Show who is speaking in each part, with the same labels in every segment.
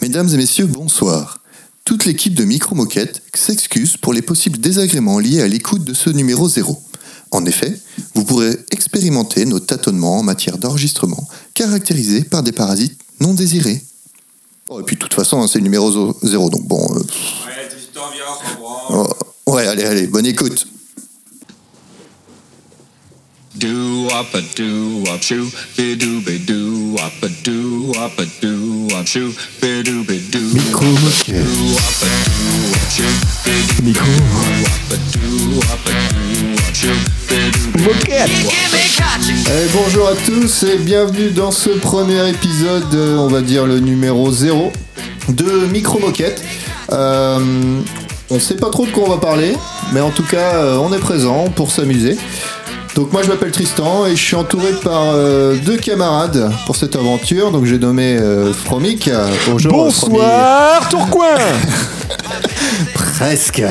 Speaker 1: Mesdames et messieurs, bonsoir. Toute l'équipe de Micro Moquette s'excuse pour les possibles désagréments liés à l'écoute de ce numéro zéro. En effet, vous pourrez expérimenter nos tâtonnements en matière d'enregistrement, caractérisés par des parasites non désirés. Oh, et puis de toute façon, hein, c'est le numéro zo- zéro, donc bon. euh,
Speaker 2: Ouais, 18 ans, viens, on prend.
Speaker 1: oh, ouais, allez, allez, bonne écoute.
Speaker 3: Do up a do up shoe, be do be do up a do up a do up shoe, be do be do
Speaker 4: Micro moquette.
Speaker 3: up a do up shoe, be
Speaker 4: Micro
Speaker 3: do up a do up a do up shoe, be do be
Speaker 5: Allez, Eh, bonjour à tous et bienvenue dans ce premier épisode, euh, on va dire le numéro 0 de Micro Moquette. Euh, on sait pas trop de quoi on va parler, mais en tout cas, euh, on est présent pour s'amuser. Donc moi je m'appelle Tristan et je suis entouré par euh, deux camarades pour cette aventure. Donc j'ai nommé euh, Fromic. Bonjour.
Speaker 4: Bonsoir Tourcoing
Speaker 5: Fromic. Presque.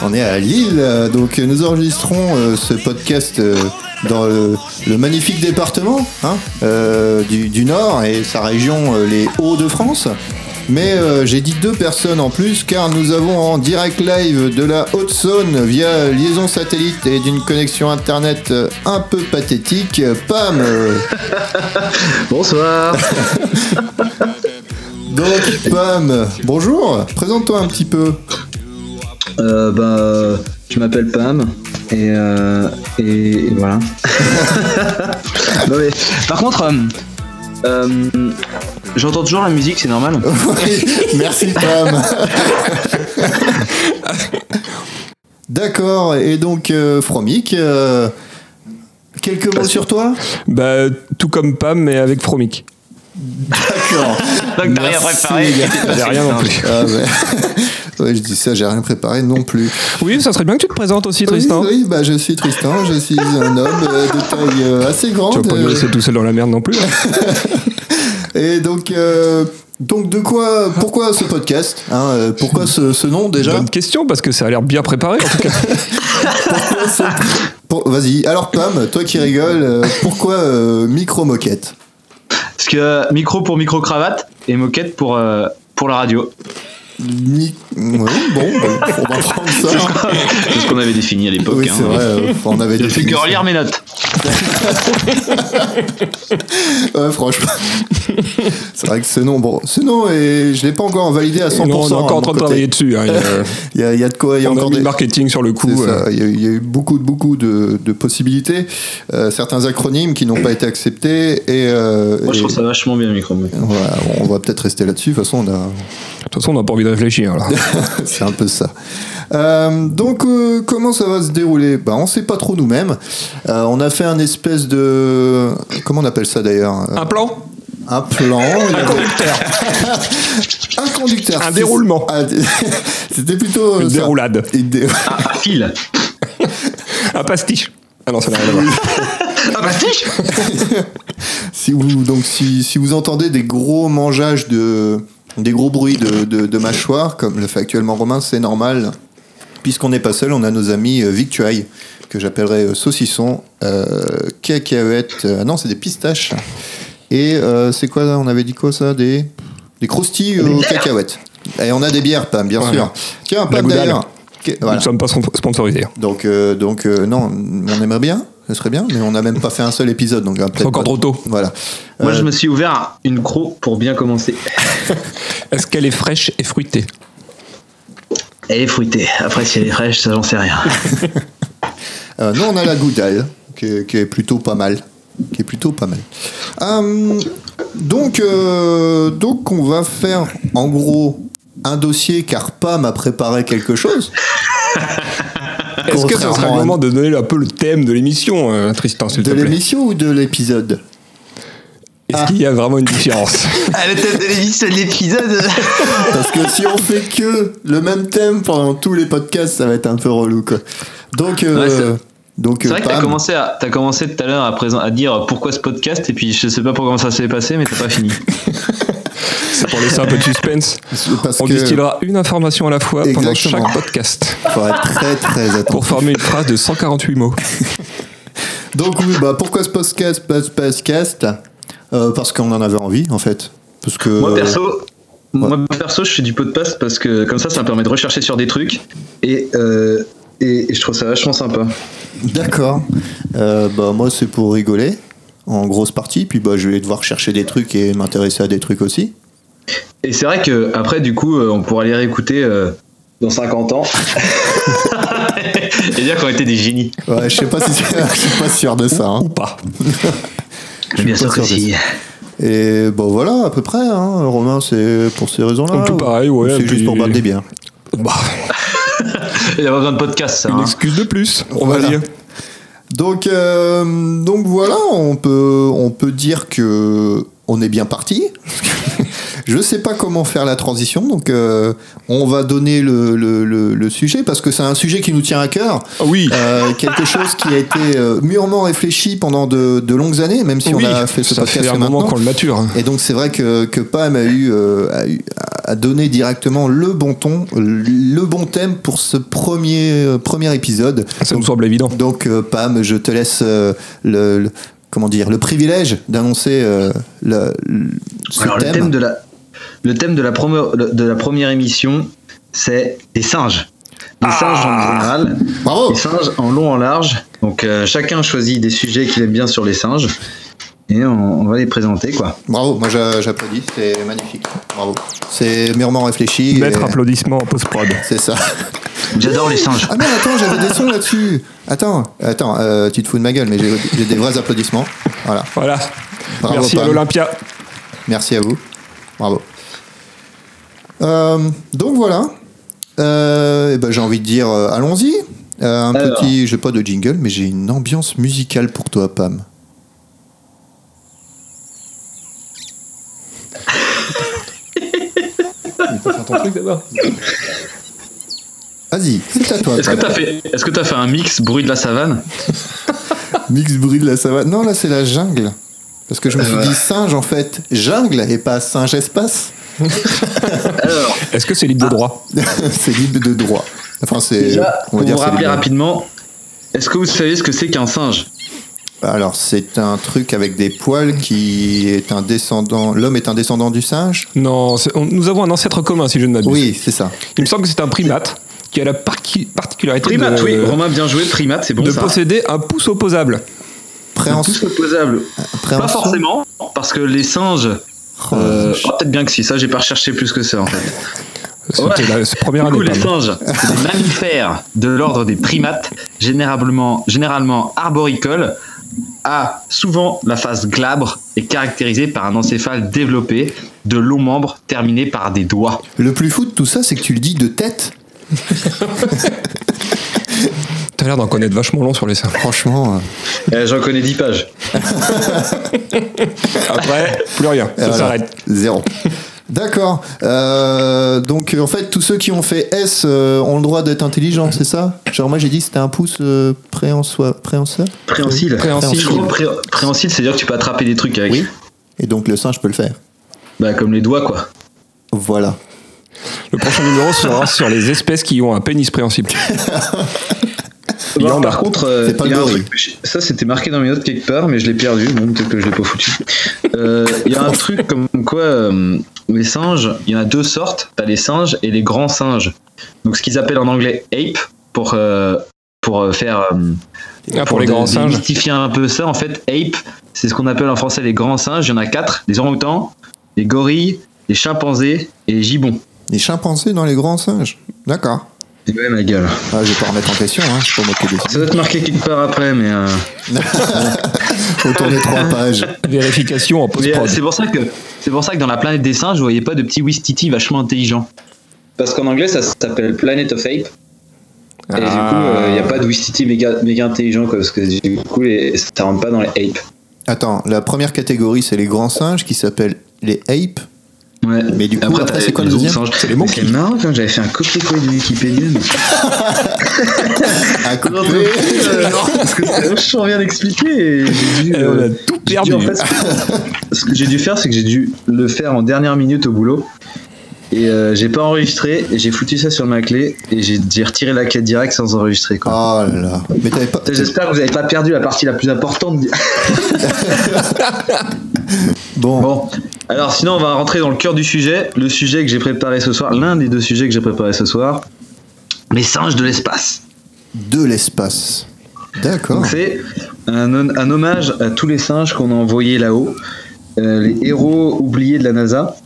Speaker 5: On est à Lille. euh, Donc euh, nous enregistrons euh, ce podcast euh, dans le, le magnifique département hein, euh, du, du Nord et sa région, euh, les Hauts-de-France. Mais euh, j'ai dit deux personnes en plus car nous avons en direct live de la Haute-Saône via liaison satellite et d'une connexion internet euh, un peu pathétique, euh, Pam. euh,
Speaker 6: Bonsoir
Speaker 5: Donc Pam, bonjour, présente-toi un petit peu.
Speaker 6: euh, bah, Je m'appelle Pam et, euh, et, et voilà. Non, mais, par contre, euh, euh, j'entends toujours la musique, c'est normal.
Speaker 5: Oui, merci Pam. D'accord, et donc euh, Fromic, euh, quelques mots sur toi
Speaker 4: Bah, tout comme Pam, mais avec Fromic.
Speaker 5: D'accord.
Speaker 6: Donc t'as rien
Speaker 5: Merci,
Speaker 6: préparé.
Speaker 5: les gars.
Speaker 4: J'ai rien non plus.
Speaker 5: Ah, ouais. Ouais, je dis ça, j'ai rien préparé non plus.
Speaker 4: Oui, ça serait bien que tu te présentes aussi, Tristan.
Speaker 5: Oui, oui, bah, je suis Tristan, je suis un homme euh, de taille euh, assez grande.
Speaker 4: Tu vas pas nous
Speaker 5: euh,
Speaker 4: laisser tout seul dans la merde non plus. hein.
Speaker 5: Et donc, euh, donc de quoi, pourquoi ce podcast hein, euh, Pourquoi ce, ce nom déjà
Speaker 4: Bonne question, parce que ça a l'air bien préparé en tout cas.
Speaker 5: Pourquoi ce- Pour- Vas-y, alors Pam, toi qui rigoles, euh, pourquoi euh, micro moquette
Speaker 6: Parce que euh, micro pour micro-cravate et moquette pour, euh, pour la radio.
Speaker 5: Mi- Ouais, bon, bon, on va prendre ça. hein.
Speaker 6: C'est ce qu'on avait défini à l'époque.
Speaker 5: Oui,
Speaker 6: hein.
Speaker 5: c'est vrai, euh, on avait
Speaker 6: Je fais
Speaker 5: défini
Speaker 6: que
Speaker 5: ça.
Speaker 6: relire mes notes.
Speaker 5: Ouais, franchement. c'est vrai que ce nom, bon, ce nom, et je l'ai pas encore validé à 100%.
Speaker 4: Non, on est
Speaker 5: hein,
Speaker 4: encore
Speaker 5: mon
Speaker 4: en train de
Speaker 5: côté.
Speaker 4: travailler dessus. hein. Il y
Speaker 5: Il y a,
Speaker 4: a-
Speaker 5: il y a de quoi, il y a
Speaker 4: on a
Speaker 5: encore
Speaker 4: mis
Speaker 5: des.
Speaker 4: le marketing sur le
Speaker 5: C'est
Speaker 4: coup. euh.
Speaker 5: ça, Il y, a eu- il y a eu beaucoup, beaucoup de, de possibilités. Euh, certains acronymes qui n'ont pas été acceptés. Et, euh,
Speaker 6: Moi, je
Speaker 5: et-
Speaker 6: trouve ça vachement bien, micro. mais-
Speaker 5: Voilà, on va peut-être rester là-dessus. De toute façon, on a,
Speaker 4: De toute façon, on n'a pas envie de réfléchir là.
Speaker 5: C'est un peu ça. Euh, donc, euh, comment ça va se dérouler bah, On sait pas trop nous-mêmes. Euh, on a fait un espèce de. Comment on appelle ça d'ailleurs Euh,
Speaker 4: Un plan
Speaker 5: Un plan. il y
Speaker 4: Un
Speaker 5: avait-
Speaker 4: conducteur
Speaker 5: Un conducteur.
Speaker 4: Un
Speaker 5: C'est-
Speaker 4: déroulement.
Speaker 5: Ah, C'était plutôt. euh,
Speaker 4: Une
Speaker 5: ça.
Speaker 4: déroulade
Speaker 5: Une dé-
Speaker 6: Ah, un fil
Speaker 4: Un pastiche Ah non, ça n'a rien à voir.
Speaker 6: Ah, pastiche
Speaker 5: si vous, donc, si, si vous entendez des gros mangeages de. des gros bruits de, de, de mâchoire, comme le fait actuellement Romain, c'est normal. Puisqu'on n'est pas seul, on a nos amis euh, Victuailles, que j'appellerais euh, saucissons, euh, cacahuètes. euh, ah non, c'est des pistaches. Et euh, c'est quoi là On avait dit quoi ça Des, des croustilles aux cacahuètes. Et on a des bières, Pam, bien
Speaker 4: Voilà.
Speaker 5: sûr. Tiens, Pam
Speaker 4: Goudale.
Speaker 5: d'ailleurs. Que-
Speaker 4: Nous
Speaker 5: voilà.
Speaker 4: ne sommes pas spon- sponsorisés. hein.
Speaker 5: Donc, euh, donc euh, non, on aimerait bien, ce serait bien, mais on n'a même pas fait un seul épisode, donc
Speaker 4: C'est encore trop tôt.
Speaker 5: Voilà.
Speaker 6: Moi,
Speaker 5: Euh,
Speaker 6: je me suis ouvert une croc pour bien commencer.
Speaker 4: Est-ce qu'elle est fraîche et fruitée
Speaker 6: Elle est fruitée. Après, si elle est fraîche, ça, j'en sais rien.
Speaker 5: euh, non, on a la Goudale, qui est, qui est plutôt pas mal, qui est plutôt pas mal. Hum, donc, euh, donc, on va faire en gros un dossier car Pam a préparé quelque chose.
Speaker 4: Est-ce que ce
Speaker 5: Contrairement
Speaker 4: serait
Speaker 5: à-
Speaker 4: le moment de donner un peu le thème de l'émission, euh, Tristan, s'il te
Speaker 5: De
Speaker 4: plaît
Speaker 5: l'émission ou de l'épisode
Speaker 4: Est-ce qu'il y a vraiment une différence
Speaker 6: À la tête de l'épisode.
Speaker 5: Parce que si on fait que le même thème pendant tous les podcasts, ça va être un peu relou quoi. Donc, euh,
Speaker 6: Ouais, c'est-
Speaker 5: donc
Speaker 6: C'est vrai que t'as
Speaker 5: Pam-
Speaker 6: commencé, à, t'as commencé tout à l'heure à, présent- à dire euh, pourquoi ce podcast, et puis je sais pas comment ça s'est passé, mais t'as pas fini.
Speaker 5: Euh,
Speaker 4: C'est pour laisser un peu de suspense.
Speaker 5: parce
Speaker 4: On
Speaker 5: que-
Speaker 4: distillera une information à la fois pendant
Speaker 5: Exactement.
Speaker 4: chaque podcast
Speaker 5: Faut être très très attentif.
Speaker 4: pour former une phrase de 148 mots.
Speaker 5: Donc oui, bah pourquoi ce podcast, pas ce podcast Euh, Parce qu'on en avait envie en fait. Parce que
Speaker 6: Moi perso, Moi, perso, je fais du podcast parce que comme ça, ça me permet de rechercher sur des trucs et, euh, et, et je trouve ça vachement sympa.
Speaker 5: D'accord. Euh, bah, moi, c'est pour rigoler, en grosse partie. Puis bah, je vais devoir chercher des trucs et m'intéresser à des trucs aussi.
Speaker 6: Et c'est vrai que après, du coup, euh, on pourra les réécouter euh, dans 50 ans et dire qu'on était des génies.
Speaker 5: Ouais, je sais pas si c'est- je suis pas sûr de ça. hein.
Speaker 4: Ou pas.
Speaker 6: Bien sûr
Speaker 5: pas
Speaker 6: que
Speaker 5: sûr de
Speaker 6: si.
Speaker 5: Et bon, voilà, à peu près. hein. Romain, c'est pour ces raisons-là.
Speaker 4: Un peu
Speaker 5: ou-
Speaker 4: pareil, ouais,
Speaker 5: ou C'est
Speaker 4: puis-
Speaker 5: juste pour battre des biens.
Speaker 4: Bah,
Speaker 6: Il y a pas besoin de podcast, ça.
Speaker 4: une
Speaker 6: hein.
Speaker 4: excuse de plus, on
Speaker 5: Ah. Voilà.
Speaker 4: va dire.
Speaker 5: Donc, euh, donc voilà, on peut, on peut dire que on est bien parti. Je sais pas comment faire la transition, donc euh, on va donner le, le- le- le sujet parce que c'est un sujet qui nous tient à cœur.
Speaker 4: Ah oui.
Speaker 5: Euh, quelque chose qui a été euh, mûrement réfléchi pendant de, de longues années, même si
Speaker 4: oui,
Speaker 5: on a fait ce
Speaker 4: ça
Speaker 5: podcast
Speaker 4: fait un
Speaker 5: maintenant.
Speaker 4: moment qu'on le mature. hein.
Speaker 5: Et donc c'est vrai que, que Pam a eu, euh, a eu- a donné directement le bon ton, le bon thème pour ce premier euh, premier épisode.
Speaker 4: Ça nous semble évident.
Speaker 5: Donc euh, Pam, je te laisse euh, le, le- comment dire le privilège d'annoncer euh, le, le- ce
Speaker 6: Alors,
Speaker 5: thème.
Speaker 6: le thème de la, le thème de la, promo- de la première émission, c'est des singes. Des
Speaker 5: Ah.
Speaker 6: singes en général.
Speaker 5: Bravo.
Speaker 6: Les singes en long, en large. Donc euh, chacun choisit des sujets qu'il aime bien sur les singes. Et on, on va les présenter, quoi.
Speaker 5: Bravo, moi j'a- j'applaudis, c'est magnifique. Bravo. C'est mûrement réfléchi. et- euh,
Speaker 4: Maître applaudissement en post-prod.
Speaker 5: C'est ça.
Speaker 6: J'adore les singes.
Speaker 5: Ah merde, attends, j'avais des sons là-dessus. Attends, attends, euh, tu te fous de ma gueule, mais j'ai j'ai des vrais applaudissements. Voilà.
Speaker 4: Voilà.
Speaker 5: Bravo,
Speaker 4: Merci à
Speaker 5: Pam.
Speaker 4: l'Olympia.
Speaker 5: Merci à vous. Bravo. Euh, donc voilà. Euh, eh ben, j'ai envie de dire, euh, allons-y. Euh, un
Speaker 6: Alors.
Speaker 5: petit, j'ai pas de jingle, mais j'ai une ambiance musicale pour toi, Pam. Vas-y, c'est à toi.
Speaker 6: Est-ce que
Speaker 5: Pam.
Speaker 6: t'as fait, est-ce que t'as fait un mix bruit de la savane
Speaker 5: Mix bruit de la savane. Non, là, Euh, c'est la jungle. Parce que je me suis dit singe en fait, jungle et pas singe espace.
Speaker 6: Alors,
Speaker 4: Est-ce que c'est libre de
Speaker 5: Ah.
Speaker 4: droit
Speaker 5: c'est libre de droit. Enfin, c'est.
Speaker 6: déjà,
Speaker 5: euh, on
Speaker 6: pour
Speaker 5: va
Speaker 6: vous
Speaker 5: dire c'est
Speaker 6: rappeler
Speaker 5: libre.
Speaker 6: rapidement, est-ce que vous savez ce que c'est qu'un singe
Speaker 5: Alors, c'est un truc avec des poils qui est un descendant. L'homme est un descendant du singe
Speaker 4: Non, c'est- on- nous avons un ancêtre commun, si je ne m'abuse.
Speaker 5: Oui, c'est ça.
Speaker 4: Il me semble que c'est un primate qui a la parqui- particularité
Speaker 6: Primate,
Speaker 4: de,
Speaker 6: oui. Euh, Romain, bien joué. Primate, c'est bon
Speaker 4: de
Speaker 6: ça.
Speaker 4: posséder un pouce opposable.
Speaker 5: Préhension.
Speaker 6: Tous opposables. Pas
Speaker 5: préhension.
Speaker 6: forcément, parce que les singes.
Speaker 5: Oh, la
Speaker 6: euh,
Speaker 5: vache.
Speaker 6: oh, peut-être bien que si, ça j'ai pas recherché plus que ça en fait.
Speaker 4: C'était
Speaker 6: Ouais.
Speaker 4: la c'est première
Speaker 6: Du coup,
Speaker 4: année.
Speaker 6: les
Speaker 4: pardon.
Speaker 6: singes, c'est des mammifères de l'ordre des primates, généralement, généralement arboricoles, a souvent la face glabre et caractérisée par un encéphale développé, de longs membres terminés par des doigts.
Speaker 5: Le plus fou de tout ça, c'est que tu le dis de tête.
Speaker 4: T'as l'air d'en connaître vachement long sur les singes.
Speaker 5: Franchement. euh,
Speaker 6: Euh, J'en connais 10 pages.
Speaker 4: Après, plus rien. Ça
Speaker 5: voilà.
Speaker 4: s'arrête.
Speaker 5: Zéro. D'accord. Euh, donc, euh, en fait, tous ceux qui ont fait S euh, ont le droit d'être intelligents, c'est ça Genre, moi, j'ai dit c'était un pouce euh, préhensois- préhenseur
Speaker 6: Préhensile.
Speaker 4: Préhensile.
Speaker 6: Je crois que pré- préhensile, c'est-à-dire que tu peux attraper des trucs avec.
Speaker 5: Oui. Et donc, le singe peut le faire.
Speaker 6: Bah, comme les doigts, quoi.
Speaker 5: Voilà.
Speaker 4: Le prochain numéro sera sur les espèces qui ont un pénis préhensible. Ah, Il y en a.
Speaker 6: par contre, euh,
Speaker 5: C'est pas
Speaker 6: il y a
Speaker 5: le
Speaker 6: un
Speaker 5: gorille.
Speaker 6: truc- ça c'était marqué dans mes notes quelque part, mais je l'ai perdu. Bon, peut-être que je l'ai pas foutu. Euh, Il y a un truc comme quoi euh, les singes, il y en a deux sortes. T'as les singes et les grands singes. Donc ce qu'ils appellent en anglais ape pour euh, pour euh, faire euh,
Speaker 4: Ah, pour les
Speaker 6: de-
Speaker 4: grands singes.
Speaker 6: démystifier un peu ça. En fait, ape, c'est ce qu'on appelle en français les grands singes. Il y en a quatre les orang-outans, les gorilles, les chimpanzés et les gibbons.
Speaker 5: Les chimpanzés dans les grands singes. D'accord.
Speaker 6: Et ouais, ma gueule.
Speaker 5: Ah, je vais pas remettre en question, hein, je vais pas moquer des
Speaker 6: Ça doit être marqué quelque part après, mais. euh,
Speaker 5: Faut tourner trois pages.
Speaker 4: Vérification en
Speaker 6: Mais, euh,
Speaker 4: post-prod.
Speaker 6: c'est pour ça que c'est pour ça que dans la planète des singes, vous voyez pas de petits Wistiti vachement intelligents. Parce qu'en anglais, ça s'appelle Planet of Ape. Et du
Speaker 5: Ah.
Speaker 6: coup, il n'y a pas de Wistiti méga, méga intelligent, quoi, parce que du coup, les, ça rentre pas dans les apes.
Speaker 5: Attends, la première catégorie, c'est les grands singes qui s'appellent les apes.
Speaker 6: Ouais.
Speaker 5: Mais du coup, après,
Speaker 6: t'as
Speaker 5: c'est quoi
Speaker 6: les
Speaker 5: le
Speaker 6: autres
Speaker 5: deuxième
Speaker 6: singes.
Speaker 4: C'est les
Speaker 6: Mais
Speaker 4: monkeys.
Speaker 6: C'est marrant quand j'avais fait un copier-coller de Wikipédia. mais-
Speaker 5: À
Speaker 6: Non,
Speaker 5: côté.
Speaker 6: mais- euh, parce que c'est vachement bien expliqué. et j'ai dû,
Speaker 4: Et Eh, on
Speaker 6: euh,
Speaker 4: a tout
Speaker 6: j'ai dû,
Speaker 4: perdu.
Speaker 6: en fait, ce que- ce que j'ai dû faire, c'est que j'ai dû le faire en dernière minute au boulot. Et euh, j'ai pas enregistré, et j'ai foutu ça sur ma clé, et j'ai j'ai retiré la clé direct sans enregistrer.
Speaker 5: Oh
Speaker 6: quoi.
Speaker 5: là là. Mais t'avais pas.
Speaker 6: J'espère que vous avez pas perdu la partie la plus importante. du-
Speaker 5: Bon.
Speaker 6: Bon, Alors sinon, on va rentrer dans le cœur du sujet. Le sujet que j'ai préparé ce soir, l'un des deux sujets que j'ai préparé ce soir, les singes de l'espace.
Speaker 5: De l'espace. D'accord.
Speaker 6: Donc, C'est un, un hommage à tous les singes qu'on a envoyés là-haut, euh, les héros oubliés de la NASA.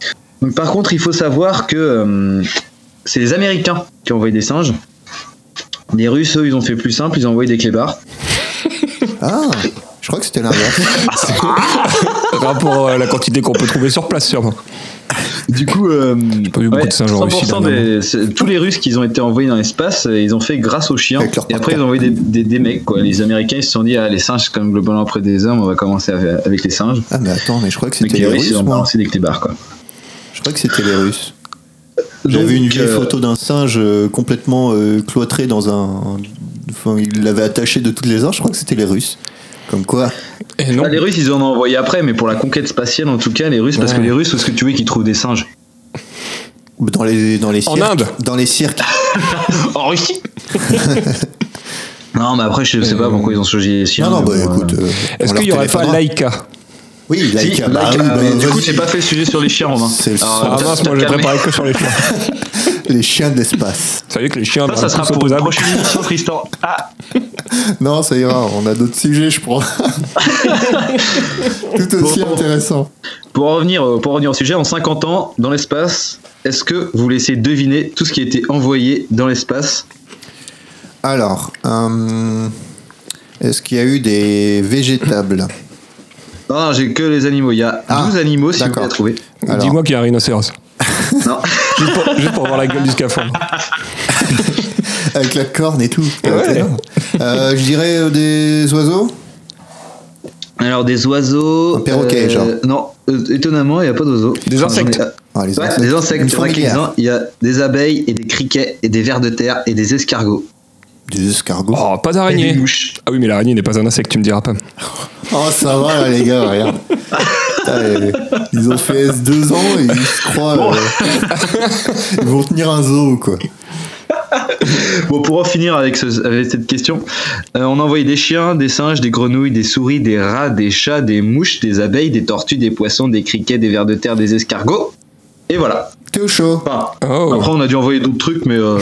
Speaker 6: Donc, par contre, il faut savoir que euh, c'est les Américains qui ont envoyé des singes. Les Russes, eux, ils ont fait plus simple, ils ont envoyé des clébards.
Speaker 5: Ah, je crois que c'était l'inverse.
Speaker 4: Rapport à euh, la quantité qu'on peut trouver sur place, sûrement.
Speaker 6: Du coup, euh,
Speaker 4: pas vu beaucoup de singes en Russie,
Speaker 6: 100% des- c'est- tous les Russes qui ont été envoyés dans l'espace, euh, ils ont fait grâce aux chiens.
Speaker 5: Avec leur
Speaker 6: Et après, ils ont envoyé des, des, des mecs. Quoi. Les Américains, ils se sont dit, ah, les singes, c'est quand même globalement après des hommes, on va commencer avec avec les singes.
Speaker 5: Ah, mais attends, mais je crois que
Speaker 6: Donc
Speaker 5: c'était
Speaker 6: les
Speaker 5: les
Speaker 6: Russes, ils
Speaker 5: Russes,
Speaker 6: ont
Speaker 5: moi.
Speaker 6: balancé des clébards. Quoi.
Speaker 5: Je crois que c'était les Russes. J'avais vu une vieille photo d'un singe euh, complètement euh, cloîtré dans un. Enfin, il l'avait attaché de toutes les ordres, je crois que c'était les Russes. Comme quoi.
Speaker 4: Et non,
Speaker 6: Ah, les Russes, ils en ont envoyé après, mais pour la conquête spatiale, en tout cas, les Russes, parce
Speaker 4: Ouais.
Speaker 6: que les Russes, où est-ce que tu veux qu'ils trouvent des singes
Speaker 5: Dans les, dans les
Speaker 4: En
Speaker 5: cirques.
Speaker 4: Inde.
Speaker 5: Dans les cirques.
Speaker 6: En Russie Non, mais après, je sais pas pourquoi ils ont choisi les chiens.
Speaker 5: Non, Euh, non,
Speaker 6: mais
Speaker 5: bah
Speaker 6: bon, euh,
Speaker 5: écoute. euh,
Speaker 4: est-ce
Speaker 5: on leur
Speaker 4: qu'il y aurait pas
Speaker 5: téléphonera.
Speaker 4: Laika
Speaker 5: Oui,
Speaker 6: Si,
Speaker 5: Laika. bah
Speaker 6: Laika,
Speaker 5: oui,
Speaker 4: euh,
Speaker 5: bah
Speaker 6: mais du coup,
Speaker 5: vas-y.
Speaker 6: j'ai pas fait le sujet sur les chiens, Romain.
Speaker 5: C'est le
Speaker 6: Alors,
Speaker 5: soir.
Speaker 4: Ah
Speaker 6: t'as-
Speaker 4: mince,
Speaker 6: t'as
Speaker 4: moi j'ai
Speaker 6: calmé.
Speaker 4: préparé que sur les chiens.
Speaker 5: Les chiens de l'espace.
Speaker 4: Vous savez que les chiens,
Speaker 6: Ça,
Speaker 4: dans
Speaker 6: ça
Speaker 4: la
Speaker 6: sera
Speaker 4: course
Speaker 6: pour une
Speaker 4: opposable-
Speaker 6: prochaine émission, Tristan. Ah,
Speaker 5: Non, ça ira, on a d'autres sujets, je crois. Tout aussi
Speaker 6: Bon.
Speaker 5: intéressant.
Speaker 6: Pour en revenir, euh, pour en revenir au sujet, en 50 ans, dans l'espace, est-ce que vous laissez deviner tout ce qui a été envoyé dans l'espace
Speaker 5: Alors, euh, est-ce qu'il y a eu des végétables
Speaker 6: Non, non, j'ai que les animaux. Il y a
Speaker 5: Ah,
Speaker 6: 12 animaux, si vous
Speaker 5: d'accord.
Speaker 6: les trouvez.
Speaker 5: Alors,
Speaker 4: Dis-moi qu'il y a un rhinocéros.
Speaker 6: Non.
Speaker 4: Juste pour, juste pour voir la gueule du scaphandre.
Speaker 5: Avec la corne et tout.
Speaker 4: Ouais.
Speaker 5: C'est énorme. Euh, je dirais euh, des oiseaux
Speaker 6: Alors, des oiseaux.
Speaker 5: Un perroquet,
Speaker 6: euh,
Speaker 5: genre.
Speaker 6: Non, euh, étonnamment, il n'y a pas d'oiseaux.
Speaker 4: Des insectes.
Speaker 6: j'en ai- euh,
Speaker 5: Ah, les
Speaker 6: Ouais, des insectes.
Speaker 5: Une
Speaker 6: C'est vrai qu'il y
Speaker 5: fourmilière.
Speaker 6: a- il y a des abeilles et des criquets et des vers de terre et des escargots.
Speaker 5: Des escargots.
Speaker 4: Oh, pas
Speaker 6: Et des
Speaker 4: d'araignée.
Speaker 6: mouches.
Speaker 4: Ah oui, mais l'araignée n'est pas un insecte, tu me diras pas.
Speaker 5: Oh, ça va, là, les gars, regarde. Putain, euh, Ils ont fait S2 ans et ils se croient. euh, ils vont tenir un zoo, quoi.
Speaker 6: Bon, pour en finir avec, ce- avec cette question, euh, on a envoyé des chiens, des singes, des grenouilles, des souris, des rats, des chats, des mouches, des abeilles, des tortues, des poissons, des criquets, des vers de terre, des escargots. Et voilà.
Speaker 5: T'es au chaud.
Speaker 6: Enfin,
Speaker 4: Oh.
Speaker 6: Après, on a dû envoyer d'autres trucs, mais. euh,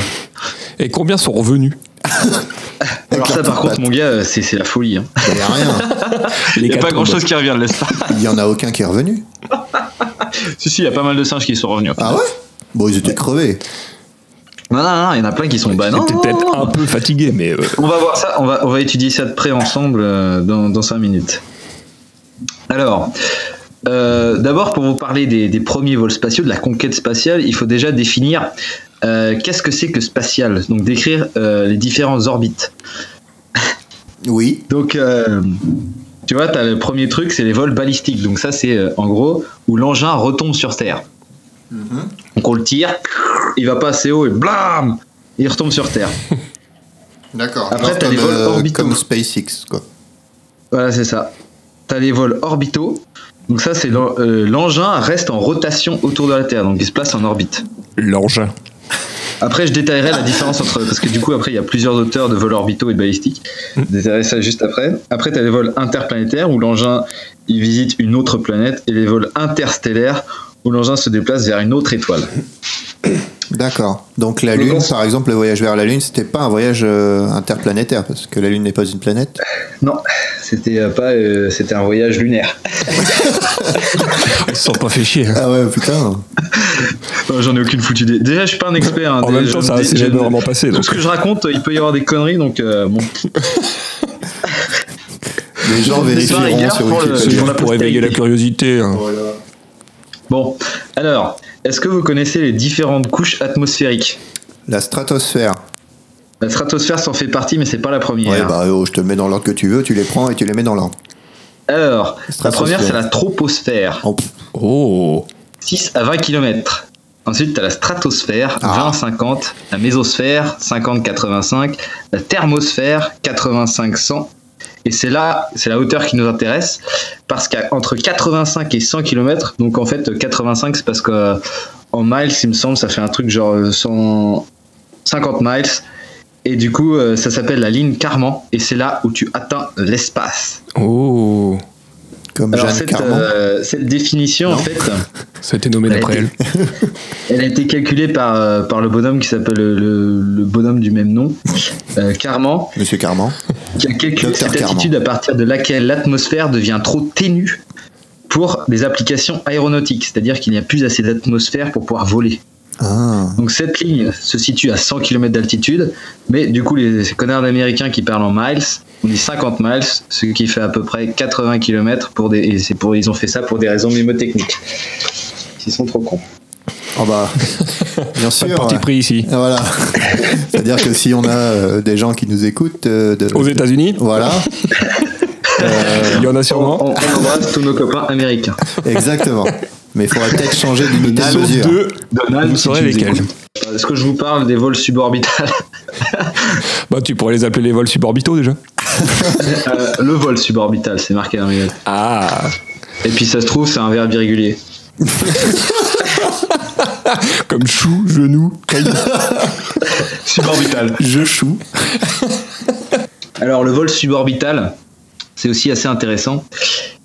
Speaker 4: Et combien sont revenus
Speaker 6: Alors, ça,
Speaker 5: la
Speaker 6: par
Speaker 5: petite
Speaker 6: contre,
Speaker 5: patte.
Speaker 6: mon gars, euh, c'est c'est la folie. hein.
Speaker 5: Il y a rien.
Speaker 6: Il
Speaker 4: Les
Speaker 6: n'y a pas
Speaker 4: catombes.
Speaker 6: grand chose qui revient de l'espace.
Speaker 5: Il y en a aucun qui est revenu.
Speaker 6: si, si, il y a pas mal de singes qui sont revenus. hein.
Speaker 5: Ah ouais Bon, ils étaient crevés.
Speaker 6: Non, non, non, il y en a plein qui sont. Bah,
Speaker 4: Ils
Speaker 6: non,
Speaker 4: étaient
Speaker 6: non,
Speaker 4: peut-être
Speaker 6: non.
Speaker 4: un peu fatigués, mais euh,
Speaker 6: On va voir ça, on va, on va étudier ça de près ensemble euh, dans, dans 5 minutes. Alors, euh, d'abord, pour vous parler des, des premiers vols spatiaux, de la conquête spatiale, il faut déjà définir euh, qu'est-ce que c'est que spatial, donc décrire euh, les différentes orbites.
Speaker 5: Oui.
Speaker 6: Donc, euh, tu vois, as le premier truc, c'est les vols balistiques. Donc, ça, c'est euh, en gros où l'engin retombe sur Terre. Donc, on le tire, il va pas assez haut et blam Il retombe sur Terre.
Speaker 5: D'accord.
Speaker 6: Après,
Speaker 5: Genre
Speaker 6: t'as les
Speaker 5: comme, euh,
Speaker 6: vols orbitaux.
Speaker 5: Comme SpaceX, quoi.
Speaker 6: Voilà, c'est ça. T'as les vols orbitaux. Donc ça, c'est l'en- euh, l'engin reste en rotation autour de la Terre, donc il se place en orbite.
Speaker 4: l'engin.
Speaker 6: Après, je détaillerai la différence entre... Parce que du coup, après, il y a plusieurs auteurs de vols orbitaux et de balistiques. Je détaillerai ça juste après. Après, t'as les vols interplanétaires, où l'engin, il visite une autre planète, et les vols interstellaires, où l'engin se déplace vers une autre étoile.
Speaker 5: D'accord. Donc la
Speaker 6: Donc,
Speaker 5: Lune,
Speaker 6: on-
Speaker 5: par exemple, le voyage vers la Lune, c'était pas un voyage euh, interplanétaire, parce que la Lune n'est pas une planète.
Speaker 6: Non, c'était euh, pas... euh, c'était un voyage lunaire.
Speaker 4: Ils se sont pas fait chier.
Speaker 5: Ah ouais, putain.
Speaker 6: Non, Oh, J'en ai aucune foutue idée. Déjà, je suis pas un expert. hein.
Speaker 4: En
Speaker 6: Déjà,
Speaker 4: même temps,
Speaker 6: je-
Speaker 4: ça
Speaker 6: je-
Speaker 4: s'est jamais vraiment passé.
Speaker 6: Tout
Speaker 4: donc.
Speaker 6: ce que je raconte, il peut y avoir des conneries, donc euh, bon.
Speaker 5: Les gens
Speaker 6: Départ
Speaker 5: vérifieront
Speaker 6: hier
Speaker 5: sur
Speaker 6: pour le-
Speaker 5: Wikipédia.
Speaker 4: C'est
Speaker 6: Ils ont
Speaker 4: juste
Speaker 6: la
Speaker 4: pour
Speaker 6: postérité.
Speaker 4: éveiller la curiosité. hein.
Speaker 6: Bon, alors, est-ce que vous connaissez les différentes couches atmosphériques
Speaker 5: La stratosphère.
Speaker 6: La stratosphère s'en fait partie, mais c'est pas la première.
Speaker 5: Ouais, bah oh, je te le mets dans l'ordre que tu veux, tu les prends et tu les mets dans l'ordre.
Speaker 6: alors, la
Speaker 5: stratosphère.
Speaker 6: première, c'est la troposphère,
Speaker 5: Oh, pff,
Speaker 4: Oh
Speaker 6: 6 à 20 km. Ensuite, t'as la stratosphère,
Speaker 5: Ah.
Speaker 6: 20-50, la mésosphère, 50-85, la thermosphère, 85-100. Et c'est là, c'est la hauteur qui nous intéresse, parce qu'entre 85 et 100 km, donc en fait 85, c'est parce que euh, en miles, il me semble, ça fait un truc genre euh, 100, 50 miles. Et du coup, euh, ça s'appelle la ligne Carman, et c'est là où tu atteins l'espace.
Speaker 4: Oh
Speaker 5: Comme
Speaker 6: Alors,
Speaker 5: Jeanne
Speaker 6: cette,
Speaker 5: Carman.
Speaker 6: euh, cette définition, en fait,
Speaker 4: Ça a été nommé
Speaker 6: Elle a
Speaker 4: d'après elle.
Speaker 6: été- elle a été calculée par, euh, par le bonhomme qui s'appelle le, le- le bonhomme du même nom, euh, Carman,
Speaker 5: Monsieur Carman.
Speaker 6: qui a calculé
Speaker 5: Docteur
Speaker 6: cette
Speaker 5: Carman.
Speaker 6: attitude à partir de laquelle l'atmosphère devient trop ténue pour des applications aéronautiques, c'est-à-dire qu'il n'y a plus assez d'atmosphère pour pouvoir voler.
Speaker 5: Ah.
Speaker 6: Donc cette ligne se situe à 100 km d'altitude, mais du coup les ces connards d'américains qui parlent en miles, on dit 50 miles, ce qui fait à peu près 80 km pour des et c'est pour ils ont fait ça pour des raisons mnémotechniques. Ils sont trop cons.
Speaker 5: Oh bah, bien
Speaker 4: Pas de
Speaker 5: sûr.
Speaker 4: parti pris ici.
Speaker 5: Ah, Voilà. C'est-à-dire que si on a euh, des gens qui nous écoutent euh, de-
Speaker 4: Aux États-Unis,
Speaker 5: Voilà,
Speaker 4: il y en a
Speaker 6: On,
Speaker 4: sûrement.
Speaker 6: on- on embrasse tous nos copains américains.
Speaker 5: exactement. Mais il faudrait peut-être changer d'unité de
Speaker 4: Sauf
Speaker 5: mesure.
Speaker 4: deux,
Speaker 6: Donald,
Speaker 4: vous
Speaker 6: si
Speaker 4: saurez
Speaker 6: tu nous
Speaker 4: lesquels.
Speaker 6: écoutes, euh, Est-ce que je vous parle des vols suborbitales
Speaker 4: Bah, tu pourrais les appeler les vols suborbitaux déjà.
Speaker 6: Euh, Le vol suborbital, c'est marqué dans mes notes.
Speaker 4: Ah,
Speaker 6: Et puis ça se trouve, c'est un verbe irrégulier.
Speaker 4: comme chou, genou, caillou.
Speaker 6: Suborbital.
Speaker 4: je chou.
Speaker 6: Alors le vol suborbital, c'est aussi assez intéressant.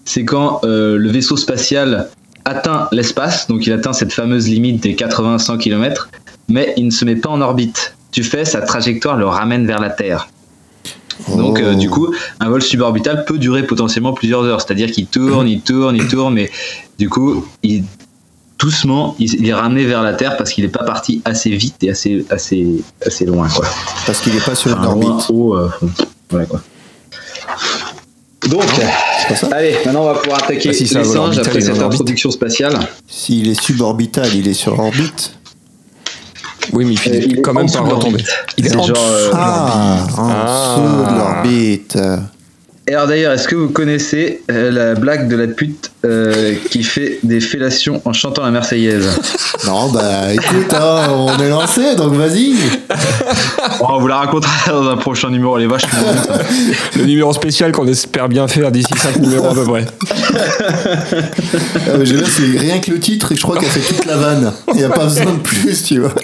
Speaker 6: C'est quand euh, le vaisseau spatial atteint l'espace, donc il atteint cette fameuse limite des 80-100 km, mais il ne se met pas en orbite. Tu fais, sa trajectoire le ramène vers la Terre. Donc
Speaker 5: Oh.
Speaker 6: euh, du coup, un vol suborbital peut durer potentiellement plusieurs heures, c'est-à-dire qu'il tourne, il tourne, il tourne, mais du coup, il, doucement, il, il est ramené vers la Terre parce qu'il n'est pas parti assez vite et assez, assez, assez loin. Quoi.
Speaker 5: Parce qu'il n'est pas sur une
Speaker 4: Ah,
Speaker 6: Enfin, loin,
Speaker 5: orbite.
Speaker 6: haut, euh, voilà, quoi. Donc,
Speaker 5: C'est pas ça
Speaker 6: allez, maintenant on va pouvoir attaquer
Speaker 4: Ah, si, ça,
Speaker 6: les
Speaker 4: voilà,
Speaker 6: singes
Speaker 4: l'orbital,
Speaker 6: après
Speaker 4: il est
Speaker 6: cette
Speaker 4: en orbite.
Speaker 6: introduction spatiale.
Speaker 5: S'il est suborbital, il est sur orbite.
Speaker 4: Oui, mais il finit
Speaker 6: Euh, il est
Speaker 4: quand
Speaker 6: en
Speaker 4: même
Speaker 6: dessous
Speaker 4: par
Speaker 6: de
Speaker 4: retomber.
Speaker 6: l'orbite.
Speaker 4: Il est
Speaker 6: C'est
Speaker 4: en
Speaker 6: genre,
Speaker 4: dessous
Speaker 6: euh,
Speaker 4: de
Speaker 5: Ah,
Speaker 4: l'orbite.
Speaker 5: en dessous de l'orbite.
Speaker 6: Et alors d'ailleurs, est-ce que vous connaissez euh, la blague de la pute euh, qui fait des fellations en chantant la Marseillaise
Speaker 5: Non, bah écoute, hein, on est lancé, donc vas-y.
Speaker 6: Oh, On vous la racontera dans un prochain numéro, les vaches.
Speaker 5: euh,
Speaker 4: Le numéro spécial qu'on espère bien faire d'ici 5 numéros à peu près.
Speaker 5: Ah, mais je veux dire, c'est rien que le titre, et je crois qu'elle fait toute la vanne. Il n'y a pas besoin de plus, tu vois.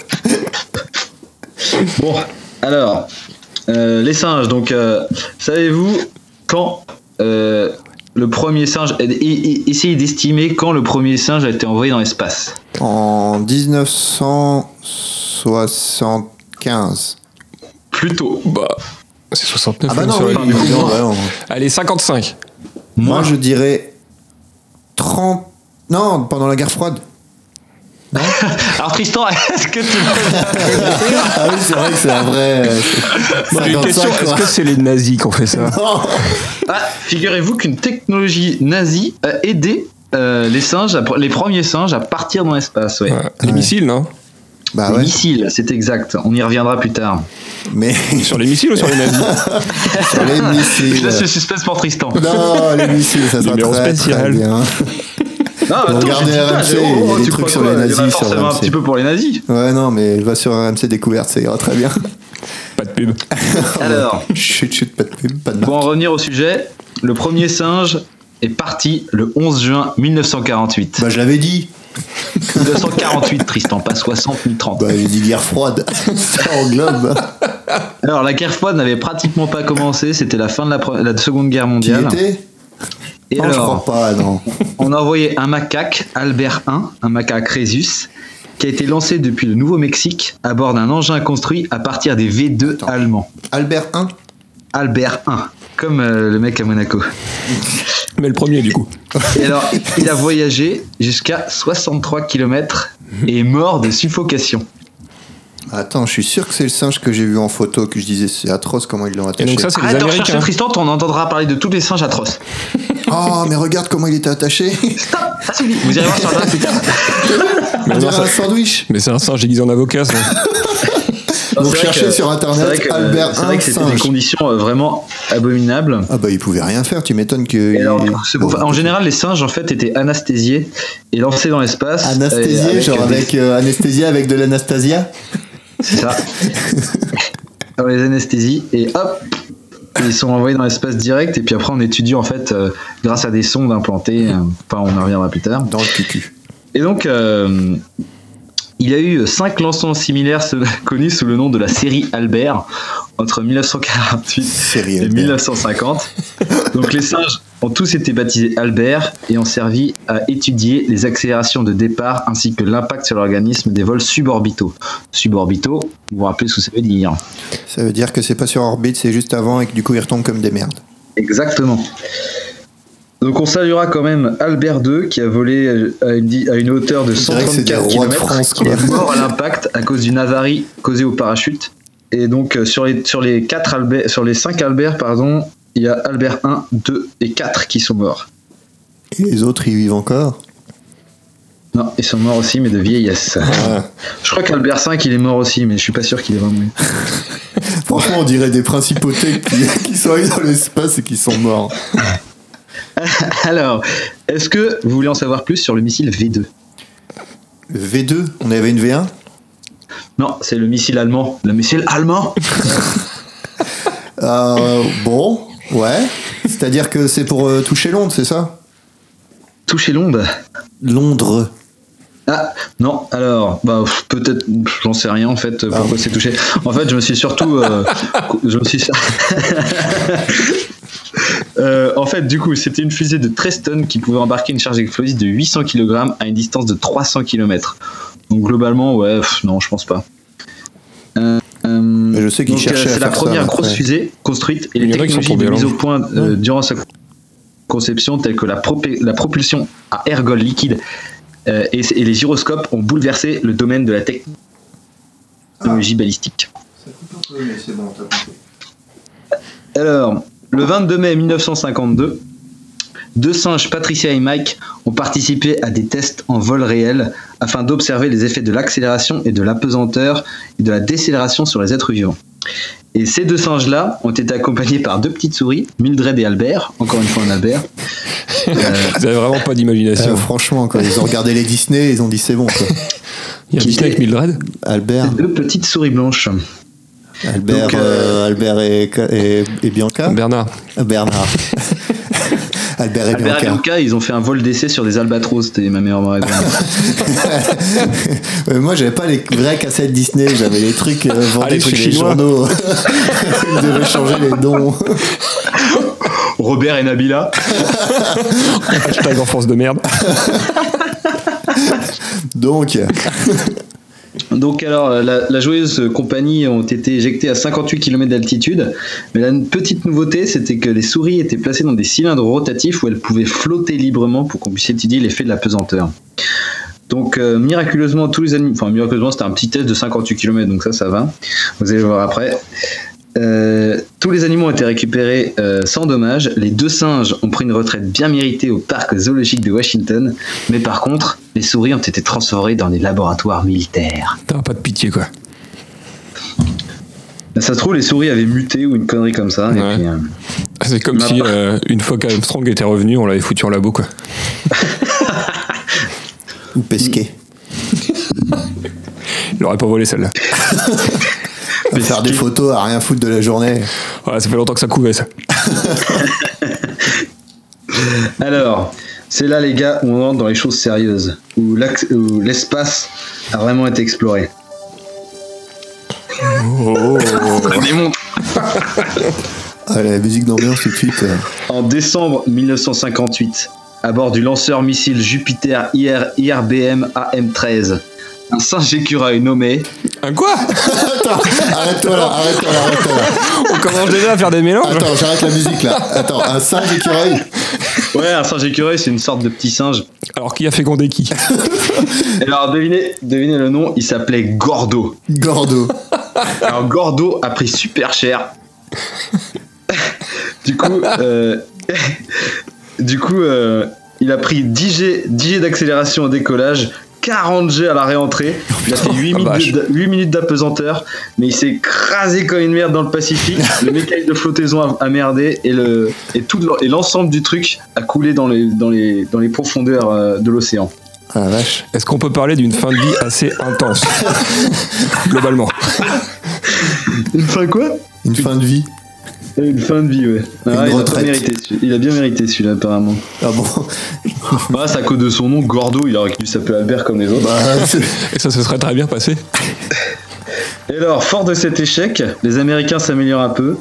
Speaker 6: Bon, alors, euh, les singes, donc, euh, savez-vous quand euh, le premier singe. et- et- et- Essayez d'estimer quand le premier singe a été envoyé dans l'espace.
Speaker 5: En 1975.
Speaker 6: Plutôt.
Speaker 4: Bah, c'est 69.
Speaker 5: Ah bah
Speaker 4: même
Speaker 5: non,
Speaker 4: sur
Speaker 5: oui,
Speaker 4: la
Speaker 5: oui,
Speaker 4: ligne.
Speaker 5: oui, non, ouais, on-
Speaker 4: Allez, 55.
Speaker 5: Moi, je dirais 30. Non, pendant la guerre froide.
Speaker 6: Alors, Tristan, est-ce que tu.
Speaker 5: Ah oui, c'est vrai que c'est un vrai. euh,
Speaker 4: J'ai une
Speaker 5: 55,
Speaker 4: question, est-ce
Speaker 5: quoi. Oh.
Speaker 4: que c'est les nazis qui ont fait ça
Speaker 6: Ah, figurez-vous qu'une technologie nazie a aidé euh, les singes, à pr- les premiers singes à partir dans l'espace, ouais.
Speaker 4: Ouais. Les missiles, non
Speaker 5: Bah
Speaker 6: Les
Speaker 5: ouais,
Speaker 6: missiles, c'est exact. On y reviendra plus tard.
Speaker 5: mais
Speaker 4: Sur les missiles ou sur les nazis
Speaker 5: sur les
Speaker 6: Je laisse le
Speaker 5: missiles.
Speaker 6: suspense pour Tristan. non,
Speaker 5: Non, les missiles, ça sera
Speaker 4: Numéro
Speaker 5: très, très
Speaker 4: spécial.
Speaker 5: bien.
Speaker 6: attends,
Speaker 5: regardez
Speaker 6: j'ai dit pas,
Speaker 5: RMC,
Speaker 6: j'ai-
Speaker 5: il y a des
Speaker 6: tu
Speaker 5: trucs
Speaker 6: crois
Speaker 5: sur
Speaker 6: quoi
Speaker 5: les
Speaker 6: Il y en a
Speaker 5: nazis, sur
Speaker 6: forcément un
Speaker 5: RMC.
Speaker 6: petit peu pour les nazis.
Speaker 5: Ouais, non, mais va sur RMC Découverte, ça ira très bien.
Speaker 4: Pas de pub.
Speaker 6: Alors,
Speaker 5: Chut, chut, pas de pub, pas de
Speaker 6: pour
Speaker 5: marque.
Speaker 6: en revenir au sujet, le premier singe est parti le 11 juin 1948.
Speaker 5: Bah, je l'avais dit.
Speaker 6: 1948, Tristan, pas 60 ni 30.
Speaker 5: Bah, j'ai dit guerre froide. ça englobe.
Speaker 6: Alors, la guerre froide n'avait pratiquement pas commencé, c'était la fin de la, pre- la Seconde Guerre
Speaker 5: Tu y
Speaker 6: mondiale.
Speaker 5: étais
Speaker 6: Et
Speaker 5: Non, je
Speaker 6: alors,
Speaker 5: crois pas, non.
Speaker 6: on a envoyé un macaque, Albert I, un macaque Rhesus, qui a été lancé depuis le Nouveau-Mexique à bord d'un engin construit à partir des V2 allemands.
Speaker 5: Albert 1
Speaker 6: Albert I, comme euh, le mec à Monaco.
Speaker 4: Mais le premier, du coup.
Speaker 6: Et alors, il a voyagé jusqu'à 63 km et est mort de suffocation.
Speaker 5: Attends, je suis sûr que c'est le singe que j'ai vu en photo, que je disais c'est atroce comment ils l'ont
Speaker 4: Et
Speaker 5: attaché.
Speaker 4: donc, ça, c'est les
Speaker 6: Arrête de rechercher
Speaker 4: Américains.
Speaker 6: Tristan, on entendra parler de tous les singes atroces.
Speaker 5: Oh, mais regarde comment il était attaché.
Speaker 6: Stop Ah, c'est lui. Vous irez voir sur Internet plus tard.
Speaker 4: Mais
Speaker 5: On
Speaker 4: non,
Speaker 5: dirait
Speaker 4: ça-
Speaker 5: un sandwich.
Speaker 4: mais c'est un singe déguisé en avocat, ça.
Speaker 5: Vous
Speaker 6: C'est vrai
Speaker 5: cherchez
Speaker 6: que-
Speaker 5: sur Internet
Speaker 6: c'est vrai que, euh,
Speaker 5: Albert
Speaker 6: C'est vrai
Speaker 5: I,
Speaker 6: que c'était des
Speaker 5: singe.
Speaker 6: conditions euh, vraiment abominables.
Speaker 5: Ah bah il pouvait rien faire, tu m'étonnes que...
Speaker 6: Et
Speaker 5: il- Euh,
Speaker 6: alors, c'est pour- en général, les singes en fait étaient anesthésiés et lancés dans l'espace.
Speaker 5: Anesthésié,
Speaker 6: Euh,
Speaker 5: genre
Speaker 6: des-
Speaker 5: avec euh, anesthésie avec de l'anastasia
Speaker 6: c'est ça. dans les anesthésies et hop, ils sont envoyés dans l'espace direct. Et puis après, on étudie en fait euh, grâce à des sondes implantées. euh, Enfin, on en reviendra plus tard.
Speaker 5: dans le cucu.
Speaker 6: Et donc, euh, il a eu cinq lancements similaires se- connus sous le nom de la série Albert entre 1948
Speaker 5: Série
Speaker 6: et
Speaker 5: Albert.
Speaker 6: 1950. Donc les singes ont tous été baptisés Albert et ont servi à étudier les accélérations de départ ainsi que l'impact sur l'organisme des vols suborbitaux. Suborbitaux, vous vous rappelez ce que ça veut dire
Speaker 5: Ça veut dire que c'est pas sur orbite, c'est juste avant et que du coup ils retombent comme des merdes.
Speaker 6: Exactement. Donc on saluera quand même Albert II qui a volé à une, à une hauteur de
Speaker 5: dirait que c'est
Speaker 6: 134
Speaker 5: des rois de
Speaker 6: km
Speaker 5: France,
Speaker 6: qui
Speaker 5: quoi.
Speaker 6: est mort à l'impact à cause d'une avarie causée au parachute. Et donc euh, sur les sur les quatre Albert sur les 5 Albert pardon, il y a Albert 1, 2 et 4 qui sont morts.
Speaker 5: Et les autres, ils vivent encore
Speaker 6: Non, ils sont morts aussi mais de vieillesse. Je crois qu'Albert 5 il est mort aussi mais je suis pas sûr qu'il est vraiment.
Speaker 5: Franchement, on dirait des principautés qui, qui sont allés dans l'espace et qui sont morts.
Speaker 6: Alors, est-ce que vous voulez en savoir plus sur le missile V2
Speaker 5: V2, on avait une V1
Speaker 6: Non, c'est le missile allemand. Le missile allemand
Speaker 5: Euh, Bon, ouais. C'est-à-dire que c'est pour euh, toucher Londres, c'est ça
Speaker 6: Touchez l'onde.
Speaker 5: Londres.
Speaker 6: Ah non, alors bah pff, peut-être pff, j'en sais rien en fait euh, pourquoi c'est touché. En fait, je me suis surtout euh, cou- je me suis Euh, en fait, du coup, c'était une fusée de 13 tonnes qui pouvait embarquer une charge explosive de 800 kg à une distance de 300 km. Donc globalement, ouais, pff, non, je pense pas. Euh, euh,
Speaker 5: je sais qu'ils
Speaker 6: donc,
Speaker 5: cherchaient à
Speaker 6: c'est la
Speaker 5: faire ça, hein.
Speaker 6: première
Speaker 5: mais
Speaker 6: grosse
Speaker 5: après.
Speaker 6: fusée construite et
Speaker 4: Il
Speaker 6: les
Speaker 4: y en a qui sont
Speaker 6: technologies de
Speaker 4: tombés à
Speaker 6: mise au
Speaker 4: l'eau.
Speaker 6: point euh, durant sa conception telles que la, propé- la propulsion à ergol liquide euh, et, et les gyroscopes ont bouleversé le domaine de la technologie balistique. Alors, le 22 mai 1952, deux singes, Patricia et Mike, ont participé à des tests en vol réel afin d'observer les effets de l'accélération et de l'apesanteur et de la décélération sur les êtres vivants. Et ces deux singes-là ont été accompagnés par deux petites souris, Mildred et Albert, encore une fois un Albert,
Speaker 4: Vous avez vraiment pas
Speaker 5: Euh,
Speaker 4: d'imagination.
Speaker 5: franchement, quand ils ont regardé les Disney, ils ont dit c'est bon. Quoi.
Speaker 4: Il y a
Speaker 6: qui
Speaker 4: Disney
Speaker 6: était-
Speaker 4: avec Mildred.
Speaker 5: Albert,
Speaker 6: deux petites souris blanches.
Speaker 5: Albert,
Speaker 6: Donc, euh,
Speaker 5: euh, Albert et, et- et Bianca.
Speaker 4: Bernard.
Speaker 5: Bernard. Albert et
Speaker 6: Albert et
Speaker 5: Bianca.
Speaker 6: Luca, ils ont fait un vol d'essai sur des albatros, c'était ma meilleure raison.
Speaker 5: Euh, Moi, j'avais pas les vraies cassettes Disney, j'avais les trucs euh, vendus
Speaker 4: Ah, les
Speaker 5: chez
Speaker 4: trucs
Speaker 5: les
Speaker 4: chinois.
Speaker 5: journaux. Ils devaient changer les noms.
Speaker 6: Robert et Nabila.
Speaker 4: Hashtag enfance de merde.
Speaker 5: Donc,
Speaker 6: Donc alors, euh, la, la joyeuse compagnie ont été éjectées à 58 km d'altitude, mais la petite nouveauté, c'était que les souris étaient placées dans des cylindres rotatifs où elles pouvaient flotter librement pour qu'on puisse étudier l'effet de la pesanteur. Donc euh, miraculeusement, tous les animaux, enfin miraculeusement, c'était un petit test de 58 km, donc ça, ça va. Vous allez voir après. Euh, tous les animaux ont été récupérés euh, sans dommage. Les deux singes ont pris une retraite bien méritée au parc zoologique de Washington, mais par contre, les souris ont été transférées dans des laboratoires militaires.
Speaker 4: T'as pas de pitié, quoi.
Speaker 6: Ça se trouve, les souris avaient muté ou une connerie comme ça. et
Speaker 4: Ouais.
Speaker 6: puis, euh,
Speaker 4: C'est comme
Speaker 6: Ma
Speaker 4: si,
Speaker 6: part.
Speaker 4: euh, une fois qu'Armstrong était revenu, on l'avait foutu en labo, quoi.
Speaker 5: ou pesquer.
Speaker 4: Il aurait pas volé celle-là.
Speaker 5: Faire des photos à rien foutre de la journée.
Speaker 4: Ouais, ça fait longtemps que ça couvait, ça.
Speaker 6: Alors, c'est là, les gars, où on rentre dans les choses sérieuses, où l'ac- où l'espace a vraiment été exploré.
Speaker 5: Ah, la musique d'ambiance tout de suite. euh.
Speaker 6: En décembre 1958, à bord du lanceur missile Jupiter IR IRBM AM-13, un singe écureuil nommé
Speaker 4: Un quoi
Speaker 5: Attends, arrête-toi là, arrête-toi là, arrête-toi là.
Speaker 4: On commence déjà à faire des mélanges.
Speaker 5: Attends, j'arrête la musique là. Attends, un singe écureuil.
Speaker 6: Ouais, un singe écureuil, c'est une sorte de petit singe.
Speaker 4: Alors, qui a fécondé qui
Speaker 6: Et Alors, devinez, devinez le nom, il s'appelait Gordo.
Speaker 5: Gordo.
Speaker 6: Alors Gordo a pris super cher. du coup, euh, du coup, euh, il a pris 10 G, 10 G d'accélération au décollage, 40 G à la réentrée. Il a fait 8
Speaker 4: la
Speaker 6: minutes, de- huit minutes d'apesanteur, mais il s'est écrasé comme une merde dans le Pacifique. le mécanisme de flottaison a, a merdé et le et tout l'en- et l'ensemble du truc a coulé dans les dans les dans les profondeurs euh, de l'océan.
Speaker 5: Ah la vache.
Speaker 4: Est-ce qu'on peut parler d'une fin de vie assez intense Globalement.
Speaker 6: Une fin quoi
Speaker 5: Une fin de vie.
Speaker 6: Une fin de vie, ouais. Ah, il, a pas
Speaker 5: retraite.
Speaker 6: mérité, celui- il a bien mérité celui-là apparemment.
Speaker 5: Ah bon
Speaker 6: Bah, c'est à cause de son nom, Gordo, il aurait dû s'appeler Albert comme les autres.
Speaker 5: Bah, c'est-
Speaker 4: Et ça se serait très bien passé.
Speaker 6: Et alors, fort de cet échec, les Américains s'améliorent un peu.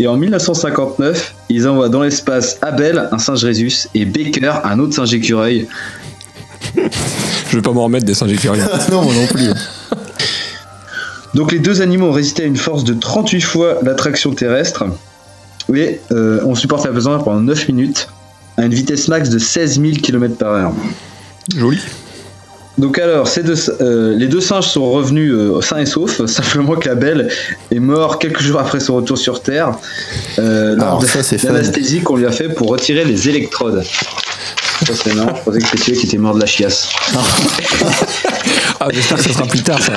Speaker 6: Et en 1959, ils envoient dans l'espace Abel, un singe Rhesus, et Baker, un autre singe écureuil.
Speaker 4: Je vais pas m'en remettre des singes écureuils.
Speaker 5: Ah, non, moi non plus.
Speaker 6: Donc les deux animaux ont résisté à une force de 38 fois l'attraction terrestre. Oui, euh, on supporte la pesante pendant 9 minutes à une vitesse max de 16 000 km par heure.
Speaker 4: Joli.
Speaker 6: Donc alors, ces deux, euh, les deux singes sont revenus euh, sains et saufs, simplement que la belle est mort quelques jours après son retour sur Terre. Euh,
Speaker 5: Alors ça, c'est fun.
Speaker 6: L'anesthésie qu'on lui a fait pour retirer les électrodes. Ça c'est marrant, je pensais que c'était celui qui était mort de la chiasse.
Speaker 4: Ah, j'espère que ça sera plus tard, ça.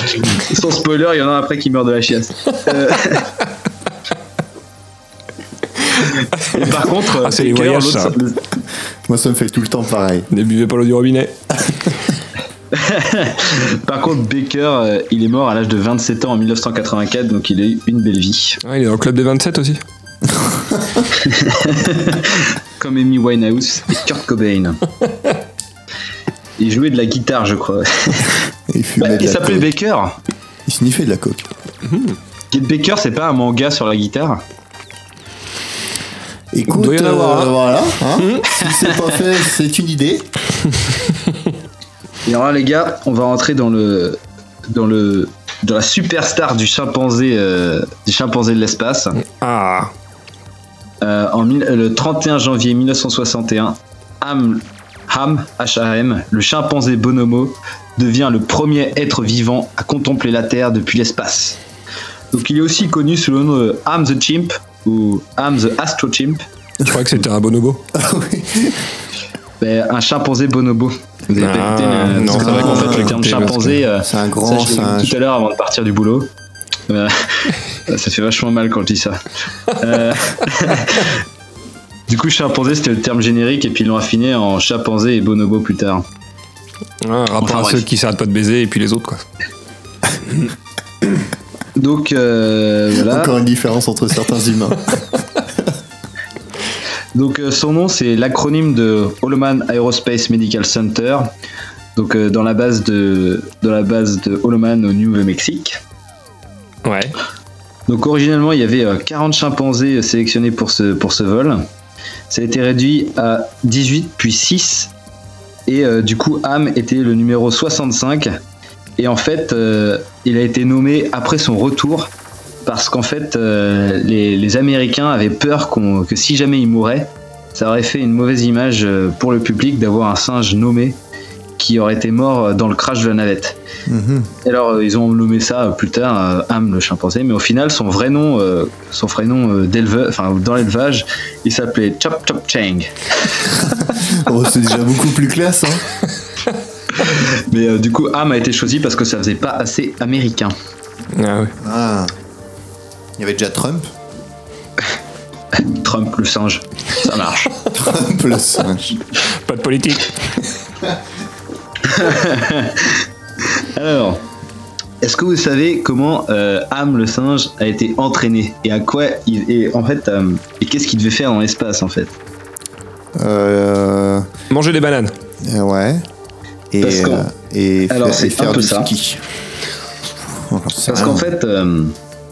Speaker 6: Sans spoiler, il y en a un après qui meurt de la chiasse. Euh, Et par contre,
Speaker 4: Ah, c'est les
Speaker 6: Baker,
Speaker 4: voyages,
Speaker 6: l'autre,
Speaker 4: ça.
Speaker 6: le-
Speaker 5: Moi, ça me fait tout le temps pareil.
Speaker 4: Ne buvez pas l'eau du robinet.
Speaker 6: Par contre, Baker, euh, il est mort à l'âge de 27 ans en 1984, donc il a eu une belle vie.
Speaker 4: Ah, il est dans le club des 27 aussi.
Speaker 6: Comme Amy Winehouse et Kurt Cobain. Il jouait de la guitare, je crois.
Speaker 5: Il fumait de
Speaker 6: Bah, il
Speaker 5: la
Speaker 6: s'appelait
Speaker 5: coke.
Speaker 6: Baker.
Speaker 5: Il sniffait de la coke.
Speaker 6: Kid Baker, c'est pas un manga sur la guitare
Speaker 5: Écoute,
Speaker 4: Doit y en avoir,
Speaker 5: euh,
Speaker 4: hein.
Speaker 5: voilà. hein. si c'est pas fait, c'est une idée.
Speaker 6: Et alors là, les gars, on va rentrer dans le. dans le. dans la superstar du chimpanzé. euh, du chimpanzé de l'espace.
Speaker 4: Ah,
Speaker 6: Euh, en mille- euh, le 31 janvier 1961, Ham, Ham, H-A-M, le chimpanzé bonomo, devient le premier être vivant à contempler la Terre depuis l'espace. Donc il est aussi connu sous le nom de Ham the Chimp ou Ham the Astro Chimp,
Speaker 4: je crois que c'était un bonobo.
Speaker 5: Ah
Speaker 6: mais Ben, un chimpanzé bonobo. Vous avez pas
Speaker 4: Ah,
Speaker 6: écouté le-
Speaker 4: non,
Speaker 6: parce que
Speaker 5: c'est vrai qu'on
Speaker 6: le
Speaker 5: peut pas
Speaker 6: terme
Speaker 4: écouter,
Speaker 6: chimpanzé, euh,
Speaker 5: C'est un
Speaker 6: ça,
Speaker 5: grand
Speaker 6: je l'ai vu
Speaker 5: singe.
Speaker 6: tout à l'heure avant de partir du boulot. Euh, ça fait vachement mal quand je dis ça. Euh, du coup, chimpanzé, c'était le terme générique, et puis ils l'ont affiné en chimpanzé et bonobo plus tard.
Speaker 4: Un rapport
Speaker 6: Enfin,
Speaker 4: à
Speaker 6: bref.
Speaker 4: ceux qui s'arrêtent pas de baiser et puis les autres, quoi.
Speaker 6: Donc, euh, voilà.
Speaker 5: Encore une différence entre certains humains.
Speaker 6: Donc, euh, son nom, c'est l'acronyme de Holloman Aerospace Medical Center, donc euh, dans, la base de, dans la base de Holloman au Nouveau-Mexique.
Speaker 4: Ouais.
Speaker 6: Donc originellement, il y avait euh, 40 chimpanzés euh, sélectionnés pour ce, pour ce vol. Ça a été réduit à 18 puis 6. Et euh, du coup, Ham était le numéro 65. Et en fait, euh, il a été nommé après son retour parce qu'en fait, euh, les, les Américains avaient peur qu'on- que si jamais il mourait, ça aurait fait une mauvaise image euh, pour le public d'avoir un singe nommé qui aurait été mort euh, dans le crash de la navette.
Speaker 5: Mhm.
Speaker 6: Et Alors euh, ils ont nommé ça euh, plus tard euh, Ham le chimpanzé, mais au final son vrai nom, euh, son vrai nom euh, d'éleveur, enfin dans l'élevage, il s'appelait Chop Chop Chang.
Speaker 5: Oh, c'est déjà beaucoup plus classe. Hein.
Speaker 6: Mais euh, du coup Ham a été choisi parce que ça faisait pas assez américain.
Speaker 4: Ah ouais.
Speaker 5: Ah. Il y avait déjà Trump.
Speaker 6: Trump le singe, ça marche.
Speaker 5: Trump le singe.
Speaker 4: Pas de politique.
Speaker 6: Alors, est-ce que vous savez comment euh, Ham le singe a été entraîné et à quoi il et en fait euh, et qu'est-ce qu'il devait faire dans l'espace en fait
Speaker 5: Euh,
Speaker 4: Manger des bananes.
Speaker 5: euh, ouais. Et,
Speaker 6: Parce qu'on-
Speaker 5: euh, et
Speaker 6: Alors,
Speaker 5: faire,
Speaker 6: c'est
Speaker 5: et faire
Speaker 6: un peu
Speaker 5: du
Speaker 6: ça.
Speaker 5: ski.
Speaker 6: Parce
Speaker 5: Ah.
Speaker 6: qu'en fait, euh,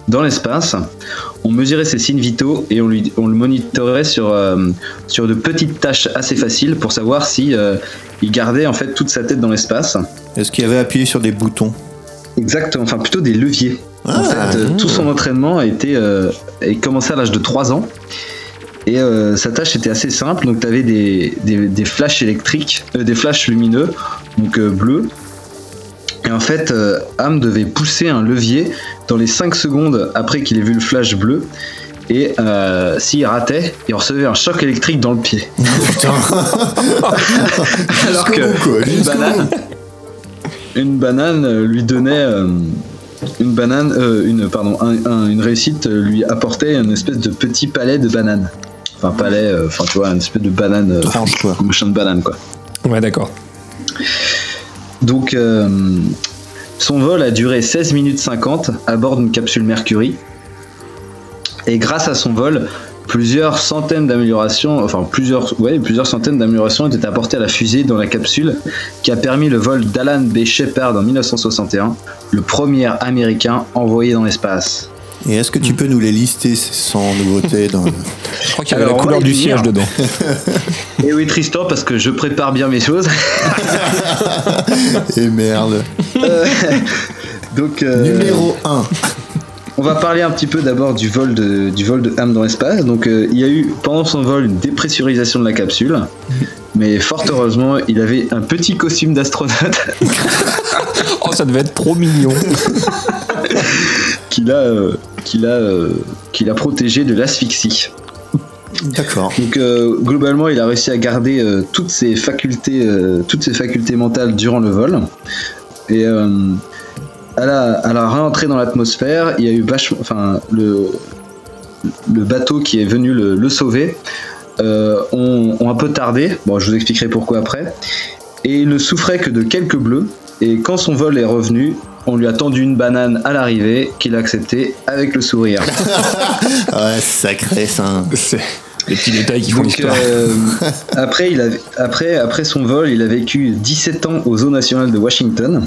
Speaker 6: dans l'espace, on mesurait ses signes vitaux et on, lui, on le monitorait sur, euh, sur de petites tâches assez faciles pour savoir si euh, il gardait en fait toute sa tête dans l'espace.
Speaker 5: Est-ce qu'il y avait appuyé sur des boutons
Speaker 6: Exactement, enfin plutôt des leviers.
Speaker 5: Ah.
Speaker 6: En fait, euh, tout son entraînement a été euh, est commencé à l'âge de 3 ans. Et euh, sa tâche était assez simple, donc tu avais des, des, des flashs électriques, euh, des flashs lumineux, donc euh, bleus. Et en fait, euh, Ham devait pousser un levier dans les 5 secondes après qu'il ait vu le flash bleu. Et euh, s'il ratait, il recevait un choc électrique dans le pied. Alors
Speaker 5: Jusqu'au
Speaker 6: que
Speaker 5: bout, quoi,
Speaker 6: une
Speaker 5: jusqu'au
Speaker 6: banane, une banane euh, lui donnait euh, une banane, euh, une pardon, un- un- une réussite euh, lui apportait une espèce de petit palais de bananes. Enfin palais, euh, enfin tu vois, une espèce de banane, euh,
Speaker 5: Tranche, quoi.
Speaker 6: un champ de banane quoi.
Speaker 4: Ouais, d'accord.
Speaker 6: Donc euh, son vol a duré 16 minutes 50 à bord d'une capsule Mercury. Et grâce à son vol, plusieurs centaines d'améliorations, enfin plusieurs, ouais, plusieurs centaines d'améliorations étaient apportées à la fusée dans la capsule, qui a permis le vol d'Alan B. Shepard en 1961, le premier américain envoyé dans l'espace.
Speaker 5: Et est-ce que tu peux nous les lister sans nouveauté dans le-
Speaker 4: Je crois qu'il y avait
Speaker 6: Alors,
Speaker 4: la
Speaker 6: on
Speaker 4: couleur
Speaker 6: va y
Speaker 4: du
Speaker 6: venir.
Speaker 4: siège dedans.
Speaker 6: Et Eh oui, Tristan, parce que je prépare bien mes choses.
Speaker 5: Et merde.
Speaker 6: Euh, Donc, euh,
Speaker 5: Numéro 1.
Speaker 6: on va parler un petit peu d'abord du vol de du vol de Ham dans l'espace. Donc, euh, il y a eu pendant son vol une dépressurisation de la capsule, mais fort heureusement, il avait un petit costume d'astronaute
Speaker 4: Oh, ça devait être trop mignon.
Speaker 6: qu'il a euh, qu'il a euh, qu'il a protégé de l'asphyxie.
Speaker 5: D'accord.
Speaker 6: Donc euh, globalement, il a réussi à garder euh, toutes ses facultés, euh, toutes ses facultés mentales durant le vol. Et euh, à, la, à la rentrée dans l'atmosphère, il y a eu vachement, enfin le le bateau qui est venu le, le sauver euh, ont, ont un peu tardé. Bon, je vous expliquerai pourquoi après. Et il ne souffrait que de quelques bleus. Et quand son vol est revenu, on lui a tendu une banane à l'arrivée, qu'il a acceptée avec le sourire.
Speaker 5: Ouais, Ah, sacré ça.
Speaker 4: C'est les petits détails qui font
Speaker 6: Donc,
Speaker 4: l'histoire.
Speaker 6: euh, après, il a, après, après son vol, il a vécu 17 ans aux eaux nationales de Washington.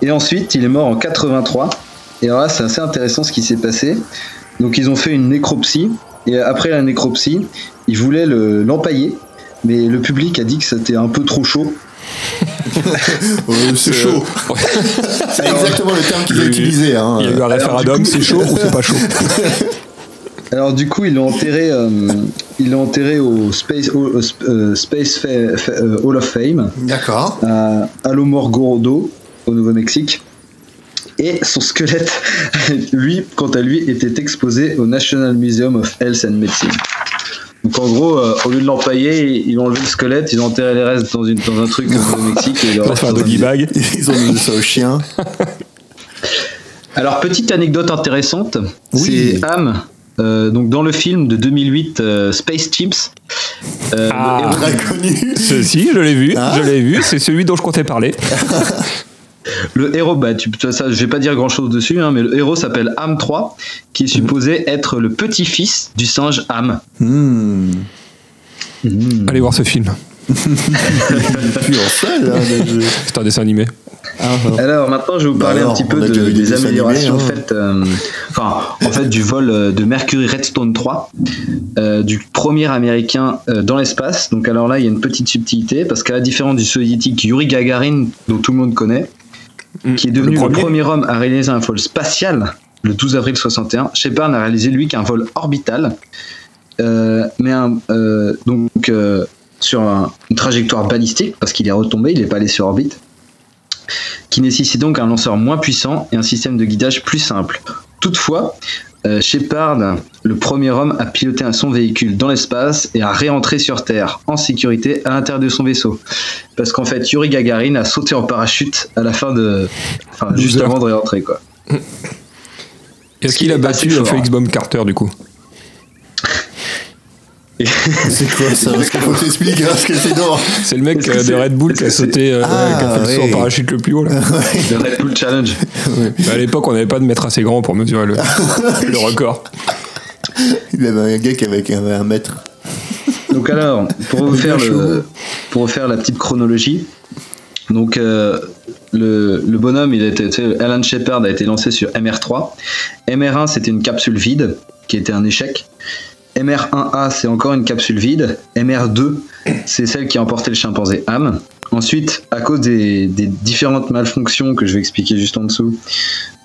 Speaker 6: Et ensuite, il est mort en 83. Et alors là, c'est assez intéressant ce qui s'est passé. Donc, ils ont fait une nécropsie. Et après la nécropsie, ils voulaient le- l'empailler. mais le public a dit que c'était un peu trop chaud.
Speaker 5: Oh, c'est chaud. C'est exactement le terme qu'il a utilisé. Hein.
Speaker 4: Il y a
Speaker 6: euh,
Speaker 4: eu un référendum, c'est chaud ou c'est pas chaud
Speaker 6: Alors du coup, ils l'ont enterré, euh, ils l'ont enterré au Space, au- au Sp- euh, Space Fa- Fa- euh, Hall of Fame.
Speaker 5: D'accord.
Speaker 6: à Alomorgordo, au Nouveau-Mexique. Et son squelette, lui, quant à lui, était exposé au National Museum of Health and Medicine. Donc en gros, euh, au lieu de l'empailler, ils ont enlevé le squelette, ils ont enterré les restes dans, une, dans un truc au Nouveau-Mexique. et ils l'ont
Speaker 4: Pour faire un
Speaker 6: dans un
Speaker 4: doggy bag.
Speaker 5: Ils ont mis ça au chien.
Speaker 6: alors, petite anecdote intéressante,
Speaker 5: Oui.
Speaker 6: c'est Ham. euh, donc dans le film de 2008 euh, Space Chimps, euh, le
Speaker 4: Ah.
Speaker 6: héros-
Speaker 5: Très connu.
Speaker 4: Ceci, je l'ai vu,
Speaker 6: Hein
Speaker 5: Ah.
Speaker 4: je l'ai vu, c'est celui dont je comptais parler.
Speaker 6: Le héros, bah, tu, tu vois, ça, je vais pas dire grand chose dessus, hein, mais le héros s'appelle Ham 3, qui est supposé être le petit-fils du singe Ham.
Speaker 5: Hmm.
Speaker 6: Hmm.
Speaker 4: Allez voir ce film,
Speaker 5: Plus en salle. hein, le jeu.
Speaker 4: c'est un dessin animé.
Speaker 5: Ah, ah.
Speaker 6: Alors maintenant, je vais vous
Speaker 5: Bah
Speaker 6: parler
Speaker 5: alors,
Speaker 6: un petit
Speaker 5: on
Speaker 6: peu
Speaker 5: a
Speaker 6: de-
Speaker 5: déjà vu des
Speaker 6: des
Speaker 5: dessins
Speaker 6: améliorations
Speaker 5: animés, hein.
Speaker 6: faites, euh, enfin, en fait, du vol euh, de Mercury Redstone 3, euh, du premier américain euh, dans l'espace. Donc alors là, il y a une petite subtilité, parce qu'à la différence du soviétique Yuri Gagarin, dont tout le monde connaît,
Speaker 4: Hmm.
Speaker 6: qui est devenu Mm. le premier, homme à réaliser un vol spatial le 12 avril 61. Shepard n'a réalisé lui qu'un vol orbital, euh, mais un, euh, donc euh, sur un- une trajectoire ballistique parce qu'il est retombé, il n'est pas allé sur orbite, qui nécessite donc un lanceur moins puissant et un système de guidage plus simple. Toutefois, euh, Shepard, le premier homme à piloter un- son véhicule dans l'espace et à réentrer sur Terre en sécurité à l'intérieur de son vaisseau. Parce qu'en fait, Yuri Gagarin a sauté en parachute à la fin de. Enfin, juste
Speaker 4: Loser.
Speaker 6: avant de réentrer, quoi.
Speaker 4: Est-ce qu'il a
Speaker 6: Pas
Speaker 4: battu euh,
Speaker 6: si fort.
Speaker 4: Felix Baumgartner du coup
Speaker 5: C'est quoi ça Est-ce qu'il faut que t'expliques hein, ce que c'est d'or
Speaker 4: C'est le mec
Speaker 6: Est-ce que
Speaker 4: euh, de
Speaker 6: c'est-
Speaker 4: Red Bull
Speaker 6: est-ce
Speaker 4: qui a
Speaker 6: que c'est-
Speaker 4: sauté, euh,
Speaker 5: Ah,
Speaker 4: qui a fait le saut en
Speaker 5: oui.
Speaker 4: parachute le plus haut. Là.
Speaker 6: Le Red Bull Challenge.
Speaker 4: Bah, à l'époque, on n'avait pas de mètre assez grand pour mesurer le, le record.
Speaker 5: Il avait un gars qui avait un, un mètre.
Speaker 6: Donc alors, pour vous faire, le, pour vous faire la petite chronologie, donc euh, le, le bonhomme, il a été, tu sais, Alan Shepard a été lancé sur MR3. MR1, c'était une capsule vide, qui était un échec. MR1A, c'est encore une capsule vide. MR2, c'est celle qui a emporté le chimpanzé Ham. Ensuite, à cause des, des différentes malfonctions que je vais expliquer juste en dessous,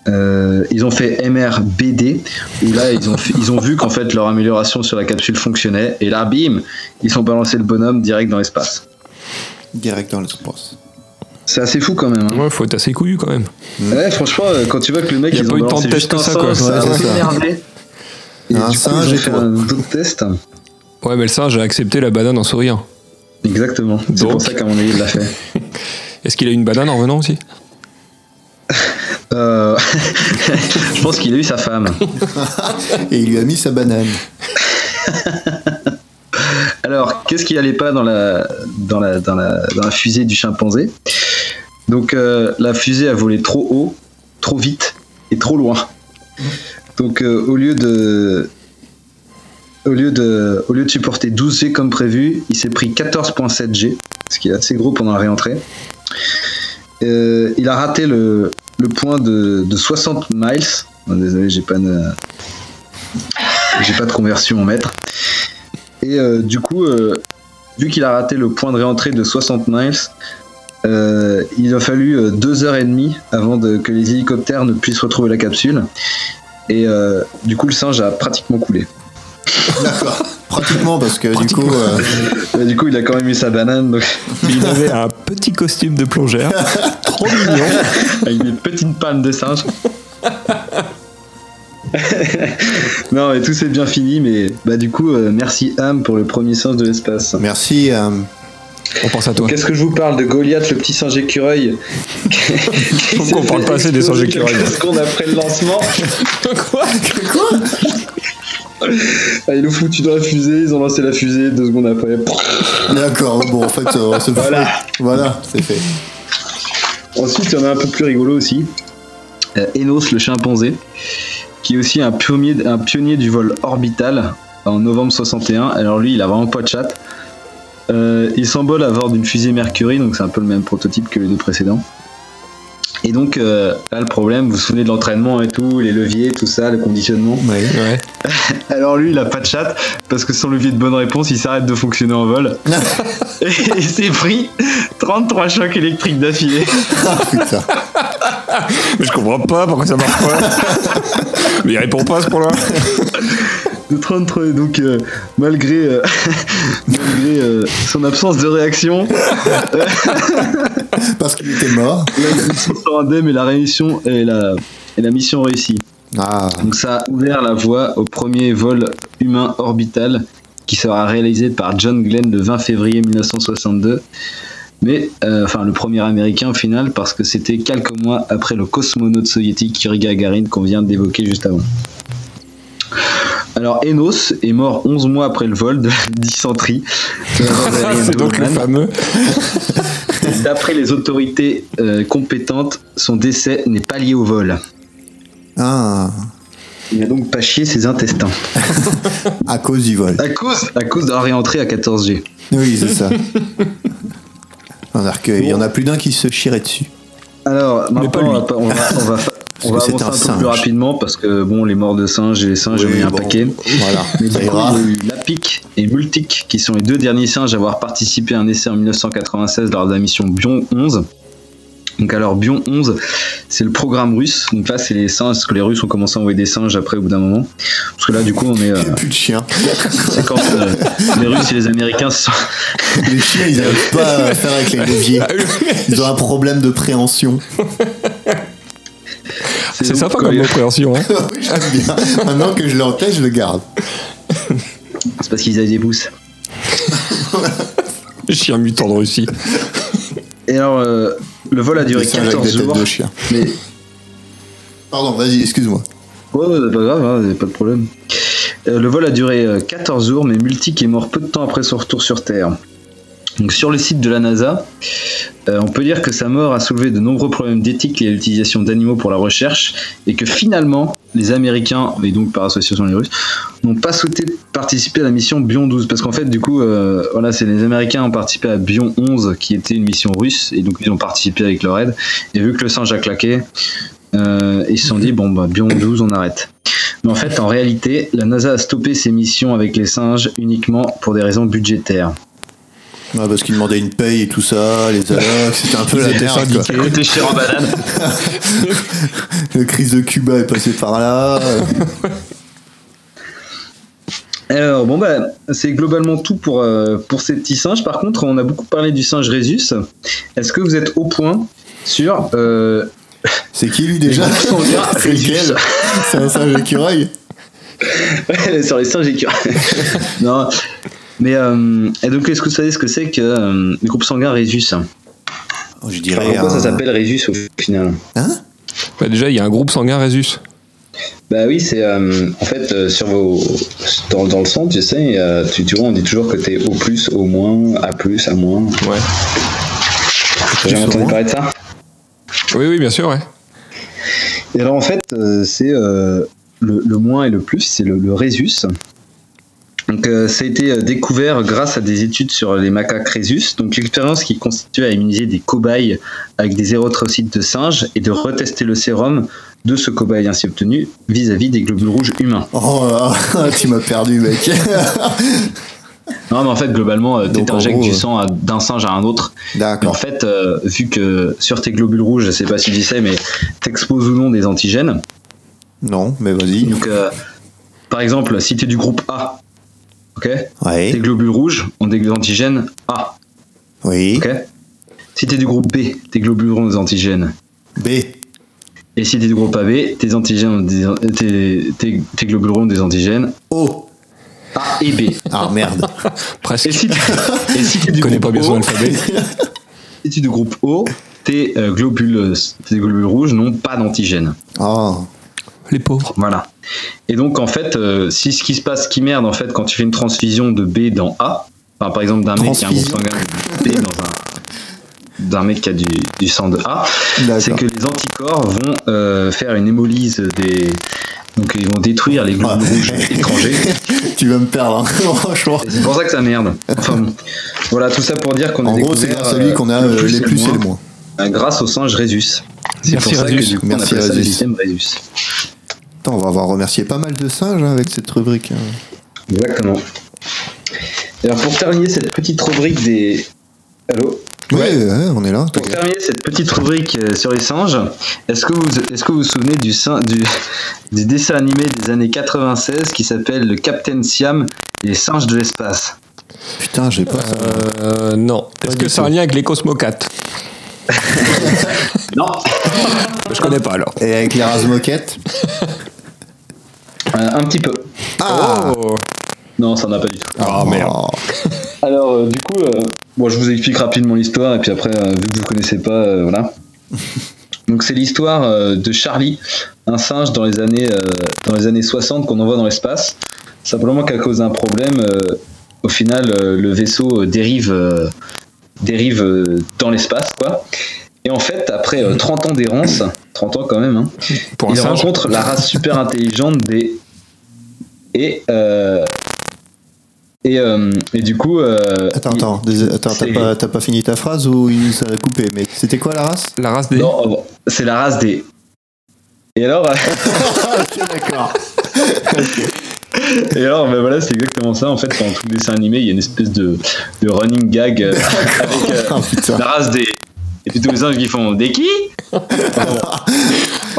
Speaker 6: euh, ils ont fait MRBD, où là, ils ont, fait- ils ont vu qu'en fait, leur amélioration sur la capsule fonctionnait. Et là, bim, ils ont balancé le bonhomme direct dans l'espace.
Speaker 5: Direct dans l'espace.
Speaker 6: C'est assez fou quand même. hein.
Speaker 4: Ouais, faut être assez couillu quand même.
Speaker 6: Ouais, franchement, euh, quand tu vois que le mec,
Speaker 4: Il y a
Speaker 6: ils
Speaker 4: pas
Speaker 6: ont
Speaker 4: eu tant de
Speaker 6: balancé juste
Speaker 4: tests que
Speaker 6: un
Speaker 4: ça,
Speaker 6: singe,
Speaker 4: quoi.
Speaker 6: ça
Speaker 5: Ouais,
Speaker 6: a
Speaker 5: c'est ça.
Speaker 6: énervé. Et
Speaker 5: Un
Speaker 6: du coup,
Speaker 5: singe
Speaker 6: ils ont
Speaker 5: et
Speaker 6: fait
Speaker 5: toi.
Speaker 6: un autre test.
Speaker 4: Ouais, mais le singe a accepté la banane en souriant.
Speaker 6: Exactement. C'est
Speaker 4: Donc.
Speaker 6: pour ça qu'à mon avis, il l'a fait.
Speaker 4: Est-ce qu'il a eu une banane en revenant aussi
Speaker 6: Euh, je pense qu'il a eu sa femme.
Speaker 5: Et il lui a mis sa banane.
Speaker 6: Alors, qu'est-ce qui allait pas dans la, dans la, dans la, dans la fusée du chimpanzé Donc, euh, la fusée a volé trop haut, trop vite et trop loin. Donc, euh, au lieu de. Au lieu, de, au lieu de supporter 12 G comme prévu, il s'est pris 14.7 G, ce qui est assez gros pendant la réentrée. Euh, il a raté le, le point de, de 60 miles. Oh, désolé, j'ai pas de, j'ai pas de conversion en mètres. Et euh, du coup, euh, vu qu'il a raté le point de réentrée de 60 miles, euh, il a fallu euh, deux heures et demie avant de- que les hélicoptères ne puissent retrouver la capsule. Et euh, du coup, le singe a pratiquement coulé.
Speaker 5: D'accord. Pratiquement, parce que du coup, euh,
Speaker 6: Et du coup, il a quand même eu sa banane, donc,
Speaker 4: Il avait un petit costume de plongeur. Trop mignon.
Speaker 6: avec des petites pannes de singe. non, et tout s'est bien fini, mais bah, du coup, euh, merci Ham pour le premier singe de l'espace.
Speaker 5: merci. euh,
Speaker 4: On pense à toi.
Speaker 6: Qu'est-ce que je vous parle de Goliath, le petit singe écureuil
Speaker 4: Je trouve qu'on parle pas assez des singes écureuils.
Speaker 6: Quelques secondes après le lancement.
Speaker 4: Quoi
Speaker 6: Ah, ils l'ont foutu dans la fusée, ils ont lancé la fusée, deux secondes après, prrr.
Speaker 5: D'accord, bon, en fait, on se
Speaker 6: Voilà.
Speaker 5: Voilà, c'est fait.
Speaker 6: Ensuite, il y en a un peu plus rigolo aussi. Euh, Enos, le chimpanzé, qui est aussi un pionnier, un pionnier du vol orbital en novembre 61. Alors lui, il a vraiment pas de chat. Euh, il s'envole à bord d'une fusée Mercury, donc c'est un peu le même prototype que les deux précédents. Et donc, euh, là, le problème, vous vous souvenez de l'entraînement et tout, les leviers, tout ça, le conditionnement.
Speaker 4: Ouais.
Speaker 6: Alors lui, il a pas de chat parce que son levier de bonne réponse, il s'arrête de fonctionner en vol. et il s'est pris 33 chocs électriques d'affilée.
Speaker 5: Ah, Putain.
Speaker 4: Mais je comprends pas pourquoi ça marche pas. Mais il répond pas à ce point-là.
Speaker 6: De 33. Donc euh, malgré, euh, malgré euh, son absence de réaction,
Speaker 5: Parce qu'il était mort.
Speaker 6: il sort indemne et la rémission et la, et la mission réussie.
Speaker 5: Ah,
Speaker 6: Donc ça a ouvert la voie au premier vol humain orbital qui sera réalisé par John Glenn le 20 février 1962. Mais, euh, enfin, le premier américain au final, parce que c'était quelques mois après le cosmonaute soviétique Yuri Gagarin qu'on vient d'évoquer juste avant. Alors, Enos est mort 11 mois après le vol de la dysenterie. Euh,
Speaker 4: C'est donc le fameux.
Speaker 6: D'après les autorités euh, compétentes, son décès n'est pas lié au vol.
Speaker 5: ah,
Speaker 6: Il n'a donc pas chié ses intestins.
Speaker 5: à cause du vol.
Speaker 6: À cause, à cause de la réentrée à 14G.
Speaker 5: Oui, c'est ça. On a recueilli. Il y en a plus d'un qui se chirait dessus.
Speaker 6: Alors,
Speaker 4: pas
Speaker 6: maintenant,
Speaker 4: lui.
Speaker 6: on va, pas- on va, on va, on va
Speaker 5: que
Speaker 6: avancer
Speaker 5: c'était
Speaker 6: un,
Speaker 5: un
Speaker 6: peu
Speaker 5: singe.
Speaker 6: plus rapidement parce que, bon, les morts de singes et les singes,
Speaker 5: Oui,
Speaker 6: j'en ai un
Speaker 5: bon,
Speaker 6: paquet.
Speaker 5: Voilà,
Speaker 6: Mais du
Speaker 5: ça
Speaker 6: coup,
Speaker 5: ira.
Speaker 6: il y a eu Lapic et Multic qui sont les deux derniers singes à avoir participé à un essai en 1996 lors de la mission Bion 11. Donc alors Bion 11, c'est le programme russe. Donc là, c'est les singes, parce que les Russes ont commencé à envoyer des singes après au bout d'un moment. Parce que là, du coup, on est... euh,
Speaker 5: Il y a plus de chiens.
Speaker 6: c'est quand euh, les Russes et les Américains se sont...
Speaker 5: Les chiens, ils n'arrivent pas à faire avec les leviers. Ils ont un problème de préhension.
Speaker 4: C'est
Speaker 6: donc
Speaker 4: sympa
Speaker 6: quand
Speaker 4: comme
Speaker 6: les-
Speaker 4: mot préhension. Hein.
Speaker 5: Oui, J'aime bien. Maintenant que je l'entends, je le garde.
Speaker 6: C'est parce qu'ils avaient des bousses.
Speaker 4: Chien mutant de Russie.
Speaker 6: Et alors, euh, le vol a duré
Speaker 5: Des singes avec
Speaker 6: 14
Speaker 5: des têtes
Speaker 6: jours.
Speaker 5: de chien.
Speaker 6: Mais
Speaker 5: Pardon, vas-y, excuse-moi.
Speaker 6: Ouais, ouais, c'est pas grave, hein, pas de problème. Euh, le vol a duré euh, 14 jours, mais Multic est mort peu de temps après son retour sur Terre. Donc, sur le site de la NASA, euh, on peut dire que sa mort a soulevé de nombreux problèmes d'éthique liés à l'utilisation d'animaux pour la recherche, et que finalement, les Américains, et donc par association les Russes, n'ont pas souhaité participer à la mission Bion 12, parce qu'en fait, du coup, euh, voilà, c'est les Américains ont participé à Bion 11, qui était une mission russe, et donc ils ont participé avec leur aide, et vu que le singe a claqué, euh, ils se sont dit, bon, bah, Bion 12, on arrête. Mais en fait, en réalité, la NASA a stoppé ses missions avec les singes uniquement pour des raisons budgétaires.
Speaker 5: Ouais, parce qu'ils demandaient une paye et tout ça, les allocs, c'était un peu la merde. quoi.
Speaker 6: Écoutez, cher en banane.
Speaker 5: La crise de Cuba est passée par là. euh,
Speaker 6: Alors, bon, bah, c'est globalement tout pour, euh, pour ces petits singes. Par contre, on a beaucoup parlé du singe Rhesus. Est-ce que vous êtes au point sur. euh,
Speaker 5: C'est qui lui déjà
Speaker 6: Les gros sangliers.
Speaker 5: C'est lequel C'est un singe écureuil
Speaker 6: sur les singes écureuils. non. Mais, euh, et donc, est-ce que vous savez ce que c'est que euh, le groupe sanguin Rhesus
Speaker 5: Oh, Je
Speaker 6: Enfin,
Speaker 5: dirais.
Speaker 6: Pourquoi
Speaker 5: un- Hein
Speaker 6: ça s'appelle Rhesus au final
Speaker 4: Bah, déjà, il y a un groupe sanguin Rhesus.
Speaker 6: Bah oui, c'est euh, en fait euh, sur vos dans, dans le centre, tu sais, euh, tu, tu vois, on dit toujours que t'es au plus, au moins, à plus, à moins.
Speaker 4: Ouais.
Speaker 6: J'ai jamais
Speaker 5: au
Speaker 6: entendu
Speaker 5: moins.
Speaker 6: parler de ça.
Speaker 4: Oui, oui, bien sûr, ouais.
Speaker 6: Et alors en fait, euh, c'est euh, le, le moins et le plus, c'est le, le rhésus. Donc, euh, ça a été euh, découvert grâce à des études sur les macaques rhesus, donc l'expérience qui constitue à immuniser des cobayes avec des érythrocytes de singe et de retester le sérum de ce cobaye ainsi obtenu vis-à-vis des globules rouges humains.
Speaker 5: Oh là là, tu m'as perdu, mec.
Speaker 6: Non, mais en fait, globalement, euh,
Speaker 5: Donc, en
Speaker 6: t'injectes
Speaker 5: gros,
Speaker 6: du
Speaker 5: euh,
Speaker 6: sang à- d'un singe à un autre. Mais en
Speaker 5: D'accord.
Speaker 6: fait, euh, vu que sur tes globules rouges, je sais pas si tu sais, mais t'exposes ou non des antigènes.
Speaker 5: Non, mais vas-y.
Speaker 6: Donc, euh, par exemple, si tu es du groupe A, ok, tes
Speaker 5: Ouais.
Speaker 6: globules rouges ont des antigènes A,
Speaker 5: Oui.
Speaker 6: ok. Si tu es du groupe B, tes globules rouges ont des antigènes.
Speaker 5: B.
Speaker 6: Et si tu es du groupe AB, tes antigènes, ont des, an- euh, tes, tes, tes globules rouges ont des antigènes
Speaker 5: O.
Speaker 6: A et B.
Speaker 5: Oh. Ah merde.
Speaker 4: Presque.
Speaker 6: Et si tu et si t'es
Speaker 4: Je
Speaker 6: du
Speaker 4: connais
Speaker 6: groupe
Speaker 4: pas bien son
Speaker 6: O,
Speaker 4: alphabet.
Speaker 6: Si tu es du groupe O, tes euh, globules, tes globules rouges n'ont pas d'antigène. Ah,
Speaker 5: Oh.
Speaker 4: Les pauvres.
Speaker 6: Voilà. Et donc en fait, euh, si ce qui se passe, ce qui merde en fait quand tu fais une transfusion de B dans A, enfin, par exemple d'un mec qui a un groupe
Speaker 5: Transfusion.
Speaker 6: sanguin de B dans un d'un mec qui a du, du sang de A, c'est
Speaker 5: D'accord.
Speaker 6: que les anticorps vont euh, faire une hémolyse des donc ils vont détruire les globules
Speaker 5: Ah.
Speaker 6: rouges étrangers.
Speaker 5: Tu vas me perdre, hein, franchement.
Speaker 6: Et C'est pour ça que ça merde. Enfin bon. Voilà tout ça pour dire qu'on a
Speaker 5: En gros, c'est
Speaker 6: découvert,
Speaker 5: grâce à lui
Speaker 6: euh,
Speaker 5: qu'on a euh, les plus et les moins.
Speaker 6: euh, grâce au singe Rhesus. C'est
Speaker 4: Merci,
Speaker 6: pour ça que
Speaker 4: Rhesus.
Speaker 6: du coup on
Speaker 5: Merci,
Speaker 6: appelle ça le
Speaker 5: Rhesus.
Speaker 6: système Rhesus.
Speaker 5: Attends, on va avoir remercié pas mal de singes hein, avec cette rubrique. hein.
Speaker 6: Exactement. Et alors pour terminer cette petite rubrique des. Allô
Speaker 5: Ouais, ouais, on est là.
Speaker 6: Pour terminer cette petite rubrique euh, sur les singes, est-ce que vous est-ce que vous vous souvenez du, sein- du, du dessin animé des années 96 qui s'appelle Le Captain Siam et les singes de l'espace
Speaker 5: Putain, j'ai pas. ça.
Speaker 4: Euh, non. Est-ce
Speaker 5: du
Speaker 4: que c'est un lien avec les Cosmocates
Speaker 6: Non
Speaker 4: Je connais pas alors.
Speaker 5: Et avec les rases moquettes.
Speaker 6: Euh, Un petit peu.
Speaker 5: Ah.
Speaker 4: Oh.
Speaker 6: Non, ça n'a pas du tout.
Speaker 4: Ah, merde.
Speaker 5: Oh.
Speaker 6: Alors euh, du coup, euh, bon, je vous explique rapidement l'histoire et puis après, euh, vu que vous connaissez pas, euh, voilà. Donc c'est l'histoire euh, de Charlie, un singe dans les années euh, dans les années 60 qu'on envoie dans l'espace. Simplement qu'à cause d'un problème, euh, au final, euh, le vaisseau euh, dérive euh, dérive euh, dans l'espace, quoi. Et en fait, après euh, 30 ans d'errance, 30 ans quand même, hein,
Speaker 4: Pour un
Speaker 6: il
Speaker 4: singe.
Speaker 6: rencontre la race super intelligente des. Et. euh, Et, euh, et du coup. euh,
Speaker 5: Attends,
Speaker 6: il-
Speaker 5: attends, dés- attends,
Speaker 6: c'est-
Speaker 5: t'as pas, t'as pas fini ta phrase ou il- ça a coupé Mais c'était quoi la race
Speaker 4: La race des.
Speaker 6: Non, oh, c'est la race des. Et alors,
Speaker 5: D'accord.
Speaker 6: et alors ben voilà, c'est exactement ça. En fait, dans tout le dessin animé, il y a une espèce de, de running gag euh, avec euh,
Speaker 5: Ah putain.
Speaker 6: la race des. Et puis tous les singes qui font des qui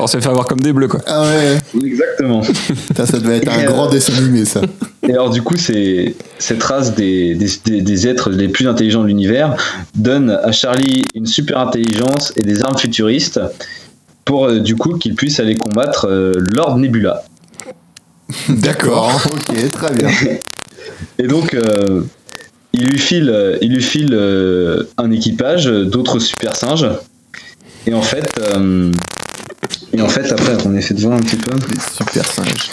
Speaker 4: On s'est fait avoir comme des bleus quoi.
Speaker 5: Ah ouais.
Speaker 6: Exactement.
Speaker 5: Putain, ça devait être
Speaker 6: Et
Speaker 5: un
Speaker 6: euh,
Speaker 5: grand dessin animé ça.
Speaker 6: Et alors du coup, c'est cette race des, des, des- des êtres les plus intelligents de l'univers donne à Charlie une super intelligence et des armes futuristes pour euh, du coup qu'il puisse aller combattre euh, Lord Nebula.
Speaker 5: D'accord. ok, très bien.
Speaker 6: Et donc euh, il lui file, euh, il lui file euh, un équipage euh, d'autres super singes. Et en fait, euh, et en fait après, on essaie de voir un petit peu.
Speaker 5: Les super singes.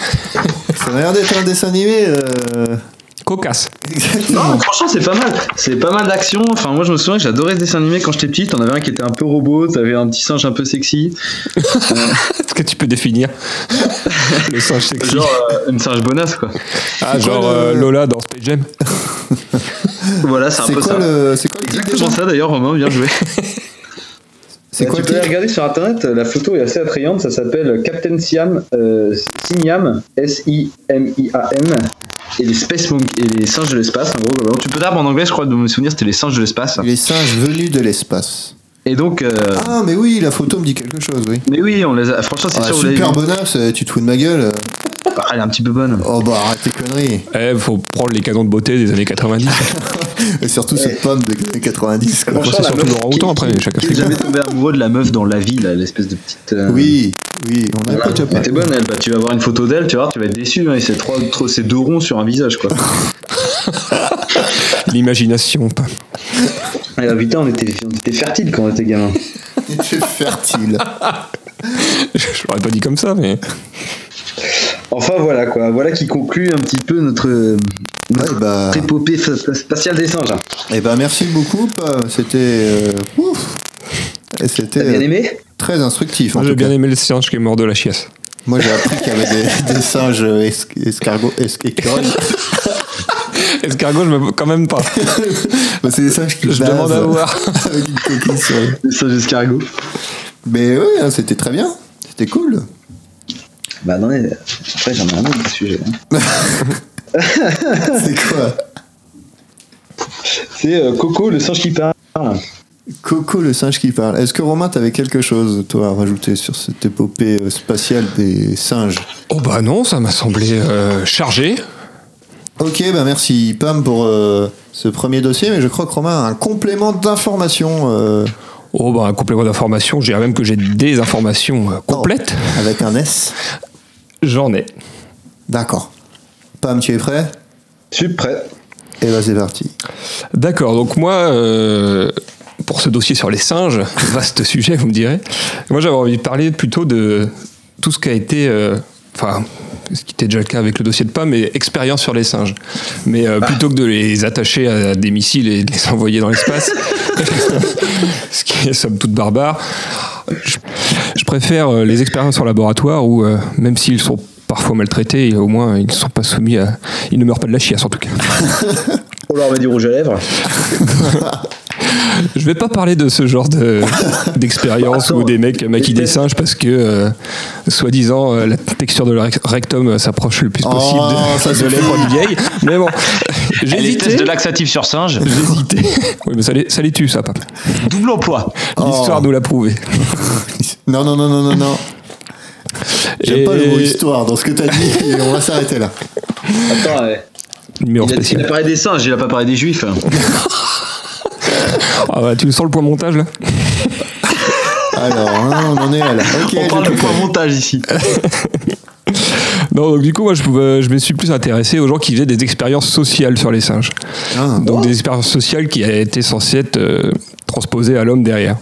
Speaker 5: Ça m'a l'air d'être un dessin animé. euh,
Speaker 4: Cocasse.
Speaker 6: Non,
Speaker 5: Exactement.
Speaker 6: franchement, c'est pas mal. C'est pas mal d'action. Enfin, moi, je me souviens que j'adorais ce dessin animé quand j'étais petit. T'en avais un qui était un peu robot, t'avais un petit singe un peu sexy.
Speaker 4: Est-ce que tu peux définir le singe sexy
Speaker 6: Genre, euh, une singe bonasse, quoi.
Speaker 4: Ah, genre
Speaker 5: quoi, le-
Speaker 4: euh, Lola dans Space Jam.
Speaker 6: Voilà, c'est un
Speaker 5: C'est
Speaker 6: peu
Speaker 5: quoi
Speaker 6: ça.
Speaker 5: le. C'est quoi le titre déjà
Speaker 6: Exactement ça, d'ailleurs, Romain, bien joué.
Speaker 5: C'est quoi le
Speaker 6: tu peux aller
Speaker 5: titre
Speaker 6: regarder sur internet, euh, la photo est assez attrayante. Ça s'appelle Captain Siam, euh, Siam, S-I-M-I-A-M. Et les, Space Monk- et les singes de l'espace, en gros. globalement. Tu peux dire en anglais, je crois, de me souvenir, c'était les singes de l'espace.
Speaker 5: Les singes venus de l'espace.
Speaker 6: Et donc, euh,
Speaker 5: Ah mais oui, la photo me dit quelque chose, oui.
Speaker 6: mais oui, on les a, franchement, c'est
Speaker 5: Ah,
Speaker 6: sûr, vous l'avez
Speaker 5: super
Speaker 6: vu.
Speaker 5: bonasse, euh, tu te fous de ma gueule. euh.
Speaker 6: Ah, elle est un petit peu bonne.
Speaker 5: Oh bah arrête tes conneries.
Speaker 4: Eh, faut prendre les canons de beauté des années 90.
Speaker 5: Et surtout cette pomme des années 90. quoi.
Speaker 4: Franchement, c'est
Speaker 6: la
Speaker 4: surtout
Speaker 6: meuf
Speaker 4: Laurent Houtan
Speaker 6: qui-
Speaker 4: après, chacun
Speaker 6: qui
Speaker 4: fait
Speaker 6: est jamais tombé amoureux de la meuf dans la vie, là, l'espèce de petite. euh,
Speaker 5: Oui, oui, on a
Speaker 6: voilà.
Speaker 5: pas Ah, tu as
Speaker 6: Elle
Speaker 5: pas.
Speaker 6: était bonne, elle. Bah, tu vas voir une photo d'elle, tu vas voir, tu vas être déçu. Hein, et c'est trois, trois- c'est deux ronds sur un visage, quoi.
Speaker 4: L'imagination. pas-
Speaker 6: Et, ah, putain, on était, on était fertile quand on était gamin.
Speaker 5: Tu es fertile.
Speaker 4: Je l'aurais pas dit comme ça, mais.
Speaker 6: Enfin, voilà, quoi. Voilà qui conclut un petit peu notre, euh, notre
Speaker 5: Ouais, bah.
Speaker 6: épopée fa- fa- spatiale des singes. hein.
Speaker 5: Eh ben merci beaucoup. Pam. C'était euh, ouf. Et c'était
Speaker 6: T'as bien
Speaker 5: euh,
Speaker 6: aimé
Speaker 5: très instructif. En
Speaker 4: Moi,
Speaker 5: tout
Speaker 4: j'ai bien
Speaker 5: cas.
Speaker 4: aimé le singe qui est mort de la chiasse.
Speaker 5: Moi j'ai appris qu'il y avait des, des singes euh, esc- escargots, esc- écureuils.
Speaker 4: Escargot, je me... quand même pas.
Speaker 5: Bah, c'est des singes qui
Speaker 4: Je
Speaker 5: bavent
Speaker 4: demande à voir.
Speaker 5: avec une coquille sur eux.
Speaker 6: Les singes escargots.
Speaker 5: Mais ouais, hein, c'était très bien. C'était cool.
Speaker 6: Bah non, mais après j'en ai un autre sujet. hein.
Speaker 5: C'est quoi
Speaker 6: C'est euh, Coco, le singe qui parle.
Speaker 5: Coco le singe qui parle. Est-ce que Romain, t'avais quelque chose, toi, à rajouter sur cette épopée euh, spatiale des singes
Speaker 4: Oh bah non, ça m'a semblé euh, chargé.
Speaker 5: Ok, bah merci Pam pour euh, ce premier dossier, mais je crois que Romain a un complément d'information euh,
Speaker 4: Oh bah un complément d'information, je dirais même que j'ai des informations euh, complètes.
Speaker 5: avec un S.
Speaker 4: J'en ai.
Speaker 5: D'accord. Pam, tu es prêt
Speaker 6: Je suis prêt.
Speaker 5: Et bah c'est parti.
Speaker 4: D'accord, donc moi, euh, pour ce dossier sur les singes, vaste sujet, vous me direz, moi j'avais envie de parler plutôt de tout ce qui a été, euh, enfin, ce qui était déjà le cas avec le dossier de PAM, mais expérience sur les singes. Mais euh, plutôt que de les attacher à des missiles et de les envoyer dans l'espace, ce qui est somme toute barbare, je, je préfère euh, les expériences en laboratoire où, euh, même s'ils sont parfois maltraités, au moins ils ne sont pas soumis à. Ils ne meurent pas de la chiasse en tout cas.
Speaker 6: Oh On leur met du rouge à lèvres.
Speaker 4: Je vais pas parler de ce genre de- d'expérience
Speaker 6: Attends,
Speaker 4: où des mecs maquillent des
Speaker 6: mais-
Speaker 4: singes parce que, euh, soi-disant, euh, la texture de leur rec- rectum euh, s'approche le plus
Speaker 5: Oh,
Speaker 4: possible de-
Speaker 5: ça
Speaker 4: de,
Speaker 5: suffit.
Speaker 4: lèvres d'une vieille. Mais bon,
Speaker 7: Les
Speaker 4: j'hésitais.
Speaker 7: tests de laxatif sur singe.
Speaker 4: J'hésitais. Oui, mais ça les, ça les tue, ça, papa. Oh.
Speaker 7: Double emploi.
Speaker 4: L'histoire nous l'a prouvé.
Speaker 5: Non, non, non, non, non, non. J'aime pas le mot histoire dans ce que t'as dit, et on va s'arrêter là.
Speaker 6: Attends, ouais.
Speaker 4: Numéro
Speaker 6: il, a, il a
Speaker 4: spécial.
Speaker 6: parlé des singes, il a pas parlé des juifs.
Speaker 4: Ah bah, tu le sens le point montage, là
Speaker 5: Alors, hein, on en est à là. Ok,
Speaker 7: On
Speaker 5: j'ai
Speaker 7: parle de
Speaker 5: compris.
Speaker 7: point montage ici.
Speaker 4: Non, donc du coup, moi, je, pouvais- je me suis plus intéressé aux gens qui faisaient des expériences sociales sur les singes.
Speaker 5: Ah,
Speaker 4: Donc des expériences sociales qui étaient censées être euh, transposées à l'homme derrière.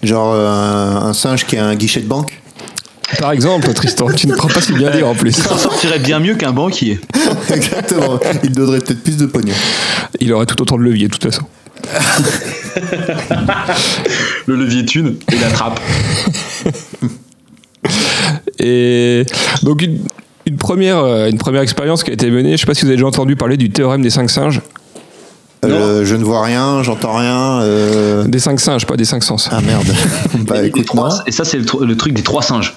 Speaker 5: Genre euh, un singe qui a un guichet de banque
Speaker 4: Par exemple, Tristan, tu ne crois pas si bien dire en plus.
Speaker 7: Il s'en sortirait bien mieux qu'un banquier.
Speaker 5: Exactement. Il donnerait peut-être plus de pognon.
Speaker 4: Il aurait tout autant de levier, de toute façon.
Speaker 7: Le levier thune et la trappe.
Speaker 4: Et donc, une, une première, euh, une première expérience qui a été menée, je ne sais pas si vous avez déjà entendu parler du théorème des cinq singes.
Speaker 5: Euh, je ne vois rien, j'entends rien. euh,
Speaker 4: Des cinq singes, pas des cinq sens.
Speaker 5: Ah merde. bah
Speaker 7: et, des
Speaker 5: écoute, non.
Speaker 7: trois- et ça, c'est le, tru- le truc des trois singes.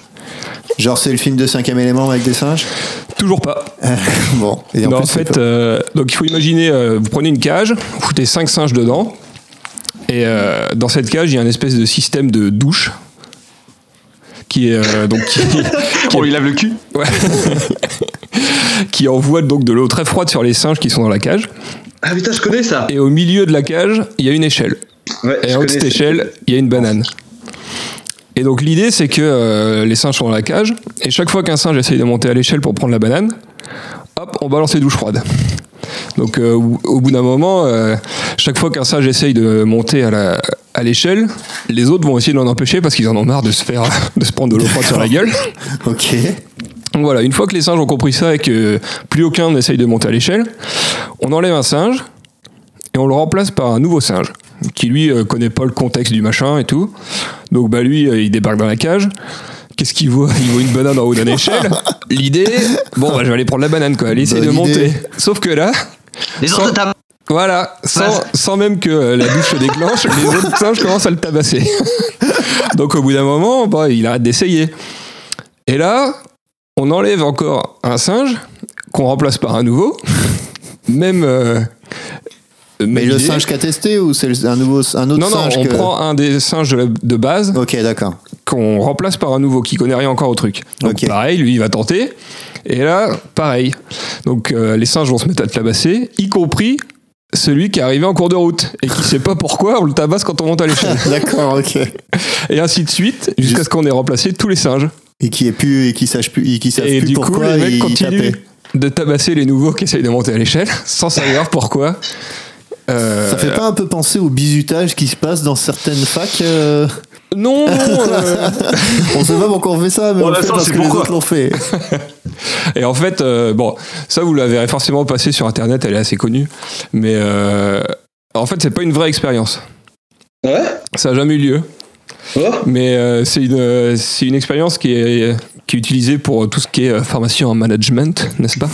Speaker 5: Genre c'est le film de cinquième élément avec des singes Euh,
Speaker 4: Toujours pas.
Speaker 5: Bon. Et
Speaker 4: Non, en
Speaker 5: plus, c'est
Speaker 4: fait,
Speaker 5: pas-
Speaker 4: euh, donc il faut imaginer, euh, vous prenez une cage, vous foutez cinq singes dedans, et euh, dans cette cage, il y a un espèce de système de douche qui est euh, donc qui, qui est-
Speaker 7: On lui lave le cul.
Speaker 4: ouais. qui envoie donc de l'eau très froide sur les singes qui sont dans la cage.
Speaker 6: Ah putain, je connais ça.
Speaker 4: Et au milieu de la cage, il y a une échelle.
Speaker 6: Ouais,
Speaker 4: Et
Speaker 6: je
Speaker 4: en haut de
Speaker 6: connais
Speaker 4: cette
Speaker 6: ça.
Speaker 4: échelle, il y a une banane. Et donc l'idée, c'est que euh, les singes sont dans la cage, et chaque fois qu'un singe essaye de monter à l'échelle pour prendre la banane, hop, on balance les douches froides. Donc euh, au au bout d'un moment, euh, chaque fois qu'un singe essaye de monter à la- à l'échelle, les autres vont essayer de l'en empêcher parce qu'ils en ont marre de se faire, de se prendre de l'eau froide sur la gueule.
Speaker 5: Ok.
Speaker 4: Donc voilà, une fois que les singes ont compris ça et que plus aucun n'essaye de monter à l'échelle, on enlève un singe et on le remplace par un nouveau singe qui lui euh, connaît pas le contexte du machin et tout. Donc bah lui, euh, il débarque dans la cage. Qu'est-ce qu'il voit Il voit une banane en haut d'une échelle. L'idée, bon, bah, je vais aller prendre la banane quoi. Elle essaie
Speaker 5: Bonne
Speaker 4: de
Speaker 5: idée.
Speaker 4: monter. Sauf que là,
Speaker 7: Les autres
Speaker 4: Sans-
Speaker 7: de ta
Speaker 4: voilà, sans, sans même que euh, la douche se déclenche, les autres singes commencent à le tabasser. Donc au bout d'un moment, bah, il arrête d'essayer. Et là, on enlève encore un singe qu'on remplace par un nouveau. Même. euh,
Speaker 5: Mais
Speaker 4: même
Speaker 5: le
Speaker 4: idée.
Speaker 5: singe qu'a testé ou c'est le- un nouveau un autre
Speaker 4: Non, non,
Speaker 5: singe
Speaker 4: on
Speaker 5: que-
Speaker 4: prend un des singes de, la- de base
Speaker 5: Ok, d'accord.
Speaker 4: qu'on remplace par un nouveau qui connaît rien encore au truc. Donc
Speaker 5: Ok.
Speaker 4: pareil, lui, il va tenter. Et là, pareil. Donc euh, les singes vont se mettre à tabasser, y compris celui qui est arrivé en cours de route et qui sait pas pourquoi on le tabasse quand on monte à l'échelle.
Speaker 5: D'accord, ok.
Speaker 4: et ainsi de suite, jusqu'à ce qu'on ait remplacé tous les singes.
Speaker 5: Et qui est plus et qui sache plus et qui sache
Speaker 4: Et
Speaker 5: plus
Speaker 4: du coup,
Speaker 5: pourquoi
Speaker 4: les mecs
Speaker 5: il
Speaker 4: continuent
Speaker 5: tapait.
Speaker 4: de tabasser les nouveaux qui essayent de monter à l'échelle sans savoir pourquoi. Euh,
Speaker 5: Ça fait pas un peu penser au bizutage qui se passe dans certaines facs euh,
Speaker 4: Non, non, euh,
Speaker 5: On sait pas pourquoi on fait ça, mais
Speaker 7: On
Speaker 5: on
Speaker 7: la
Speaker 5: le fait
Speaker 7: sent,
Speaker 5: parce
Speaker 7: c'est
Speaker 5: que les
Speaker 7: pourquoi.
Speaker 5: autres l'ont fait.
Speaker 4: Et en fait, euh, bon, ça vous la verrez forcément passer sur internet, elle est assez connue, mais euh, en fait, c'est pas une vraie expérience.
Speaker 6: Ouais
Speaker 4: Ça a jamais eu lieu,
Speaker 6: Oh
Speaker 4: mais euh, c'est une, euh, c'est une expérience qui est, qui qui est utilisé pour tout ce qui est euh, pharmacie en management, n'est-ce pas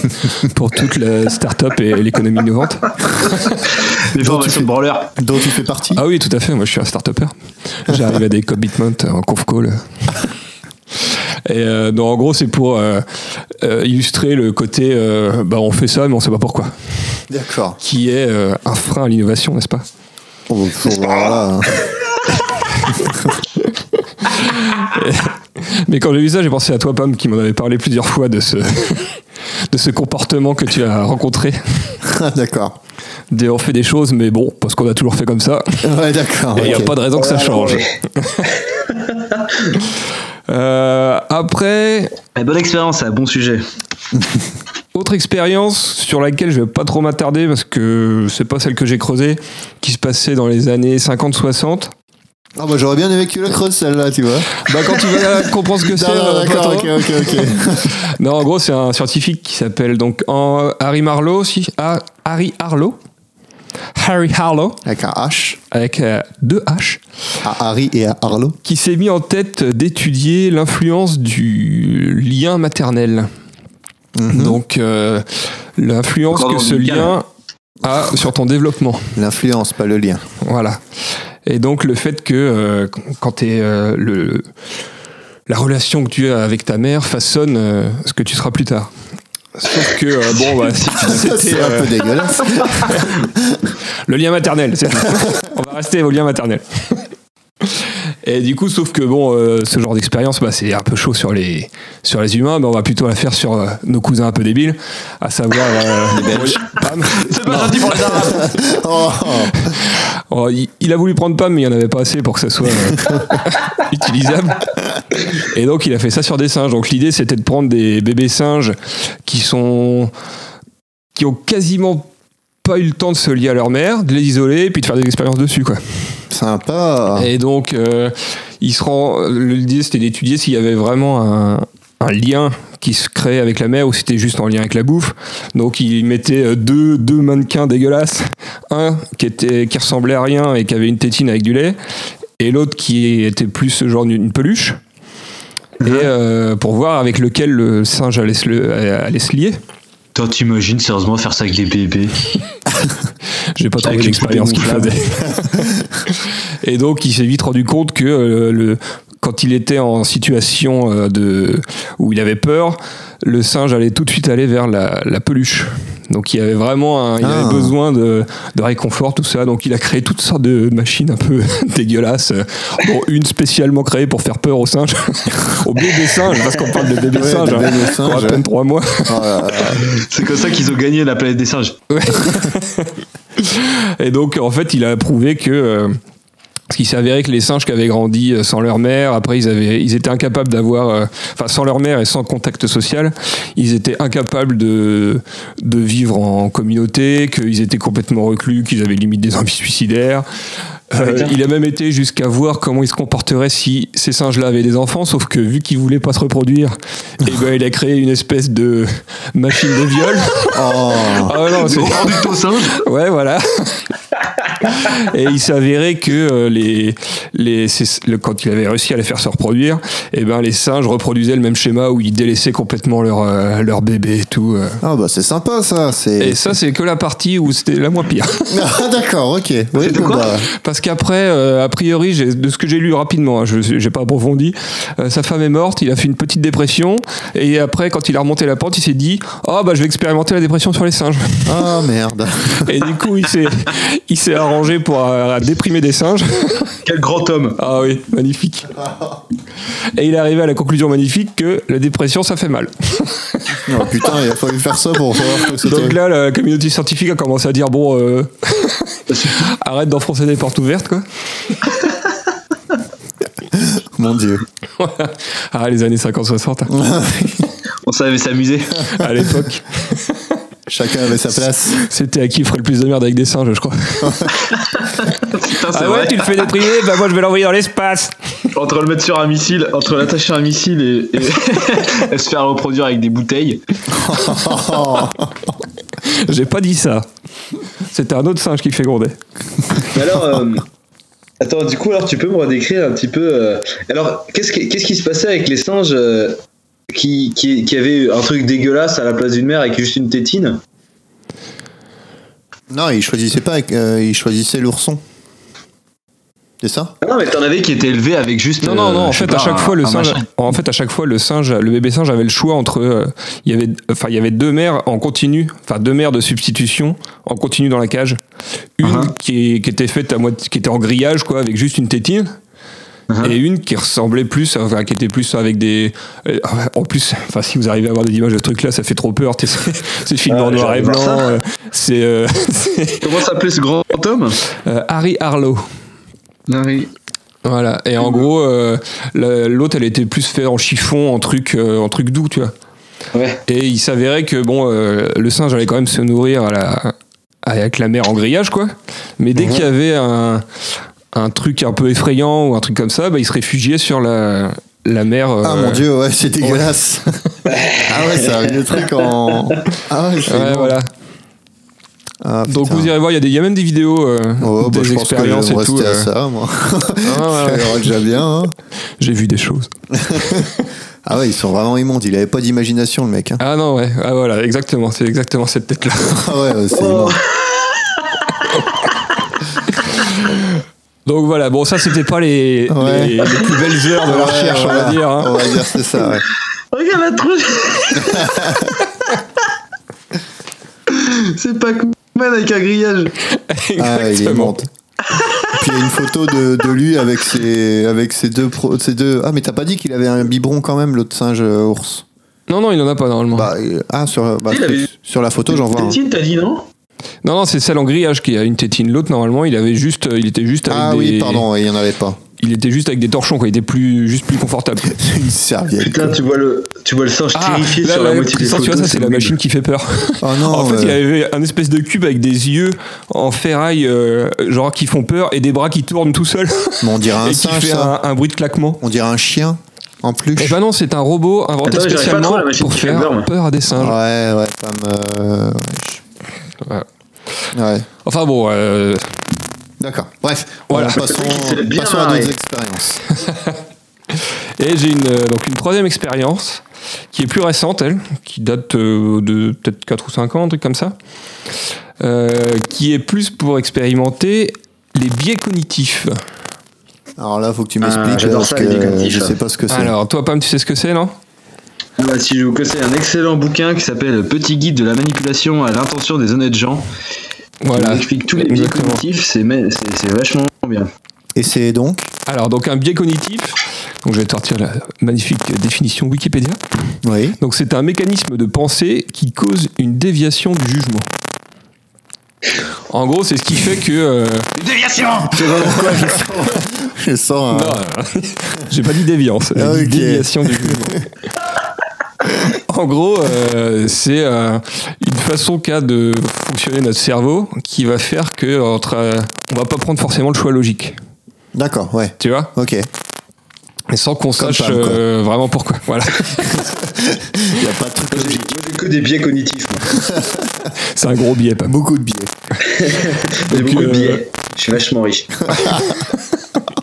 Speaker 4: Pour toute la start-up et l'économie innovante.
Speaker 7: Les formations de brawler.
Speaker 5: dont tu fais partie.
Speaker 4: Ah oui, tout à fait, moi je suis un start-upper. J'arrive à des commitments en conf call. Et euh, donc, en gros, c'est pour euh, euh, illustrer le côté euh, bah, on fait ça, mais on sait pas pourquoi,
Speaker 5: D'accord.
Speaker 4: qui est euh, un frein à l'innovation, n'est-ce pas
Speaker 5: Bon, faut voir là.
Speaker 4: Mais quand j'ai vu ça, j'ai pensé à toi, Pam, qui m'en avait parlé plusieurs fois de ce, de ce comportement que tu as rencontré.
Speaker 5: Ah, d'accord.
Speaker 4: Des, on fait des choses, mais bon, parce qu'on a toujours fait comme ça.
Speaker 5: Ouais, d'accord.
Speaker 4: Il n'y a
Speaker 5: ok.
Speaker 4: pas de raison que ça change. Euh, après,
Speaker 6: Mais Eh, bonne expérience, ça, bon sujet.
Speaker 4: autre expérience sur laquelle je vais pas trop m'attarder parce que c'est pas celle que j'ai creusée, qui se passait dans les années 50-60.
Speaker 5: Ah, bah j'aurais bien aimé que tu la creuses celle-là, tu vois.
Speaker 4: Bah, quand tu vas comprendre ce que c'est.
Speaker 5: Non, non,
Speaker 4: euh,
Speaker 5: d'accord,
Speaker 4: Platon.
Speaker 5: ok, ok, ok.
Speaker 4: Non, en gros, c'est un scientifique qui s'appelle donc en- Harry Marlowe, si, ah, Harry Harlow. Harry Harlow,
Speaker 5: Avec un H,
Speaker 4: avec euh, deux H,
Speaker 5: à Harry et à Harlow.
Speaker 4: qui s'est mis en tête d'étudier l'influence du lien maternel.
Speaker 5: Mhm.
Speaker 4: Donc, euh, l'influence
Speaker 7: Encore
Speaker 4: que
Speaker 7: dans
Speaker 4: ce
Speaker 7: le lien.
Speaker 4: lien a sur ton développement.
Speaker 5: L'influence, pas le lien.
Speaker 4: Voilà. Et donc le fait que euh, quand t'es euh, le la relation que tu as avec ta mère façonne euh, ce que tu seras plus tard. Sauf que euh, bon bah
Speaker 5: Ça,
Speaker 4: c'était
Speaker 5: C'est un peu dégueulasse.
Speaker 4: le lien maternel. c'est- On va rester au lien maternel. Et du coup, sauf que bon, euh, ce genre d'expérience, bah, c'est un peu chaud sur les sur les humains. Bah, on va plutôt la faire sur euh, nos cousins un peu débiles, à savoir euh, Pam. Non.
Speaker 5: Oh,
Speaker 4: Oh, il, il a voulu prendre Pam, mais il n'y en avait pas assez pour que ça soit euh, utilisable. Et donc, il a fait ça sur des singes. Donc, l'idée, c'était de prendre des bébés singes qui sont. qui ont quasiment pas eu le temps de se lier à leur mère, de les isoler, puis de faire des expériences dessus, quoi.
Speaker 5: sympa.
Speaker 4: Et donc, euh, il se rend. L'idée, c'était d'étudier s'il y avait vraiment un, un lien qui se créait avec la mère ou si c'était juste en lien avec la bouffe. Donc, il mettait euh, deux, deux mannequins dégueulasses. Un qui, était, qui ressemblait à rien et qui avait une tétine avec du lait. Et l'autre qui était plus genre une une peluche. Et
Speaker 7: Ah.
Speaker 4: euh, pour voir avec lequel le singe allait se, le- allait se lier.
Speaker 7: Toi, t'imagines sérieusement faire ça avec les bébés
Speaker 4: J'ai pas trouvé
Speaker 7: Avec les
Speaker 4: l'expérience qu'il
Speaker 7: poupées
Speaker 4: faisait. et donc, il s'est vite rendu compte que euh, le, quand il était en situation euh, de, où il avait peur, le singe allait tout de suite aller vers la, la peluche. Donc, il avait vraiment un- il
Speaker 5: Ah.
Speaker 4: avait besoin de, de réconfort, tout ça. Donc, il a créé toutes sortes de machines un peu dégueulasses. Bon, une spécialement créée pour faire peur aux singes, aux bébés singes, parce qu'on parle de bébés
Speaker 5: Ouais,
Speaker 4: singes,
Speaker 5: de
Speaker 4: hein,
Speaker 5: bébés
Speaker 4: qui ont
Speaker 5: singes,
Speaker 4: à peine
Speaker 5: ouais.
Speaker 4: trois mois.
Speaker 5: Oh là là.
Speaker 7: C'est comme ça qu'ils ont gagné la planète des singes.
Speaker 4: Et donc, en fait, il a prouvé que. euh, parce qu'il s'est avéré que les singes qui avaient grandi euh, sans leur mère, après ils, avaient, ils étaient incapables d'avoir, euh, enfin sans leur mère et sans contact social, ils étaient incapables de, de vivre en communauté, qu'ils étaient complètement reclus, qu'ils avaient limite des envies suicidaires. Euh, il a même été jusqu'à voir comment ils se comporteraient si ces singes-là avaient des enfants, sauf que vu qu'ils voulaient pas se reproduire, eh ben, il a créé une espèce de machine de viol.
Speaker 5: Oh.
Speaker 4: Ah non, c'est-
Speaker 7: Hors du ton singe
Speaker 4: Ouais, voilà. et il s'avérait que euh, les, les, c'est- le- quand il avait réussi à les faire se reproduire, eh ben, les singes reproduisaient le même schéma où ils délaissaient complètement leur, euh, leur bébé et tout. euh.
Speaker 5: Ah bah c'est sympa ça, c'est.
Speaker 4: Et ça, c'est que la partie où c'était la moins pire.
Speaker 5: Ah d'accord, ok. Oui, bon, bah,
Speaker 4: Parce qu'après, euh, a priori, j'ai- de ce que j'ai lu rapidement, hein, je j'ai pas approfondi, euh, sa femme est morte, il a fait une petite dépression, et après, quand il a remonté la pente, il s'est dit Oh, bah, je vais expérimenter la dépression sur les singes.
Speaker 5: Ah merde.
Speaker 4: Et du coup, il s'est il s'est arrangé pour euh, déprimer des singes.
Speaker 7: Quel grand homme
Speaker 4: Ah oui, magnifique. Et il est arrivé à la conclusion magnifique que la dépression, ça fait mal.
Speaker 5: Oh, putain, il a fallu faire ça pour savoir que c'était.
Speaker 4: Donc là, la communauté scientifique a commencé à dire bon, euh, arrête d'enfoncer des portes ouvertes, quoi.
Speaker 5: Mon dieu.
Speaker 4: Ah, les années 50-60, hein,
Speaker 7: On savait s'amuser.
Speaker 4: à l'époque.
Speaker 5: Chacun avait sa place.
Speaker 4: C'était à qui ferait le plus de merde avec des singes, je crois.
Speaker 7: Putain, c'est
Speaker 4: Ah ouais,
Speaker 7: vrai.
Speaker 4: tu le fais déprimer Bah, moi, je vais l'envoyer dans l'espace.
Speaker 7: Entre le mettre sur un missile, entre l'attacher à un missile et, et- et se faire reproduire avec des bouteilles.
Speaker 4: Oh. J'ai pas dit ça. C'était un autre singe qui le fait gronder.
Speaker 7: Mais alors, euh,
Speaker 6: Attends, du coup, alors tu peux me redécrire un petit peu. euh, Alors, qu'est-ce qui, qu'est-ce qui se passait avec les singes euh, qui, qui, qui avaient un truc dégueulasse à la place d'une mère avec juste une tétine
Speaker 5: Non, il choisissait pas, euh, il choisissait l'ourson. C'est ça
Speaker 6: Non, mais
Speaker 7: Ah T'en avais qui étaient élevés avec juste.
Speaker 4: Non, non, non.
Speaker 7: euh,
Speaker 4: En
Speaker 7: je sais
Speaker 4: fait, à
Speaker 7: pas,
Speaker 4: chaque
Speaker 7: un-
Speaker 4: fois, le
Speaker 7: un
Speaker 4: singe,
Speaker 7: machin.
Speaker 4: en fait, à chaque fois, le singe, le bébé singe avait le choix entre, euh, il y avait, enfin, il y avait deux mères en continu, enfin, deux mères de substitution en continu dans la cage. Une
Speaker 7: Uh-huh.
Speaker 4: qui, est- qui était faite à moitié, qui était en grillage, quoi, avec juste une tétine.
Speaker 7: Uh-huh.
Speaker 4: Et une qui ressemblait plus, enfin, qui était plus avec des. euh, En plus, enfin, si vous arrivez à avoir des images de ce truc-là, ça fait trop peur. t'es- C'est film
Speaker 6: Ah,
Speaker 4: en noir
Speaker 6: j'arrive
Speaker 4: et
Speaker 6: à
Speaker 4: blanc.
Speaker 6: voir ça.
Speaker 4: euh, C'est euh,
Speaker 7: Comment s'appelait ce grand homme
Speaker 4: euh, Harry Harlow.
Speaker 7: Larry.
Speaker 4: Voilà, et en gros, euh, la- l'autre, elle était plus faite en chiffon, en truc, euh, en truc doux, tu vois.
Speaker 6: Ouais.
Speaker 4: Et il s'avérait que, bon, euh, le singe allait quand même se nourrir à la- avec la mer en grillage, quoi. Mais dès qu'il
Speaker 5: Mhm.
Speaker 4: y avait un, un truc un peu effrayant ou un truc comme ça, bah, il se réfugiait sur la, la mer.
Speaker 5: Ah
Speaker 4: euh,
Speaker 5: mon dieu, ouais, c'est dégueulasse. ah ouais, ça a le truc en. Ah ouais, c'est
Speaker 4: Ouais,
Speaker 5: bon.
Speaker 4: voilà.
Speaker 5: Ah,
Speaker 4: Donc
Speaker 5: putain.
Speaker 4: vous irez voir, il y, a des- il y a même des vidéos, euh,
Speaker 5: Oh, bah,
Speaker 4: des
Speaker 5: je pense que je vais
Speaker 4: expériences et tout.
Speaker 5: rester à
Speaker 4: euh.
Speaker 5: ça, moi.
Speaker 4: Ah, ouais, ouais.
Speaker 5: Alors que j'aime bien. hein.
Speaker 4: J'ai vu des choses.
Speaker 5: Ah ouais, ils sont vraiment immondes. Il avait pas d'imagination, le mec. hein.
Speaker 4: Ah non, ouais, ah, voilà, exactement, c'est exactement cette tête-là.
Speaker 5: Ah ouais, ouais, c'est
Speaker 4: Oh.
Speaker 5: immonde.
Speaker 4: Donc voilà, bon ça c'était pas les,
Speaker 5: Ouais.
Speaker 4: les, les plus belles heures de la recherche,
Speaker 5: Ouais,
Speaker 4: on
Speaker 5: voilà.
Speaker 4: va
Speaker 5: Oh.
Speaker 4: dire. hein.
Speaker 5: On va dire, c'est ça, ouais.
Speaker 6: Regarde la truche
Speaker 7: C'est pas Pac-Man avec un grillage.
Speaker 5: Ah, il est
Speaker 4: Exactement.
Speaker 5: immonde. Puis il y a une photo de, de lui avec ses, avec ses, deux pro- ses deux. Ah, mais t'as pas dit qu'il avait un biberon quand même, l'autre singe euh, ours
Speaker 4: non non, il en a pas normalement.
Speaker 5: bah, euh, Ah, sur, bah,
Speaker 6: Il avait-
Speaker 5: sur la photo, j'en vois hein. un.
Speaker 6: Tétine, t'as dit non
Speaker 4: Non non, c'est celle en grillage qui a une tétine. L'autre normalement, il avait juste, euh, il était juste avec
Speaker 5: Ah
Speaker 4: des,
Speaker 5: oui, pardon, il y en avait pas.
Speaker 4: il était juste avec des torchons quoi. Il était plus juste plus confortable. Ah,
Speaker 5: Une serviette.
Speaker 6: Putain, tu vois le, tu vois le singe terrifié sur la moitié des
Speaker 4: ça, tu vois,
Speaker 6: photos.
Speaker 4: ça c'est la
Speaker 6: horrible.
Speaker 4: machine qui fait peur.
Speaker 5: Oh non,
Speaker 4: en fait,
Speaker 5: ouais.
Speaker 4: il avait un espèce de cube avec des yeux en ferraille, euh, genre qui font peur et des bras qui tournent tout seuls
Speaker 5: Mais on dirait Ah, un
Speaker 4: et qui
Speaker 5: singe,
Speaker 4: fait
Speaker 5: ça.
Speaker 4: un, un bruit de claquement.
Speaker 5: On dirait un chien, en plus.
Speaker 4: Eh ben non, c'est un robot inventé
Speaker 6: Attends, j'arrive pas trop
Speaker 4: spécialement
Speaker 6: à la machine
Speaker 4: pour
Speaker 6: qui fait
Speaker 4: faire
Speaker 6: peur, moi.
Speaker 4: peur à des singes.
Speaker 5: Ouais, ouais, ça me. ouais, je-
Speaker 4: Ouais.
Speaker 5: Ouais.
Speaker 4: Enfin bon, euh,
Speaker 5: D'accord. Bref,
Speaker 4: Voilà.
Speaker 5: Alors, passons,
Speaker 6: Le mec, il s'est bien
Speaker 5: passons à
Speaker 6: marré.
Speaker 5: d'autres expériences.
Speaker 4: Et j'ai une, euh, donc une troisième expérience qui est plus récente, elle, qui date euh, de peut-être 4 ou 5 ans, un truc comme ça, euh, qui est plus pour expérimenter les biais cognitifs.
Speaker 5: Alors là, faut que tu
Speaker 6: Ah,
Speaker 5: m'expliques
Speaker 6: j'adore
Speaker 5: parce
Speaker 6: ça, les
Speaker 5: que
Speaker 6: décognitifs.
Speaker 5: je sais pas ce que c'est.
Speaker 4: Alors, toi, Pam, tu sais ce que c'est, non
Speaker 7: Ah bah, si je vous connaissez un excellent bouquin qui s'appelle Petit guide de la manipulation à l'intention des honnêtes gens. Il
Speaker 4: Voilà.
Speaker 7: explique tous les biais
Speaker 4: Exactement.
Speaker 7: cognitifs, c'est ma- c'est c'est vachement bien.
Speaker 5: Et c'est donc
Speaker 4: Alors, donc un biais cognitif, donc je vais te sortir la magnifique définition Wikipédia.
Speaker 5: Oui.
Speaker 4: Donc, c'est un mécanisme de pensée qui cause une déviation du jugement. En gros, c'est ce qui fait que. euh,
Speaker 5: Je sens. un-
Speaker 4: Non, j'ai pas dit déviance, j'ai
Speaker 5: Ah,
Speaker 4: dit
Speaker 5: ok.
Speaker 4: déviation du jugement. En gros, euh, c'est euh, une façon qu'a de fonctionner notre cerveau qui va faire que entre, euh, on va pas prendre forcément le choix logique,
Speaker 5: D'accord, ouais.
Speaker 4: tu vois,
Speaker 5: Ok.
Speaker 4: et sans qu'on
Speaker 5: Comme
Speaker 4: sache
Speaker 5: Pam, quoi.
Speaker 4: euh, vraiment pourquoi. Voilà,
Speaker 5: Il y a pas de truc
Speaker 6: Moi, j'ai-
Speaker 5: logique.
Speaker 6: moi, j'ai que des biais cognitifs. moi.
Speaker 4: c'est un gros biais. Pam.
Speaker 5: Beaucoup de biais.
Speaker 6: J'ai
Speaker 4: Donc,
Speaker 6: beaucoup de
Speaker 4: euh,
Speaker 6: biais. Je suis vachement riche.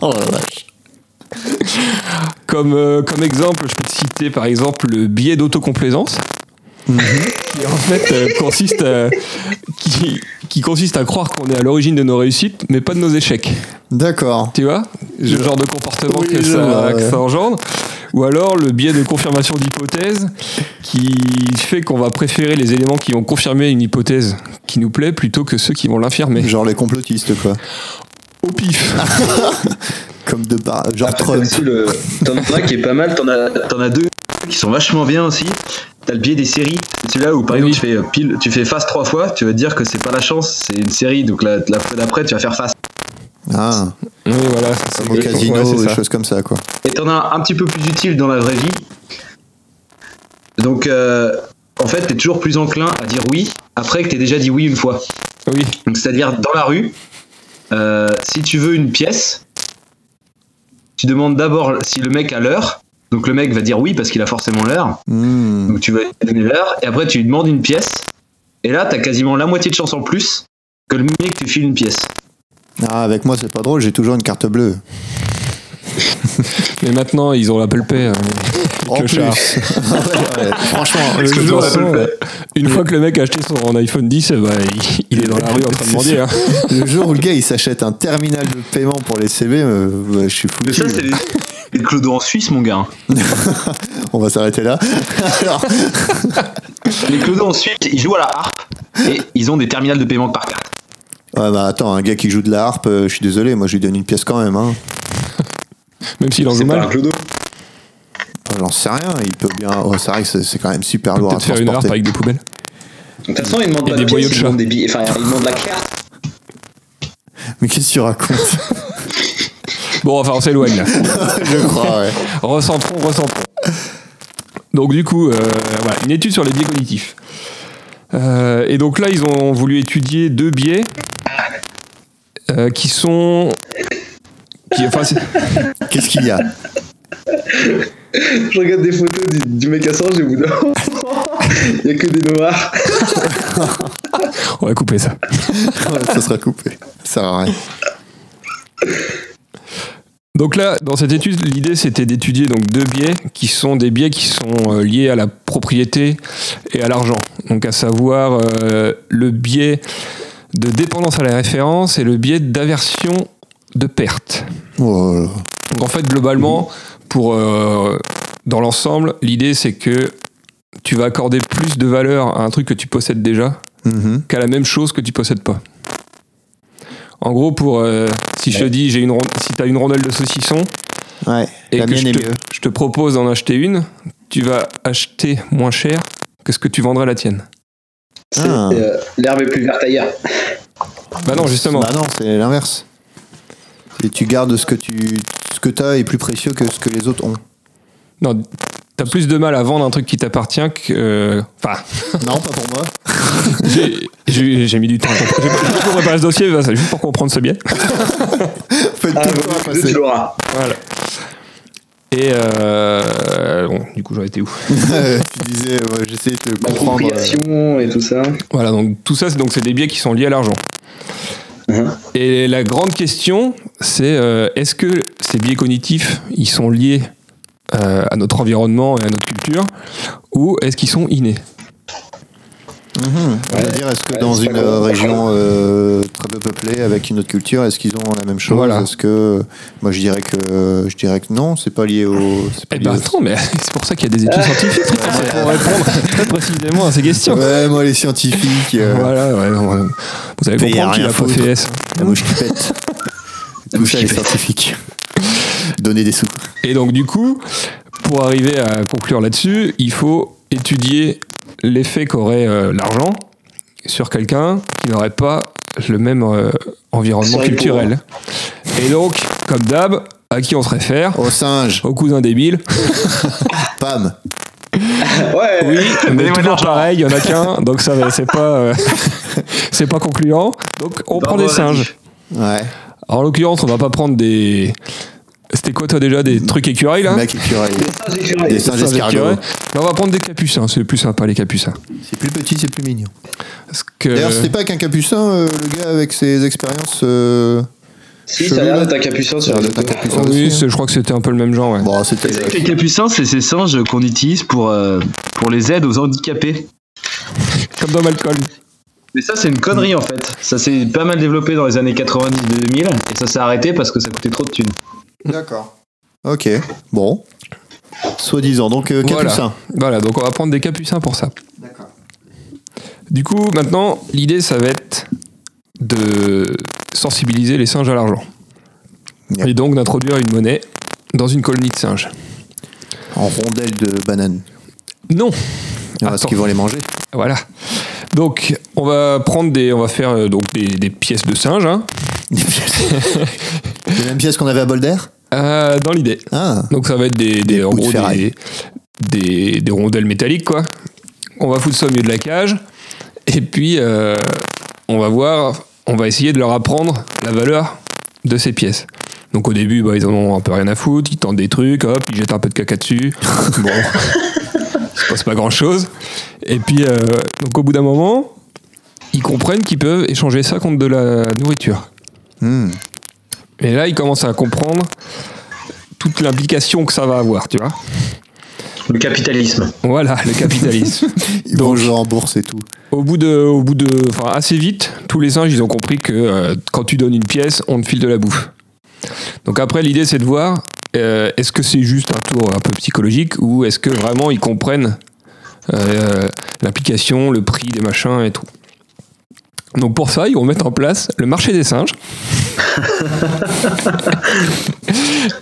Speaker 5: Oh la vache.
Speaker 4: Comme, euh, comme exemple, je peux te citer par exemple le biais d'autocomplaisance,
Speaker 5: Mm-hmm.
Speaker 4: qui en fait euh, consiste à, qui, qui consiste à croire qu'on est à l'origine de nos réussites, mais pas de nos échecs.
Speaker 5: D'accord.
Speaker 4: Tu vois Le genre de comportement
Speaker 5: Oui,
Speaker 4: que,
Speaker 5: je
Speaker 4: ça,
Speaker 5: vois, ouais.
Speaker 4: que ça engendre. Ou alors le biais de confirmation d'hypothèse qui fait qu'on va préférer les éléments qui vont confirmer une hypothèse qui nous plaît plutôt que ceux qui vont l'infirmer.
Speaker 5: Genre les complotistes, quoi.
Speaker 4: Au pif
Speaker 5: Comme de par. Genre
Speaker 6: Après, t'as
Speaker 5: Trump.
Speaker 6: aussi le- T'en as un qui est pas mal, t'en as, t'en as deux qui sont vachement bien aussi. T'as le biais des séries, celui-là où par
Speaker 4: Oui.
Speaker 6: exemple tu fais euh, pile, tu fais face trois fois, tu vas te dire que c'est pas la chance, c'est une série, donc la, la fois d'après tu vas faire face.
Speaker 5: Ah,
Speaker 4: Oui, voilà. c'est
Speaker 5: au
Speaker 4: exactement-
Speaker 5: casino,
Speaker 4: ouais, c'est
Speaker 5: des
Speaker 4: ça.
Speaker 5: choses comme ça, quoi.
Speaker 6: Et t'en as un petit peu plus utile dans la vraie vie. Donc euh, en fait t'es toujours plus enclin à dire oui après que t'aies déjà dit oui une fois.
Speaker 4: Oui,
Speaker 6: Donc, c'est-à-dire dans la rue, euh, si tu veux une pièce, tu demandes d'abord si le mec a l'heure. Donc le mec va dire oui parce qu'il a forcément l'heure.
Speaker 5: Hmm.
Speaker 6: Donc tu vas lui donner l'heure et après tu lui demandes une pièce. Et là, t'as quasiment la moitié de chance en plus que le mec te file une pièce.
Speaker 5: Ah, avec moi, c'est pas drôle, j'ai toujours une carte bleue.
Speaker 4: Mais maintenant, ils ont l'Apple Pay. euh, les
Speaker 5: En plus.
Speaker 4: clochards.
Speaker 5: Ouais, ouais. Franchement,
Speaker 4: Le
Speaker 5: je-
Speaker 4: jour, euh, une fois que le mec a acheté son iPhone 10, bah, il, il est dans la rue en train de demander. hein.
Speaker 5: le jour où le gars il s'achète un terminal de paiement pour les CB, euh, ouais, je suis foutu. hein.
Speaker 7: Mais ça, c'est les, les clodos en Suisse, mon gars. hein.
Speaker 5: On va s'arrêter là. Alors,
Speaker 7: Les clodos en Suisse, ils jouent à la harpe et ils ont des terminales de paiement par carte.
Speaker 5: ouais, bah, attends, un gars qui joue de la harpe, euh, je suis désolé, moi je lui donne une pièce quand même. Hein.
Speaker 4: Même s'il en joue
Speaker 7: C'est pas un
Speaker 4: mal,
Speaker 7: clodo.
Speaker 5: Ah, J'en sais rien, il peut bien. Oh, c'est vrai que c'est- c'est quand même super lourd à
Speaker 4: peut-être faire une harpe
Speaker 5: transporter.
Speaker 4: avec des poubelles.
Speaker 6: De toute façon, ils demandent
Speaker 4: Et
Speaker 6: pas
Speaker 4: des
Speaker 6: de
Speaker 4: boyaux
Speaker 6: pièces,
Speaker 4: de
Speaker 6: ils
Speaker 4: chat.
Speaker 6: demandent des billets. Enfin, ils demandent la carte.
Speaker 5: Mais qu'est-ce que tu racontes
Speaker 4: Bon, enfin, on s'éloigne là.
Speaker 5: Je crois, ouais.
Speaker 4: Recentrons, recentrons. Donc du coup, euh, voilà, une étude sur les biais cognitifs. Euh, et donc là, ils ont voulu étudier deux biais euh, qui sont... Qui, enfin, c'est-
Speaker 5: Qu'est-ce qu'il y a
Speaker 6: Je regarde des photos du, du mec à singe et au bout d'un moment, il y a que des noirs.
Speaker 4: on va couper ça.
Speaker 5: Ouais, Ça sera coupé. Ça sert à rien.
Speaker 4: Donc là, dans cette étude, l'idée c'était d'étudier donc deux biais qui sont des biais qui sont euh, liés à la propriété et à l'argent. Donc à savoir euh, le biais de dépendance à la référence et le biais d'aversion de perte.
Speaker 5: Oh là là.
Speaker 4: Donc en fait, globalement, pour euh, dans l'ensemble, l'idée c'est que tu vas accorder plus de valeur à un truc que tu possèdes déjà
Speaker 5: Mhm.
Speaker 4: qu'à la même chose que tu possèdes pas. En gros, pour euh, si je te dis j'ai une rond- si t'as une rondelle de saucisson
Speaker 5: Ouais,
Speaker 4: et
Speaker 5: la
Speaker 4: que je
Speaker 5: mienne est
Speaker 4: te,
Speaker 5: mieux.
Speaker 4: je te propose d'en acheter une, tu vas acheter moins cher que ce que tu vendrais la tienne.
Speaker 6: C'est,
Speaker 5: Ah.
Speaker 6: euh, L'herbe est plus verte ailleurs.
Speaker 4: Bah non, justement.
Speaker 5: Bah non, c'est l'inverse. Et tu gardes ce que tu ce que t'as est plus précieux que ce que les autres ont.
Speaker 4: Non, t'as plus de mal à vendre un truc qui t'appartient que. euh, Enfin,
Speaker 5: Non, pas pour moi.
Speaker 4: j'ai- j'ai j'ai mis du temps. à comprendre. J'ai pas- j'ai pas préparé ce dossier, bah, c'est juste pour comprendre ce biais.
Speaker 5: Faites
Speaker 6: Ah,
Speaker 5: tout
Speaker 6: vaut
Speaker 5: pour
Speaker 6: mieux que deux,
Speaker 5: passer.
Speaker 6: tu l'auras.
Speaker 4: Voilà. Et euh, bon, du coup, j'en étais où
Speaker 5: tu disais, ouais, j'essayais de te
Speaker 6: Bah,
Speaker 5: comprendre. euh,
Speaker 6: L'appropriation et tout ça.
Speaker 4: Voilà, donc tout ça, c'est donc c'est des biais qui sont liés à l'argent.
Speaker 6: Mhm.
Speaker 4: Et la grande question, c'est euh, est-ce que ces biais cognitifs, ils sont liés euh, à notre environnement et à notre culture, ou est-ce qu'ils sont innés
Speaker 5: On va dire, est-ce que
Speaker 6: Ouais,
Speaker 5: dans
Speaker 6: c'est
Speaker 5: une
Speaker 6: pas grave.
Speaker 5: euh, région euh, très peu peuplée, avec une autre culture, est-ce qu'ils ont la même chose
Speaker 4: Voilà.
Speaker 5: Est-ce que moi je dirais que je dirais que non, c'est pas lié au. c'est pas
Speaker 4: Eh
Speaker 5: lié
Speaker 4: ben
Speaker 5: au-
Speaker 4: attends, mais c'est pour ça qu'il y a des
Speaker 5: Ah.
Speaker 4: études scientifiques c'est pour répondre très précisément à ces questions.
Speaker 5: Ouais, moi les scientifiques. euh,
Speaker 4: Voilà, ouais, non, euh, vous savez
Speaker 5: Mais y a
Speaker 4: comprendre qu'il
Speaker 5: rien à
Speaker 4: a pas
Speaker 5: foutre.
Speaker 4: fait S.
Speaker 5: La mouche qui pète. Tout ça les scientifiques. Donner des sous.
Speaker 4: Et donc du coup, pour arriver à conclure là-dessus, il faut étudier l'effet qu'aurait euh, l'argent sur quelqu'un qui n'aurait pas le même euh, environnement
Speaker 6: Sur les
Speaker 4: culturel. Et donc, comme d'hab, à qui on se réfère
Speaker 5: Au singe,
Speaker 4: Au cousin débile.
Speaker 5: pam.
Speaker 6: Ouais.
Speaker 4: Oui, mais
Speaker 7: Donnez-moi de
Speaker 4: toujours
Speaker 7: l'argent.
Speaker 4: pareil, il y en a qu'un, donc ça va- c'est pas euh, c'est pas concluant. Donc on
Speaker 7: Dans
Speaker 4: prend des
Speaker 7: vos
Speaker 4: singes.
Speaker 5: Ouais.
Speaker 4: Alors en l'occurrence, on va pas prendre des c'était quoi toi déjà des trucs écureuils là
Speaker 5: Mec écureuil.
Speaker 6: Ah, j'ai cru.
Speaker 5: Des singes
Speaker 4: Singes
Speaker 5: escargots.
Speaker 4: écureuils. Mais on va prendre des capucins, c'est plus sympa les capucins.
Speaker 5: C'est plus petit, c'est plus mignon.
Speaker 4: Parce que
Speaker 5: D'ailleurs, c'était pas qu'un capucin, euh, le gars avec ses expériences. euh,
Speaker 6: Si, ça a l'air d'être un
Speaker 5: ça
Speaker 6: capucin sur
Speaker 5: a
Speaker 6: la
Speaker 5: l'air d'être un
Speaker 6: photo.
Speaker 5: capucin
Speaker 4: oui,
Speaker 5: aussi, hein.
Speaker 4: c'est- je crois que c'était un peu le même genre. Ouais.
Speaker 5: Bon, c'était.
Speaker 7: Les capucins, c'est ces singes qu'on utilise pour, euh, pour les aides aux handicapés.
Speaker 4: Comme dans Malcolm.
Speaker 7: Mais ça, c'est une connerie en fait. Ça s'est pas mal développé dans les années 90-2000 et ça s'est arrêté parce que ça coûtait trop de thunes.
Speaker 5: D'accord. Ok. Bon. Soi-disant, donc euh,
Speaker 4: Voilà.
Speaker 5: capucin.
Speaker 4: Voilà, donc on va prendre des capucins pour ça. D'accord. Du coup, maintenant, l'idée, ça va être de sensibiliser les singes à l'argent.
Speaker 5: Yep.
Speaker 4: Et donc d'introduire une monnaie dans une colonie de singes.
Speaker 5: En rondelle de banane.
Speaker 4: Non,
Speaker 5: Alors, Est-ce
Speaker 4: Attends.
Speaker 5: qu'ils vont les manger
Speaker 4: voilà. Donc, on va prendre des, on va faire euh, donc des, des pièces de singes, hein,
Speaker 5: Les pièces. Les mêmes pièces qu'on avait à Bolder
Speaker 4: euh, dans l'idée.
Speaker 5: Ah.
Speaker 4: Donc ça va être des, des, en
Speaker 5: bouts de
Speaker 4: gros,
Speaker 5: ferraille.
Speaker 4: des, des- des rondelles métalliques, quoi. On va foutre ça au milieu de la cage. Et puis, euh, on va voir, on va essayer de leur apprendre la valeur de ces pièces. Donc au début, bah, ils en ont un peu rien à foutre, ils tentent des trucs, hop, ils jettent un peu de caca dessus. bon, il se passe pas grand chose. Et puis, euh, donc au bout d'un moment, ils comprennent qu'ils peuvent échanger ça contre de la nourriture.
Speaker 1: Hmm.
Speaker 4: Et là, il commence à comprendre toute l'implication que ça va avoir, tu vois.
Speaker 7: Le capitalisme.
Speaker 4: Voilà, le capitalisme.
Speaker 1: Ils
Speaker 4: Donc-
Speaker 1: vont jouer en bourse et tout.
Speaker 4: au bout de, au bout de, enfin assez vite, tous les singes, ils ont compris que euh, quand tu donnes une pièce, on te file de la bouffe. Donc après, l'idée, c'est de voir euh, est-ce que c'est juste un tour un peu psychologique ou est-ce que vraiment ils comprennent euh, l'application, le prix des machins et tout. Donc pour ça, ils vont mettre en place le marché des singes.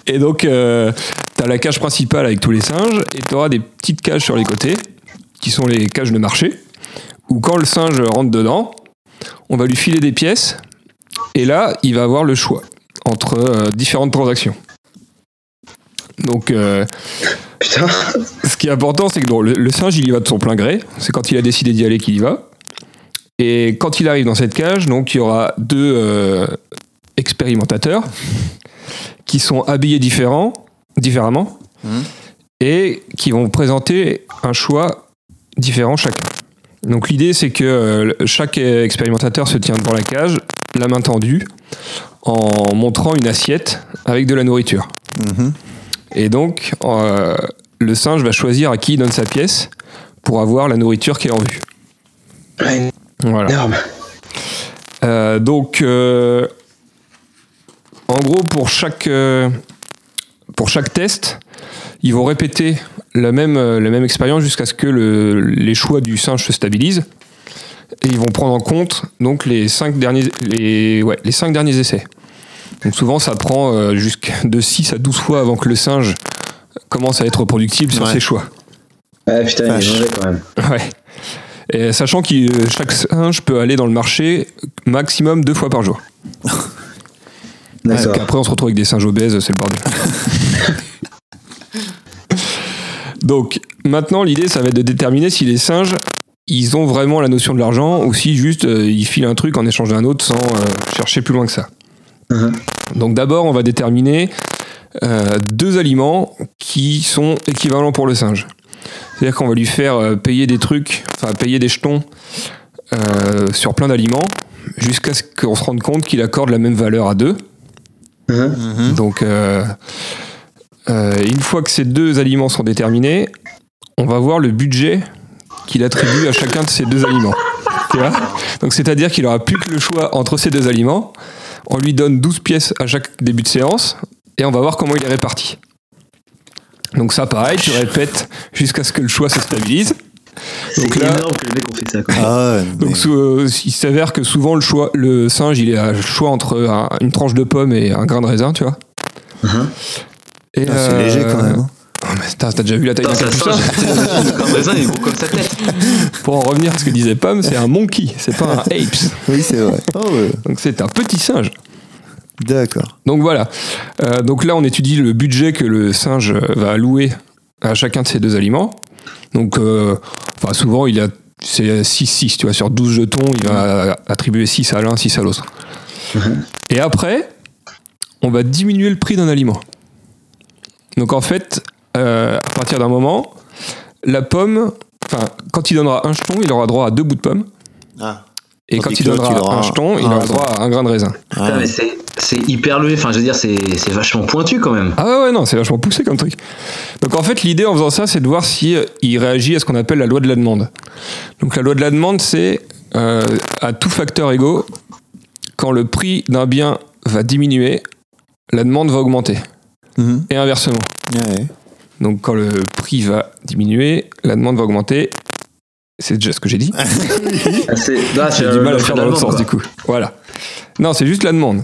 Speaker 4: et donc, euh, t'as la cage principale avec tous les singes et t'auras des petites cages sur les côtés qui sont les cages de marché où quand le singe rentre dedans, on va lui filer des pièces et là, il va avoir le choix entre euh, différentes transactions. Donc, euh,
Speaker 7: Putain.
Speaker 4: ce qui est important, c'est que bon, le, le singe, il y va de son plein gré. C'est quand il a décidé d'y aller qu'il y va. Et quand il arrive dans cette cage, donc il y aura deux euh, expérimentateurs qui sont habillés différents, différemment
Speaker 1: Mhm.
Speaker 4: et qui vont présenter un choix différent chacun. Donc l'idée, c'est que euh, le- chaque euh, expérimentateur se tient devant la cage, la main tendue, en montrant une assiette avec de la nourriture.
Speaker 1: Mhm.
Speaker 4: Et donc, euh, le singe va choisir à qui il donne sa pièce pour avoir la nourriture qui est en vue.
Speaker 7: Ouais,
Speaker 4: Voilà.
Speaker 7: énorme.
Speaker 4: Euh, donc, euh, en gros, pour chaque, euh, pour chaque test, ils vont répéter la même, euh, la même expérience jusqu'à ce que le- les choix du singe se stabilisent. Et ils vont prendre en compte donc les cinq derniers, les, ouais, les cinq derniers essais. Donc souvent, ça prend euh, jusqu'à de 6 à 12 fois avant que le singe commence à être reproductible sur
Speaker 1: Ouais.
Speaker 4: ses choix.
Speaker 7: Ouais, putain, il est
Speaker 1: Vache.
Speaker 7: mauvais quand même.
Speaker 4: Ouais. Et sachant que euh, chaque singe peut aller dans le marché maximum deux fois par jour.
Speaker 7: D'accord.
Speaker 4: Parce qu'après, on se retrouve avec des singes obèses, c'est le bordel. Donc, maintenant, l'idée, ça va être de déterminer si les singes, ils ont vraiment la notion de l'argent ou si juste euh, ils filent un truc en échange d'un autre sans euh, chercher plus loin que ça.
Speaker 7: Mhm.
Speaker 4: Donc, d'abord, on va déterminer euh, deux aliments qui sont équivalents pour le singe. C'est-à-dire qu'on va lui faire euh, payer des trucs, enfin payer des jetons euh, sur plein d'aliments jusqu'à ce qu'on se rende compte qu'il accorde la même valeur à deux.
Speaker 7: Mhm.
Speaker 1: Mhm.
Speaker 4: Donc, euh, euh, une fois que ces deux aliments sont déterminés, on va voir le budget qu'il attribue à chacun de ces deux aliments. Tu vois Donc, c'est-à-dire qu'il aura plus que le choix entre ces deux aliments. On lui donne 12 pièces à chaque début de séance et on va voir comment il est réparti. Donc, ça, pareil, tu répètes jusqu'à ce que le choix se stabilise.
Speaker 7: C'est
Speaker 4: Donc là-
Speaker 7: énorme que le mec on fait ça. Quoi.
Speaker 1: Ah ouais, mais-
Speaker 4: Donc, sou- euh, il s'avère que souvent, le, choix, le singe, il a le choix entre un- une tranche de pomme et un grain de raisin, tu vois.
Speaker 7: Mhm.
Speaker 4: Et,
Speaker 1: Uh-huh. Ah, c'est
Speaker 4: euh,
Speaker 1: léger quand même. hein.
Speaker 4: Oh, mais putain, t'as déjà vu la taille d'un
Speaker 7: Putain, ça
Speaker 4: capucin
Speaker 7: singe, le grain de raisin, il est gros comme sa tête.
Speaker 4: Pour en revenir à ce que disait Pam, c'est un monkey, c'est pas un apes.
Speaker 1: Oui, c'est vrai.
Speaker 5: Ah,
Speaker 1: Oh, ouais.
Speaker 4: Donc c'est un petit singe.
Speaker 1: D'accord.
Speaker 4: Donc voilà. Euh, donc là, on étudie le budget que le singe euh, va allouer à chacun de ces deux aliments. Donc, euh, enfin, souvent, il a c'est 6-6, tu vois, sur 12 jetons, il va attribuer 6 à l'un, 6 à l'autre. Et après, on va diminuer le prix d'un aliment. Donc en fait, euh, à partir d'un moment, la pomme, enfin, quand il donnera un jeton, il aura droit à deux bouts de pomme.
Speaker 1: Ah.
Speaker 4: Et quand
Speaker 1: Tandis
Speaker 4: il
Speaker 1: que l'autre,
Speaker 4: donnera
Speaker 1: il aura
Speaker 4: un
Speaker 1: un-
Speaker 4: jeton, il
Speaker 1: un
Speaker 4: aura
Speaker 1: raisin.
Speaker 4: droit à un grain de raisin.
Speaker 7: Putain, mais c'est c'est hyper levé. Enfin, je veux dire, c'est c'est vachement pointu quand même.
Speaker 4: Ah ouais, ouais, non, c'est vachement poussé comme truc. Donc en fait, l'idée en faisant ça, c'est de voir si euh, il réagit à ce qu'on appelle la loi de la demande. Donc la loi de la demande, c'est euh, à tout facteur égaux, quand le prix d'un bien va diminuer, la demande va augmenter.
Speaker 1: Mhm.
Speaker 4: Et inversement.
Speaker 1: Ouais.
Speaker 4: Donc quand le prix va diminuer, la demande va augmenter. C'est déjà ce que j'ai dit.
Speaker 7: Ah, c'est- ah, c'est
Speaker 4: J'ai du
Speaker 7: euh,
Speaker 4: mal à le
Speaker 7: l'offre
Speaker 4: faire dans l'autre
Speaker 7: allemande,
Speaker 4: sens
Speaker 7: quoi.
Speaker 4: du coup. Voilà. Non, c'est juste la demande.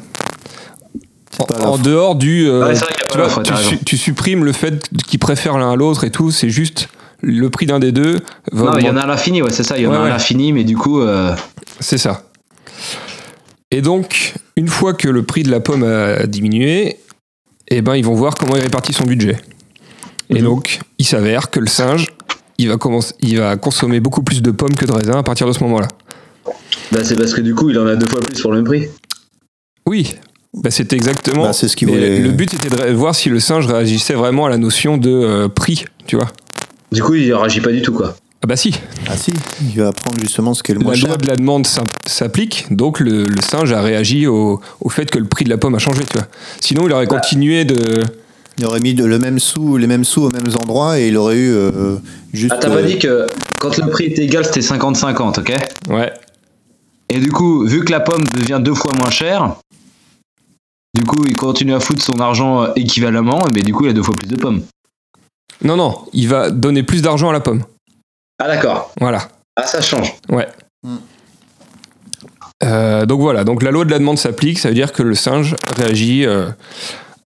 Speaker 1: pas
Speaker 4: En,
Speaker 1: la
Speaker 4: en dehors du. euh,
Speaker 7: Ouais, c'est vrai qu'il y a
Speaker 4: tu,
Speaker 7: pas
Speaker 4: vois,
Speaker 7: l'offre,
Speaker 4: tu
Speaker 7: t'as
Speaker 4: su-
Speaker 7: raison.
Speaker 4: tu supprimes le fait qu'ils préfèrent l'un à l'autre et tout, c'est juste le prix d'un des deux va.
Speaker 7: Non, mais il y en
Speaker 4: augmenter.
Speaker 7: a à l'infini, ouais, c'est ça. Il y en
Speaker 4: Ouais,
Speaker 7: a à
Speaker 4: ouais.
Speaker 7: l'infini, mais du coup, euh,
Speaker 4: C'est ça. Et donc, une fois que le prix de la pomme a diminué, eh ben, ils vont voir comment il répartit son budget. Et
Speaker 7: Mhm.
Speaker 4: donc, il s'avère que le singe, il va, commencer, il va consommer beaucoup plus de pommes que de raisins à partir de ce moment-là.
Speaker 7: bah, c'est parce que du coup, il en a deux fois plus pour le même prix.
Speaker 4: Oui, bah, c'était exactement.
Speaker 1: Bah, c'est ce qu'il
Speaker 4: Mais
Speaker 1: voulait.
Speaker 4: Le but était de ré- voir si le singe réagissait vraiment à la notion de euh, prix, tu vois.
Speaker 7: Du coup, il réagit pas du tout, quoi.
Speaker 4: Ah bah si,
Speaker 5: Ah si, il va apprendre justement ce qu'est le
Speaker 4: la
Speaker 5: moins cher.
Speaker 4: loi de la demande s'im- s'applique, donc le, le singe a réagi au, au fait que le prix de la pomme a changé, tu vois. Sinon, il aurait
Speaker 1: Bah.
Speaker 4: continué de...
Speaker 5: Il aurait mis de- le même sou, les mêmes sous aux mêmes endroits et il aurait eu euh, juste.
Speaker 7: Ah, t'as pas
Speaker 5: euh,
Speaker 7: dit que quand le prix était égal, c'était 50-50, ok
Speaker 4: Ouais.
Speaker 7: Et du coup, vu que la pomme devient deux fois moins chère, du coup, il continue à foutre son argent euh, équivalemment, mais du coup, il a deux fois plus de pommes.
Speaker 4: Non, non, il va donner plus d'argent à la pomme.
Speaker 7: Ah, d'accord.
Speaker 4: Voilà.
Speaker 7: Ah, ça change.
Speaker 4: Euh, donc voilà, donc la loi de la demande s'applique, ça veut dire que le singe réagit euh,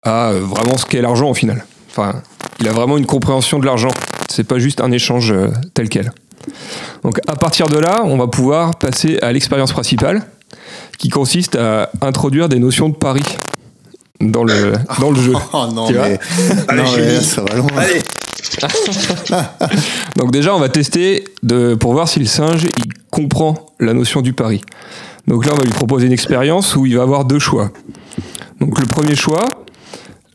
Speaker 4: à euh, vraiment ce qu'est l'argent au final. Enfin, il a vraiment une compréhension de l'argent. C'est pas juste un échange euh, tel quel. Donc à partir de là, on va pouvoir passer à l'expérience principale, qui consiste à introduire des notions de pari dans le, dans le jeu.
Speaker 5: Oh non,
Speaker 4: Tu vois
Speaker 5: mais, non, mais là, ça va loin.
Speaker 7: Allez
Speaker 4: Donc déjà, on va tester de, pour voir si le singe il comprend la notion du pari. Donc là, on va lui proposer une expérience où il va avoir deux choix. Donc le premier choix,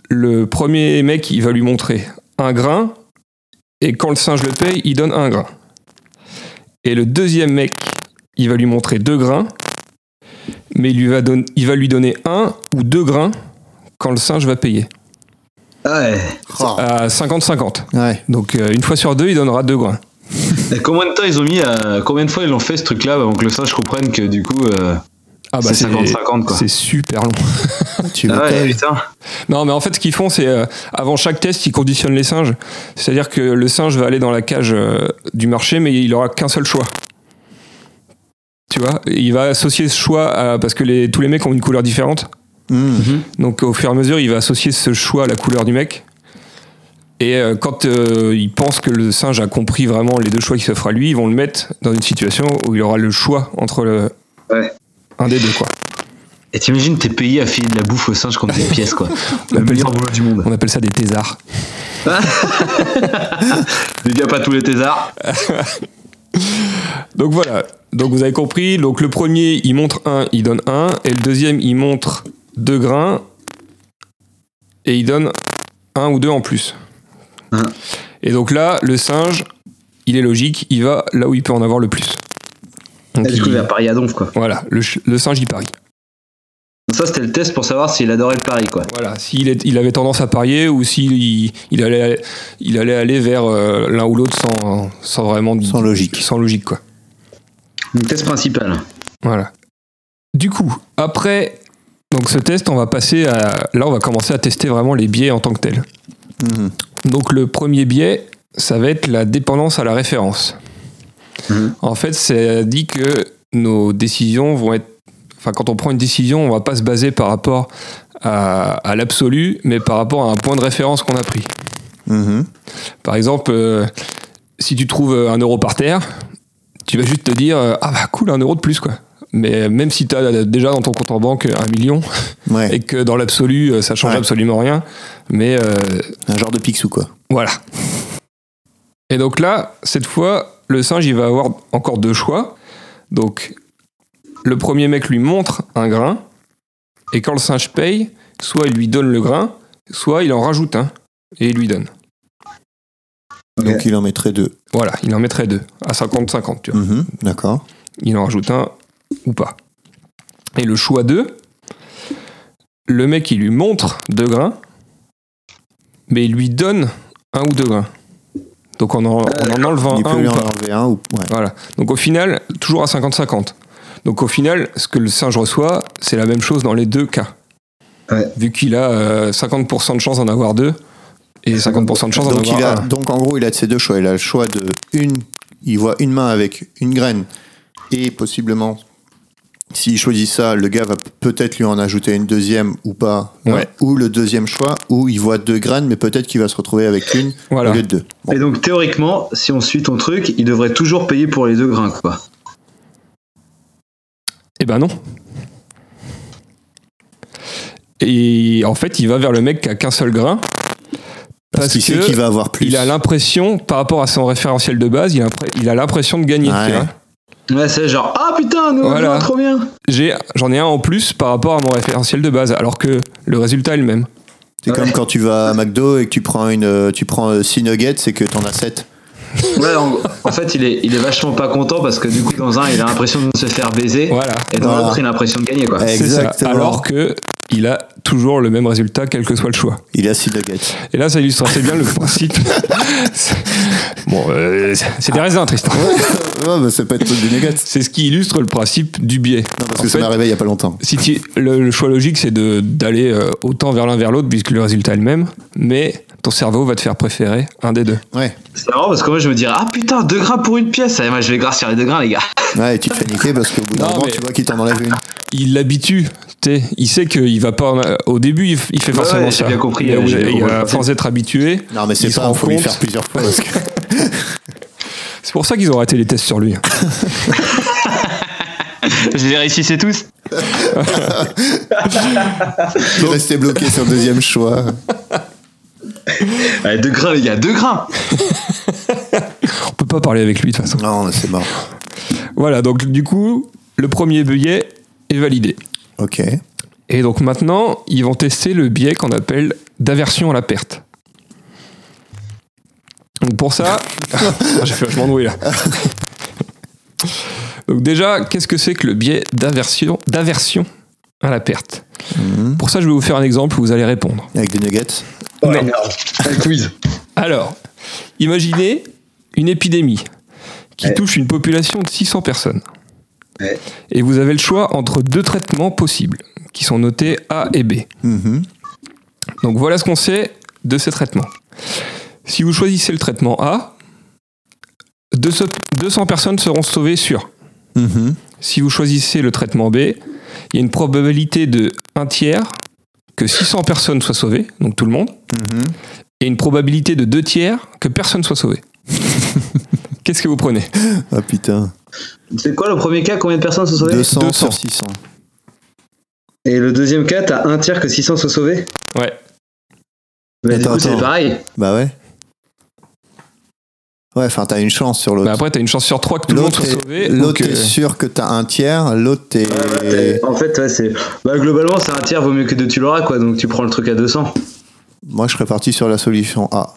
Speaker 4: le premier mec, il va lui montrer un grain, et quand le singe le paye, il donne un grain. Et le deuxième mec, il va lui montrer deux grains, mais il, lui va, don- il va lui donner un ou deux grains quand le singe va payer.
Speaker 7: Ah, Ouais.
Speaker 5: Oh.
Speaker 4: À 50-50.
Speaker 5: Ouais.
Speaker 4: Donc euh, une fois sur deux, il donnera deux grains.
Speaker 7: Et combien de temps ils ont mis à... Combien de fois ils l'ont fait ce truc-là avant que le singe comprenne que du coup, euh,
Speaker 4: Ah
Speaker 7: c'est 50-50, quoi.
Speaker 4: C'est super long.
Speaker 5: Tu
Speaker 7: Ah ouais,
Speaker 5: m'étonnes.
Speaker 7: putain.
Speaker 4: Non, mais en fait, ce qu'ils font, c'est euh, avant chaque test, ils conditionnent les singes. C'est-à-dire que le singe va aller dans la cage euh, du marché, mais il aura qu'un seul choix. Tu vois, Et il va associer ce choix à, parce que les- tous les mecs ont une couleur différente.
Speaker 5: Hmm.
Speaker 7: Mhm.
Speaker 4: Donc, au fur et à mesure, il va associer ce choix à la couleur du mec. Et euh, quand euh, il pense que le singe a compris vraiment les deux choix qui s'offrent à lui, ils vont le mettre dans une situation où il aura le choix entre le
Speaker 7: Ouais.
Speaker 4: un des deux, quoi.
Speaker 7: Et t'imagines, t'es payé à filer de la bouffe au singe contre des pièces, quoi.
Speaker 4: On
Speaker 7: Le
Speaker 4: appelle
Speaker 7: meilleur
Speaker 4: ça-
Speaker 7: boulot du monde.
Speaker 4: On appelle ça des thésards.
Speaker 7: Les gars, pas tous les thésards.
Speaker 4: Donc voilà, donc vous avez compris, donc le premier il montre 1, il donne 1, et le deuxième il montre 2 grains, et il donne 1 ou 2 en plus.
Speaker 7: Hein.
Speaker 4: Et donc là, le singe, il est logique, il va là où il peut en avoir le plus. Donc
Speaker 7: Et du coup,
Speaker 4: il-
Speaker 7: il a parié à donf, quoi.
Speaker 4: voilà, le, ch- le singe il parie.
Speaker 7: Ça, c'était le test pour savoir s'il adorait le pari, quoi.
Speaker 4: Voilà, s'il est- il avait tendance à parier ou s'il il, allait, il allait aller vers euh, l'un ou l'autre sans, sans vraiment.
Speaker 5: Sans logique.
Speaker 4: Sans logique, quoi.
Speaker 7: Donc, test principal.
Speaker 4: Voilà. Du coup, après donc ce test, on va passer à là, on va commencer à tester vraiment les biais en tant que tels.
Speaker 5: Mhm.
Speaker 4: Donc le premier biais, ça va être la dépendance à la référence.
Speaker 7: Mhm.
Speaker 4: En fait, ça dit que nos décisions vont être enfin quand on prend une décision, on va pas se baser par rapport à, à l'absolu, mais par rapport à un point de référence qu'on a pris.
Speaker 5: Mhm.
Speaker 4: Par exemple, euh, si tu trouves euh, un euro par terre, tu vas juste te dire euh, Ah bah cool, un euro de plus quoi. Mais euh, même si tu as déjà dans ton compte en banque euh, un million
Speaker 5: Ouais.
Speaker 4: et que dans l'absolu euh, ça change
Speaker 5: Ouais.
Speaker 4: absolument rien, mais euh,
Speaker 5: Un genre de pixou quoi.
Speaker 4: voilà. Et donc là, cette fois, le singe il va avoir encore deux choix. Donc le premier mec lui montre un grain et quand le singe paye, soit il lui donne le grain, soit il en rajoute un et il lui donne.
Speaker 5: Donc il en mettrait deux.
Speaker 4: Voilà, il en mettrait deux, à 50-50, tu vois.
Speaker 5: Mhm. D'accord.
Speaker 4: Il en rajoute un ou pas. Et le choix 2, le mec, il lui montre deux grains, mais il lui donne un ou deux grains. Donc on en, on en enlevant
Speaker 5: Ah, il
Speaker 4: un
Speaker 5: peut
Speaker 4: ou
Speaker 5: lui en
Speaker 4: pas.
Speaker 5: enlever un ou. Ouais.
Speaker 4: Voilà. Donc au final, toujours à 50-50. Donc au final, ce que le singe reçoit, c'est la même chose dans les deux cas.
Speaker 7: Ouais.
Speaker 4: Vu qu'il a euh, 50% de chance d'en avoir deux et 50% de chance d'en
Speaker 5: Donc,
Speaker 4: avoir
Speaker 5: il a,
Speaker 4: un.
Speaker 5: donc en gros, il a de ces deux choix. Il a le choix de une, il voit une main avec une graine et possiblement, s'il choisit ça, le gars va peut-être lui en ajouter une deuxième ou pas.
Speaker 4: Ouais.
Speaker 5: Ou le deuxième choix où il voit deux graines, mais peut-être qu'il va se retrouver avec une
Speaker 4: Voilà.
Speaker 5: au lieu de deux. Bon.
Speaker 7: Et donc, théoriquement, si on suit ton truc, il devrait toujours payer pour les deux grains, quoi.
Speaker 4: Eh ben non. Et en fait, il va vers le mec qui a qu'un seul grain.
Speaker 5: Parce qu'il sait
Speaker 4: que
Speaker 5: qu'il va avoir plus.
Speaker 4: il a l'impression, par rapport à son référentiel de base, il a l'impr- il a l'impression de gagner.
Speaker 5: Ouais.
Speaker 4: tu vois.
Speaker 7: Ouais, c'est genre, ah putain, nous,
Speaker 4: Voilà.
Speaker 7: voilà. trop bien.
Speaker 4: J'ai, j'en ai un en plus par rapport à mon référentiel de base, alors que le résultat est le même.
Speaker 5: euh, C'est comme quand tu vas à McDo et que tu prends une, euh, tu prends 6 nuggets et que t'en as 7.
Speaker 7: Ouais, en, en fait, il est, il est vachement pas content parce que du coup, dans un, il a l'impression de se faire baiser.
Speaker 4: Voilà.
Speaker 7: Et dans
Speaker 5: Voilà.
Speaker 7: l'autre, il a l'impression de gagner, quoi.
Speaker 5: Ouais.
Speaker 4: Ah, C'est ça.
Speaker 5: Exactement.
Speaker 4: Alors que il a toujours le même résultat, quel que soit le choix.
Speaker 5: Il a six nuggets.
Speaker 4: Et là, ça illustre assez bien le principe. C'est- bon, euh, c'est- c'est des raisins, Tristan.
Speaker 5: ouais, bah, ça peut être des nuggets.
Speaker 4: C'est ce qui illustre le principe du biais.
Speaker 5: Parce
Speaker 4: En
Speaker 5: que ça
Speaker 4: fait,
Speaker 5: m'est arrivé il y a pas longtemps.
Speaker 4: si tu- le, le choix logique, c'est de- d'aller euh, autant vers l'un vers l'autre, puisque le résultat est le même, mais ton cerveau va te faire préférer un des deux.
Speaker 5: Ouais.
Speaker 7: C'est marrant parce que moi, je me dirais, ah putain, 2 grains pour une pièce. Ah, moi, je vais grassir les 2 grains, les gars.
Speaker 5: Ouais, et tu te fais niquer parce qu'au bout d'un
Speaker 4: Non,
Speaker 5: moment,
Speaker 4: mais-
Speaker 5: tu vois qu'il t'en enlève une.
Speaker 4: Il l'habitue. t'sais. Il sait qu'il va pas. en- Au début, il, f- il fait
Speaker 7: Ouais,
Speaker 4: forcément
Speaker 7: ouais, j'ai
Speaker 4: ça.
Speaker 7: bien compris,
Speaker 4: Mais
Speaker 7: euh,
Speaker 4: au-
Speaker 7: j'ai bien
Speaker 4: il
Speaker 7: compris le
Speaker 4: a,
Speaker 7: principe.
Speaker 4: sans être habitué.
Speaker 5: Non, mais
Speaker 4: il
Speaker 5: c'est
Speaker 4: se
Speaker 5: pas,
Speaker 4: rend
Speaker 5: faut lui
Speaker 4: compte.
Speaker 5: faire plusieurs fois. Parce que...
Speaker 4: C'est pour ça qu'ils ont raté les tests sur lui.
Speaker 7: Je les réussissais tous.
Speaker 5: Il restait bloqué sur le deuxième choix.
Speaker 7: Allez, 2 grains, les gars, 2 grains.
Speaker 4: On peut pas parler avec lui de toute façon.
Speaker 5: Non, mais c'est mort.
Speaker 4: Voilà, donc du coup, le premier biais est validé.
Speaker 5: Ok.
Speaker 4: Et donc maintenant, ils vont tester le biais qu'on appelle d'aversion à la perte. Donc pour ça, j'ai fait vachement de bruit là. Donc déjà, qu'est-ce que c'est que le biais d'aversion, d'aversion à la perte Pour ça, je vais vous faire un exemple où vous allez répondre.
Speaker 5: Avec des nuggets.
Speaker 4: Non.
Speaker 7: Un quiz.
Speaker 4: Alors, imaginez une épidémie qui
Speaker 6: Ouais.
Speaker 4: touche une population de 600 personnes.
Speaker 6: Ouais.
Speaker 4: Et vous avez le choix entre deux traitements possibles qui sont notés A et B.
Speaker 5: Mhm.
Speaker 4: Donc voilà ce qu'on sait de ces traitements. Si vous choisissez le traitement A, 200 200 personnes seront sauvées sur.
Speaker 5: Mhm.
Speaker 4: Si vous choisissez le traitement B, il y a une probabilité de 1 tiers que 600 personnes soient sauvées, donc tout le monde,
Speaker 5: Mhm.
Speaker 4: et une probabilité de 2 tiers que personne soit sauvé. Qu'est-ce que vous prenez
Speaker 5: Ah putain.
Speaker 6: C'est quoi le premier cas Combien de personnes sont sauvées
Speaker 5: 200,
Speaker 4: 200.
Speaker 5: sur 600.
Speaker 6: Et le deuxième cas, t'as un tiers que 600 soient sauvés
Speaker 4: Ouais.
Speaker 6: Bah, du
Speaker 5: Attends,
Speaker 6: coup, c'est
Speaker 5: attends.
Speaker 6: pareil.
Speaker 5: Bah ouais. Ouais, enfin, t'as une chance sur
Speaker 4: Bah
Speaker 5: l'autre.
Speaker 4: après, tu as une chance sur 3 que tout le monde
Speaker 5: L'autre,
Speaker 4: soit
Speaker 5: est-
Speaker 4: sauvé.
Speaker 5: l'autre
Speaker 4: Donc,
Speaker 5: est
Speaker 4: euh,
Speaker 5: sûr que t'as un tiers, l'autre t'es.
Speaker 6: Ouais, ouais, t'es- en fait, ouais, c'est. Bah, globalement, c'est un tiers vaut mieux que deux, tu l'auras, quoi. Donc, tu prends le truc à 200.
Speaker 5: Moi, je serais parti sur la solution A.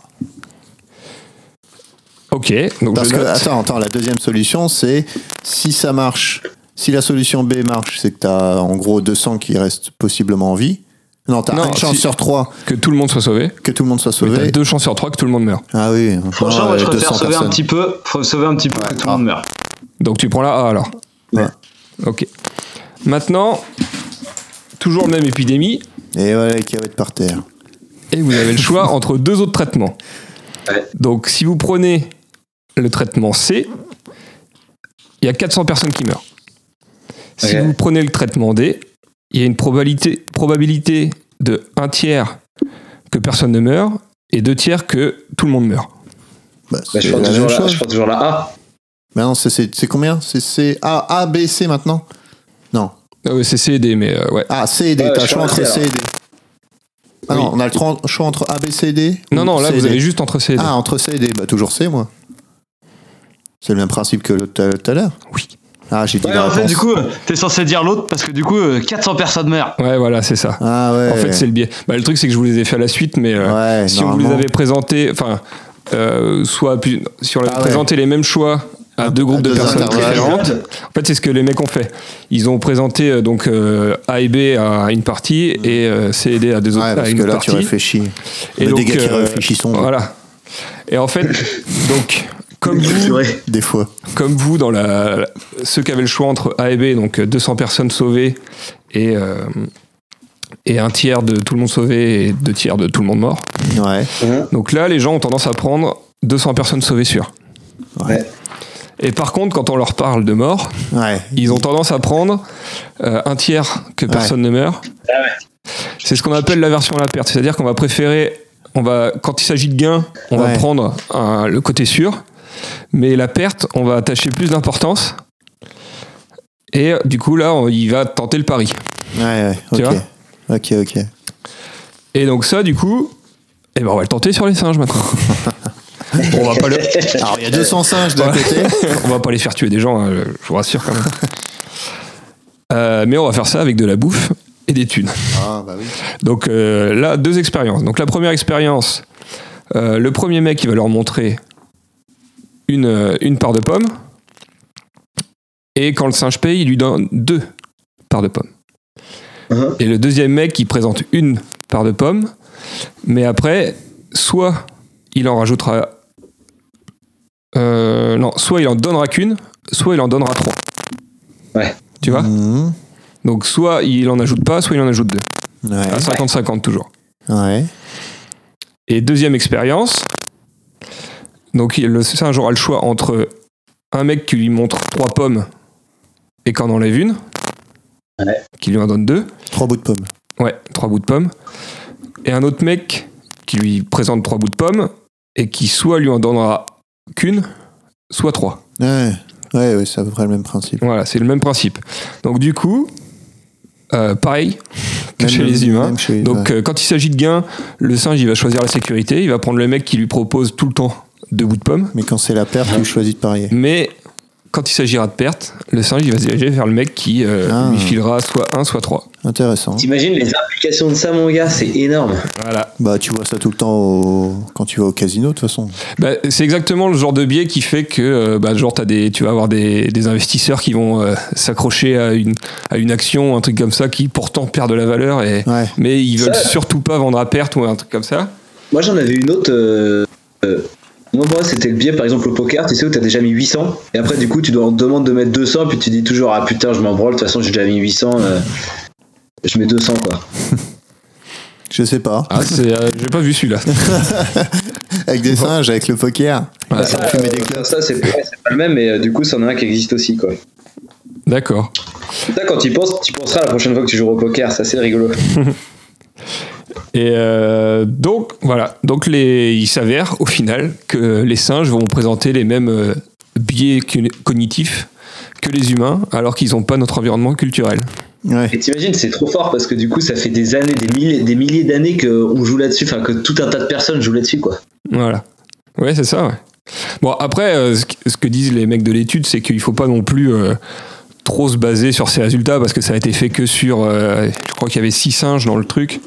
Speaker 4: ok, donc
Speaker 5: Parce
Speaker 4: je
Speaker 5: que,
Speaker 4: note.
Speaker 5: attends, attends, la deuxième solution, c'est si ça marche, si la solution B marche, c'est que t'as en gros 200 qui restent possiblement en vie. Non, t'as
Speaker 4: Non,
Speaker 5: une chance
Speaker 4: si-
Speaker 5: sur trois
Speaker 4: que tout le monde soit sauvé.
Speaker 5: que tout le monde soit
Speaker 4: Mais t'as
Speaker 5: sauvé.
Speaker 4: deux chances sur 3 que tout le monde meurt.
Speaker 5: Ah oui, enfin,
Speaker 7: Franchement, moi, je
Speaker 5: euh,
Speaker 7: préfère
Speaker 5: 200
Speaker 7: sauver un
Speaker 5: personnes.
Speaker 7: petit peu. Faut sauver un petit peu que tout le monde meurt.
Speaker 4: Donc tu prends la A alors.
Speaker 5: Ouais.
Speaker 4: Ok. Maintenant, toujours la même épidémie,
Speaker 5: Et voilà, les cahuètes par terre.
Speaker 4: et vous avez le choix entre deux autres traitements.
Speaker 6: Ouais.
Speaker 4: Donc si vous prenez le traitement C, il y a 400 personnes qui meurent. Si
Speaker 6: Ok.
Speaker 4: vous prenez le traitement D, il y a une probabilité, probabilité de un tiers que personne ne meurt et deux tiers que tout le monde meurt.
Speaker 5: Bah,
Speaker 6: Bah,
Speaker 5: c'est la même chose.
Speaker 6: prends toujours la A.
Speaker 5: Mais non, c'est- c'est c'est combien C'est- C'est A, A, B, C maintenant Non.
Speaker 4: Ah ouais, c'est C et D, mais euh, ouais.
Speaker 5: Ah, C et D,
Speaker 6: Ouais,
Speaker 5: t'as
Speaker 6: je
Speaker 5: le choix
Speaker 6: suis
Speaker 5: entre
Speaker 6: en C,
Speaker 5: C et D. Ah non, on a le tro- choix entre A, B, C et D
Speaker 4: Non,
Speaker 5: ou
Speaker 4: non, là
Speaker 5: C et
Speaker 4: vous
Speaker 5: D.
Speaker 4: avez juste entre C et D.
Speaker 5: Ah, entre C et D, bah toujours C, moi. C'est le même principe que le- tout tout à l'heure
Speaker 4: Oui.
Speaker 5: Ah, j'ai dit
Speaker 7: Ouais,
Speaker 5: la
Speaker 7: en fait,
Speaker 5: réponse.
Speaker 7: du coup, t'es censé dire l'autre parce que du coup, euh, 400 personnes meurent.
Speaker 4: Ouais, voilà, c'est ça.
Speaker 5: Ah ouais.
Speaker 4: En fait, c'est le biais. Bah, le truc, c'est que je vous les ai fait à la suite, mais euh,
Speaker 5: Ouais,
Speaker 4: si on vous les
Speaker 5: normalement.
Speaker 4: avait présentés, enfin, euh, soit pu- si on avait
Speaker 5: Ah ouais. Ah,
Speaker 4: présenté les mêmes choix à deux groupes de
Speaker 5: deux
Speaker 4: personnes
Speaker 5: intervalles.
Speaker 4: différentes, en fait, c'est ce que les mecs ont fait. Ils ont présenté euh, donc euh, A et B à une partie et euh, C et D à deux autres
Speaker 5: Ouais,
Speaker 4: à
Speaker 5: parce
Speaker 4: une
Speaker 5: que là,
Speaker 4: partie.
Speaker 5: tu réfléchis.
Speaker 4: Et
Speaker 5: Et
Speaker 4: donc,
Speaker 5: des gars qui
Speaker 4: euh,
Speaker 5: réfléchissent,
Speaker 4: Voilà. Et en fait, donc comme vous,
Speaker 6: Purée.
Speaker 5: des fois.
Speaker 4: comme vous, dans la, la- ceux qui avaient le choix entre A et B, donc euh, 200 personnes sauvées et, euh, et un tiers de tout le monde sauvé et deux tiers de tout le monde mort.
Speaker 5: Ouais.
Speaker 4: Donc là, les gens ont tendance à prendre 200 personnes sauvées sûres.
Speaker 6: Ouais.
Speaker 4: Et par contre, quand on leur parle de mort,
Speaker 5: Ouais.
Speaker 4: ils ont tendance à prendre euh, un tiers que personne ne meurt. C'est ce qu'on appelle l'aversion à la perte. C'est-à-dire qu'on va préférer, on va, quand il s'agit de gain, on va
Speaker 5: Ouais.
Speaker 4: prendre un- le côté sûr. Mais la perte, on va attacher plus d'importance. Et euh, du coup, là, on- il va tenter le pari.
Speaker 5: Ouais,
Speaker 4: Tu
Speaker 5: ouais. Ok. Ok, ok.
Speaker 4: Et donc ça, du coup, eh ben, on va le tenter sur les singes maintenant. on, va pas le-
Speaker 5: Alors, il y a 200 singes d'un
Speaker 4: Ouais.
Speaker 5: côté.
Speaker 4: on va pas les faire tuer des gens, hein, je vous rassure quand même. Euh, mais on va faire ça avec de la bouffe et des thunes.
Speaker 5: Ah, bah oui.
Speaker 4: Donc euh, là, deux expériences. Donc la première expérience, euh, le premier mec, il va leur montrer une, euh, une part de pomme. Et quand le singe paye, il lui donne deux parts de pomme.
Speaker 6: Uh-huh.
Speaker 4: Et le deuxième mec, il présente une part de pomme. Mais après, soit il en rajoutera. euh, non, soit il en donnera qu'une, soit il en donnera trois.
Speaker 6: Ouais. Mmh.
Speaker 4: Tu vois
Speaker 5: Mhm.
Speaker 4: Donc soit il en ajoute pas, soit il en ajoute deux.
Speaker 6: Ah
Speaker 5: Ouais.
Speaker 4: À 50-50 toujours.
Speaker 5: Ouais.
Speaker 4: Et deuxième expérience. Donc il- le singe aura le choix entre un mec qui lui montre trois pommes et qu'en enlève une,
Speaker 6: Ouais.
Speaker 4: qui lui en donne deux,
Speaker 5: Trois bouts de pomme.
Speaker 4: ouais, trois bouts de pommes, et un autre mec qui lui présente trois bouts de pommes et qui soit lui en donnera qu'une, soit trois.
Speaker 5: Ouais. Ouais, ouais, c'est à peu près le même principe.
Speaker 4: Voilà, c'est le même principe. Donc du coup, euh, pareil que
Speaker 5: Même-
Speaker 4: chez les humains.
Speaker 5: même chez-
Speaker 4: Donc euh, quand il s'agit de gains, le singe il va choisir la sécurité, il va prendre le mec qui lui propose tout le temps deux bouts de pommes.
Speaker 5: Mais quand c'est la perte, tu choisis de parier.
Speaker 4: Mais quand il s'agira de perte, le singe il va se diriger vers le mec qui euh,
Speaker 5: Ah.
Speaker 4: lui filera soit un, soit trois.
Speaker 5: Intéressant.
Speaker 6: T'imagines les implications de ça, mon gars, c'est énorme.
Speaker 4: Voilà.
Speaker 5: Bah, tu vois ça tout le temps au- quand tu vas au casino, de toute façon.
Speaker 4: Bah, c'est exactement le genre de biais qui fait que euh, bah, genre, t'as des, tu vas avoir des, des investisseurs qui vont euh, s'accrocher à une, à une action, un truc comme ça, qui pourtant perd de la valeur, et,
Speaker 5: Ouais.
Speaker 4: mais ils veulent
Speaker 6: Ça-
Speaker 4: surtout pas vendre à perte ou un truc comme ça.
Speaker 6: Moi, j'en avais une autre. euh, euh, moi, moi, c'était le biais, par exemple, au poker, tu sais, où t'as déjà mis 800, et après, du coup, tu dois, on te demande de mettre 200, puis tu dis toujours, ah putain, je m'en branle, de toute façon, j'ai déjà mis 800, euh, je mets 200, quoi.
Speaker 5: Je sais pas.
Speaker 4: Ah, c'est, euh, j'ai pas vu celui-là.
Speaker 5: Avec des singes, avec le poker.
Speaker 7: Ah,
Speaker 4: Ouais,
Speaker 6: ça, euh, ça, c'est ouais, c'est pas le même, mais euh, du coup, c'en a un qui existe aussi, quoi.
Speaker 4: D'accord.
Speaker 6: Putain, quand tu y penses, tu penseras la prochaine fois que tu joueras au poker, ça, c'est rigolo.
Speaker 4: Et euh, donc, voilà. Donc, les, il s'avère au final que les singes vont présenter les mêmes euh, biais cu- cognitifs que les humains, alors qu'ils n'ont pas notre environnement culturel.
Speaker 5: Ouais.
Speaker 6: Et t'imagines, c'est trop fort parce que du coup, ça fait des années, des milliers, des milliers d'années qu'on joue là-dessus, enfin que tout un tas de personnes jouent là-dessus, quoi.
Speaker 4: Voilà. Ouais, c'est ça, ouais. Bon, après, euh, ce, que- ce que disent les mecs de l'étude, c'est qu'il faut pas non plus euh, trop se baser sur ces résultats, parce que ça a été fait que sur. euh, je crois qu'il y avait six singes dans le truc.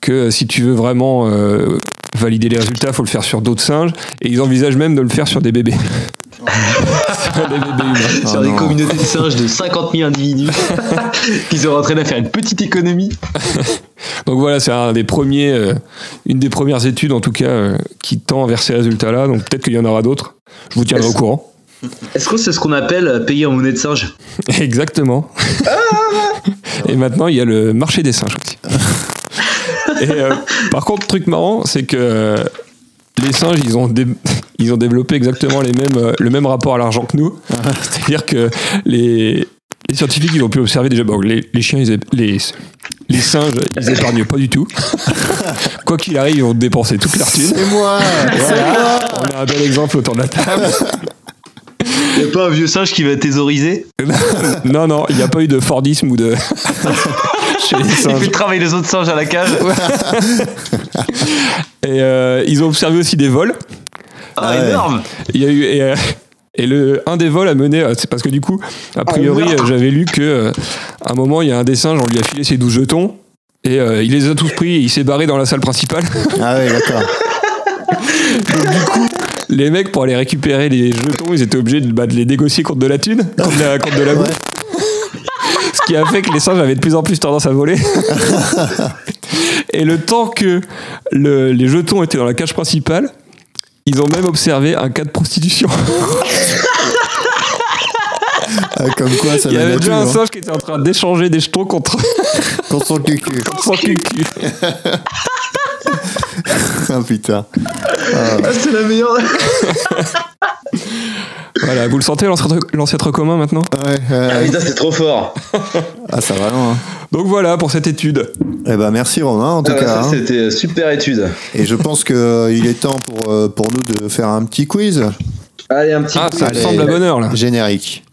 Speaker 4: Que euh, si tu veux vraiment euh, valider les résultats, faut le faire sur d'autres singes. Et ils envisagent même de le faire sur des bébés. sur des bébés humains.
Speaker 5: Ah
Speaker 7: Sur des communautés de singes de 50 000 individus qu'ils ont entraîné à faire une petite économie.
Speaker 4: Donc voilà, c'est un des premiers, euh, une des premières études en tout cas euh, qui tend vers ces résultats-là. Donc peut-être qu'il y en aura d'autres. Je vous tiendrai au courant.
Speaker 6: Est-ce que c'est ce qu'on appelle euh, payer en monnaie de singe
Speaker 4: Exactement. et maintenant, il y a le marché des singes aussi. Et, euh, par contre, truc marrant, c'est que euh, les singes, ils ont, dé- ils ont développé exactement les mêmes, euh, le même rapport à l'argent que nous. C'est-à-dire que les, les scientifiques, ils ont pu observer déjà, bon, les, les chiens, ils é- les, les singes, ils épargnent pas du tout. Quoi qu'il arrive, ils vont dépenser toute leur thune.
Speaker 5: C'est moi Voilà.
Speaker 4: On a un bel exemple autour de la table.
Speaker 7: Y a pas un vieux singe qui va thésauriser
Speaker 4: Non, non, il n'y a pas eu de Fordisme ou de. chez les
Speaker 7: et
Speaker 4: singes.
Speaker 7: puis travailler les autres singes à la cage
Speaker 4: Et euh, ils ont observé aussi des vols.
Speaker 7: Ah,
Speaker 5: Ah ouais.
Speaker 7: énorme
Speaker 4: Il y a eu. Et, euh, et le, un des vols a mené. à- C'est parce que du coup, a priori, euh, j'avais lu que euh, à un moment, il y a un des singes, on lui a filé ses 12 jetons. Et euh, il les a tous pris et il s'est barré dans la salle principale.
Speaker 5: Ah ouais, d'accord.
Speaker 4: Les mecs, pour aller récupérer les jetons, ils étaient obligés de, bah, de les négocier contre de la thune, contre de la, contre de la bouffe. Ce qui a fait que les singes avaient de plus en plus tendance à voler. Et le temps que le- les jetons étaient dans la cage principale, ils ont même observé un cas de prostitution.
Speaker 5: Ah, comme quoi, ça
Speaker 4: Il y
Speaker 5: va
Speaker 4: avait
Speaker 5: de tout,
Speaker 4: déjà un
Speaker 5: hein.
Speaker 4: singe qui était en train d'échanger des jetons contre
Speaker 5: Contre son cul-cul.
Speaker 4: son cul-cul.
Speaker 5: Ah putain.
Speaker 7: Ah,
Speaker 6: C'est la meilleure.
Speaker 4: Voilà, vous le sentez l'ancêtre l'ancêtre commun maintenant
Speaker 5: Ouais, ouais,
Speaker 6: Ah
Speaker 5: ouais.
Speaker 6: putain, c'est trop fort.
Speaker 5: Ah, ça va loin. hein.
Speaker 4: Donc voilà pour cette étude.
Speaker 5: Eh ben, merci Romain, en tout
Speaker 6: Ah,
Speaker 5: cas.
Speaker 6: ça,
Speaker 5: hein.
Speaker 6: c'était euh, super étude.
Speaker 5: Et je pense que euh, il est temps pour, euh, pour nous de faire un petit quiz
Speaker 6: Allez, un petit.
Speaker 4: Ah,
Speaker 6: coup.
Speaker 4: ça me
Speaker 5: allez.
Speaker 4: semble la bonne heure là.
Speaker 5: générique.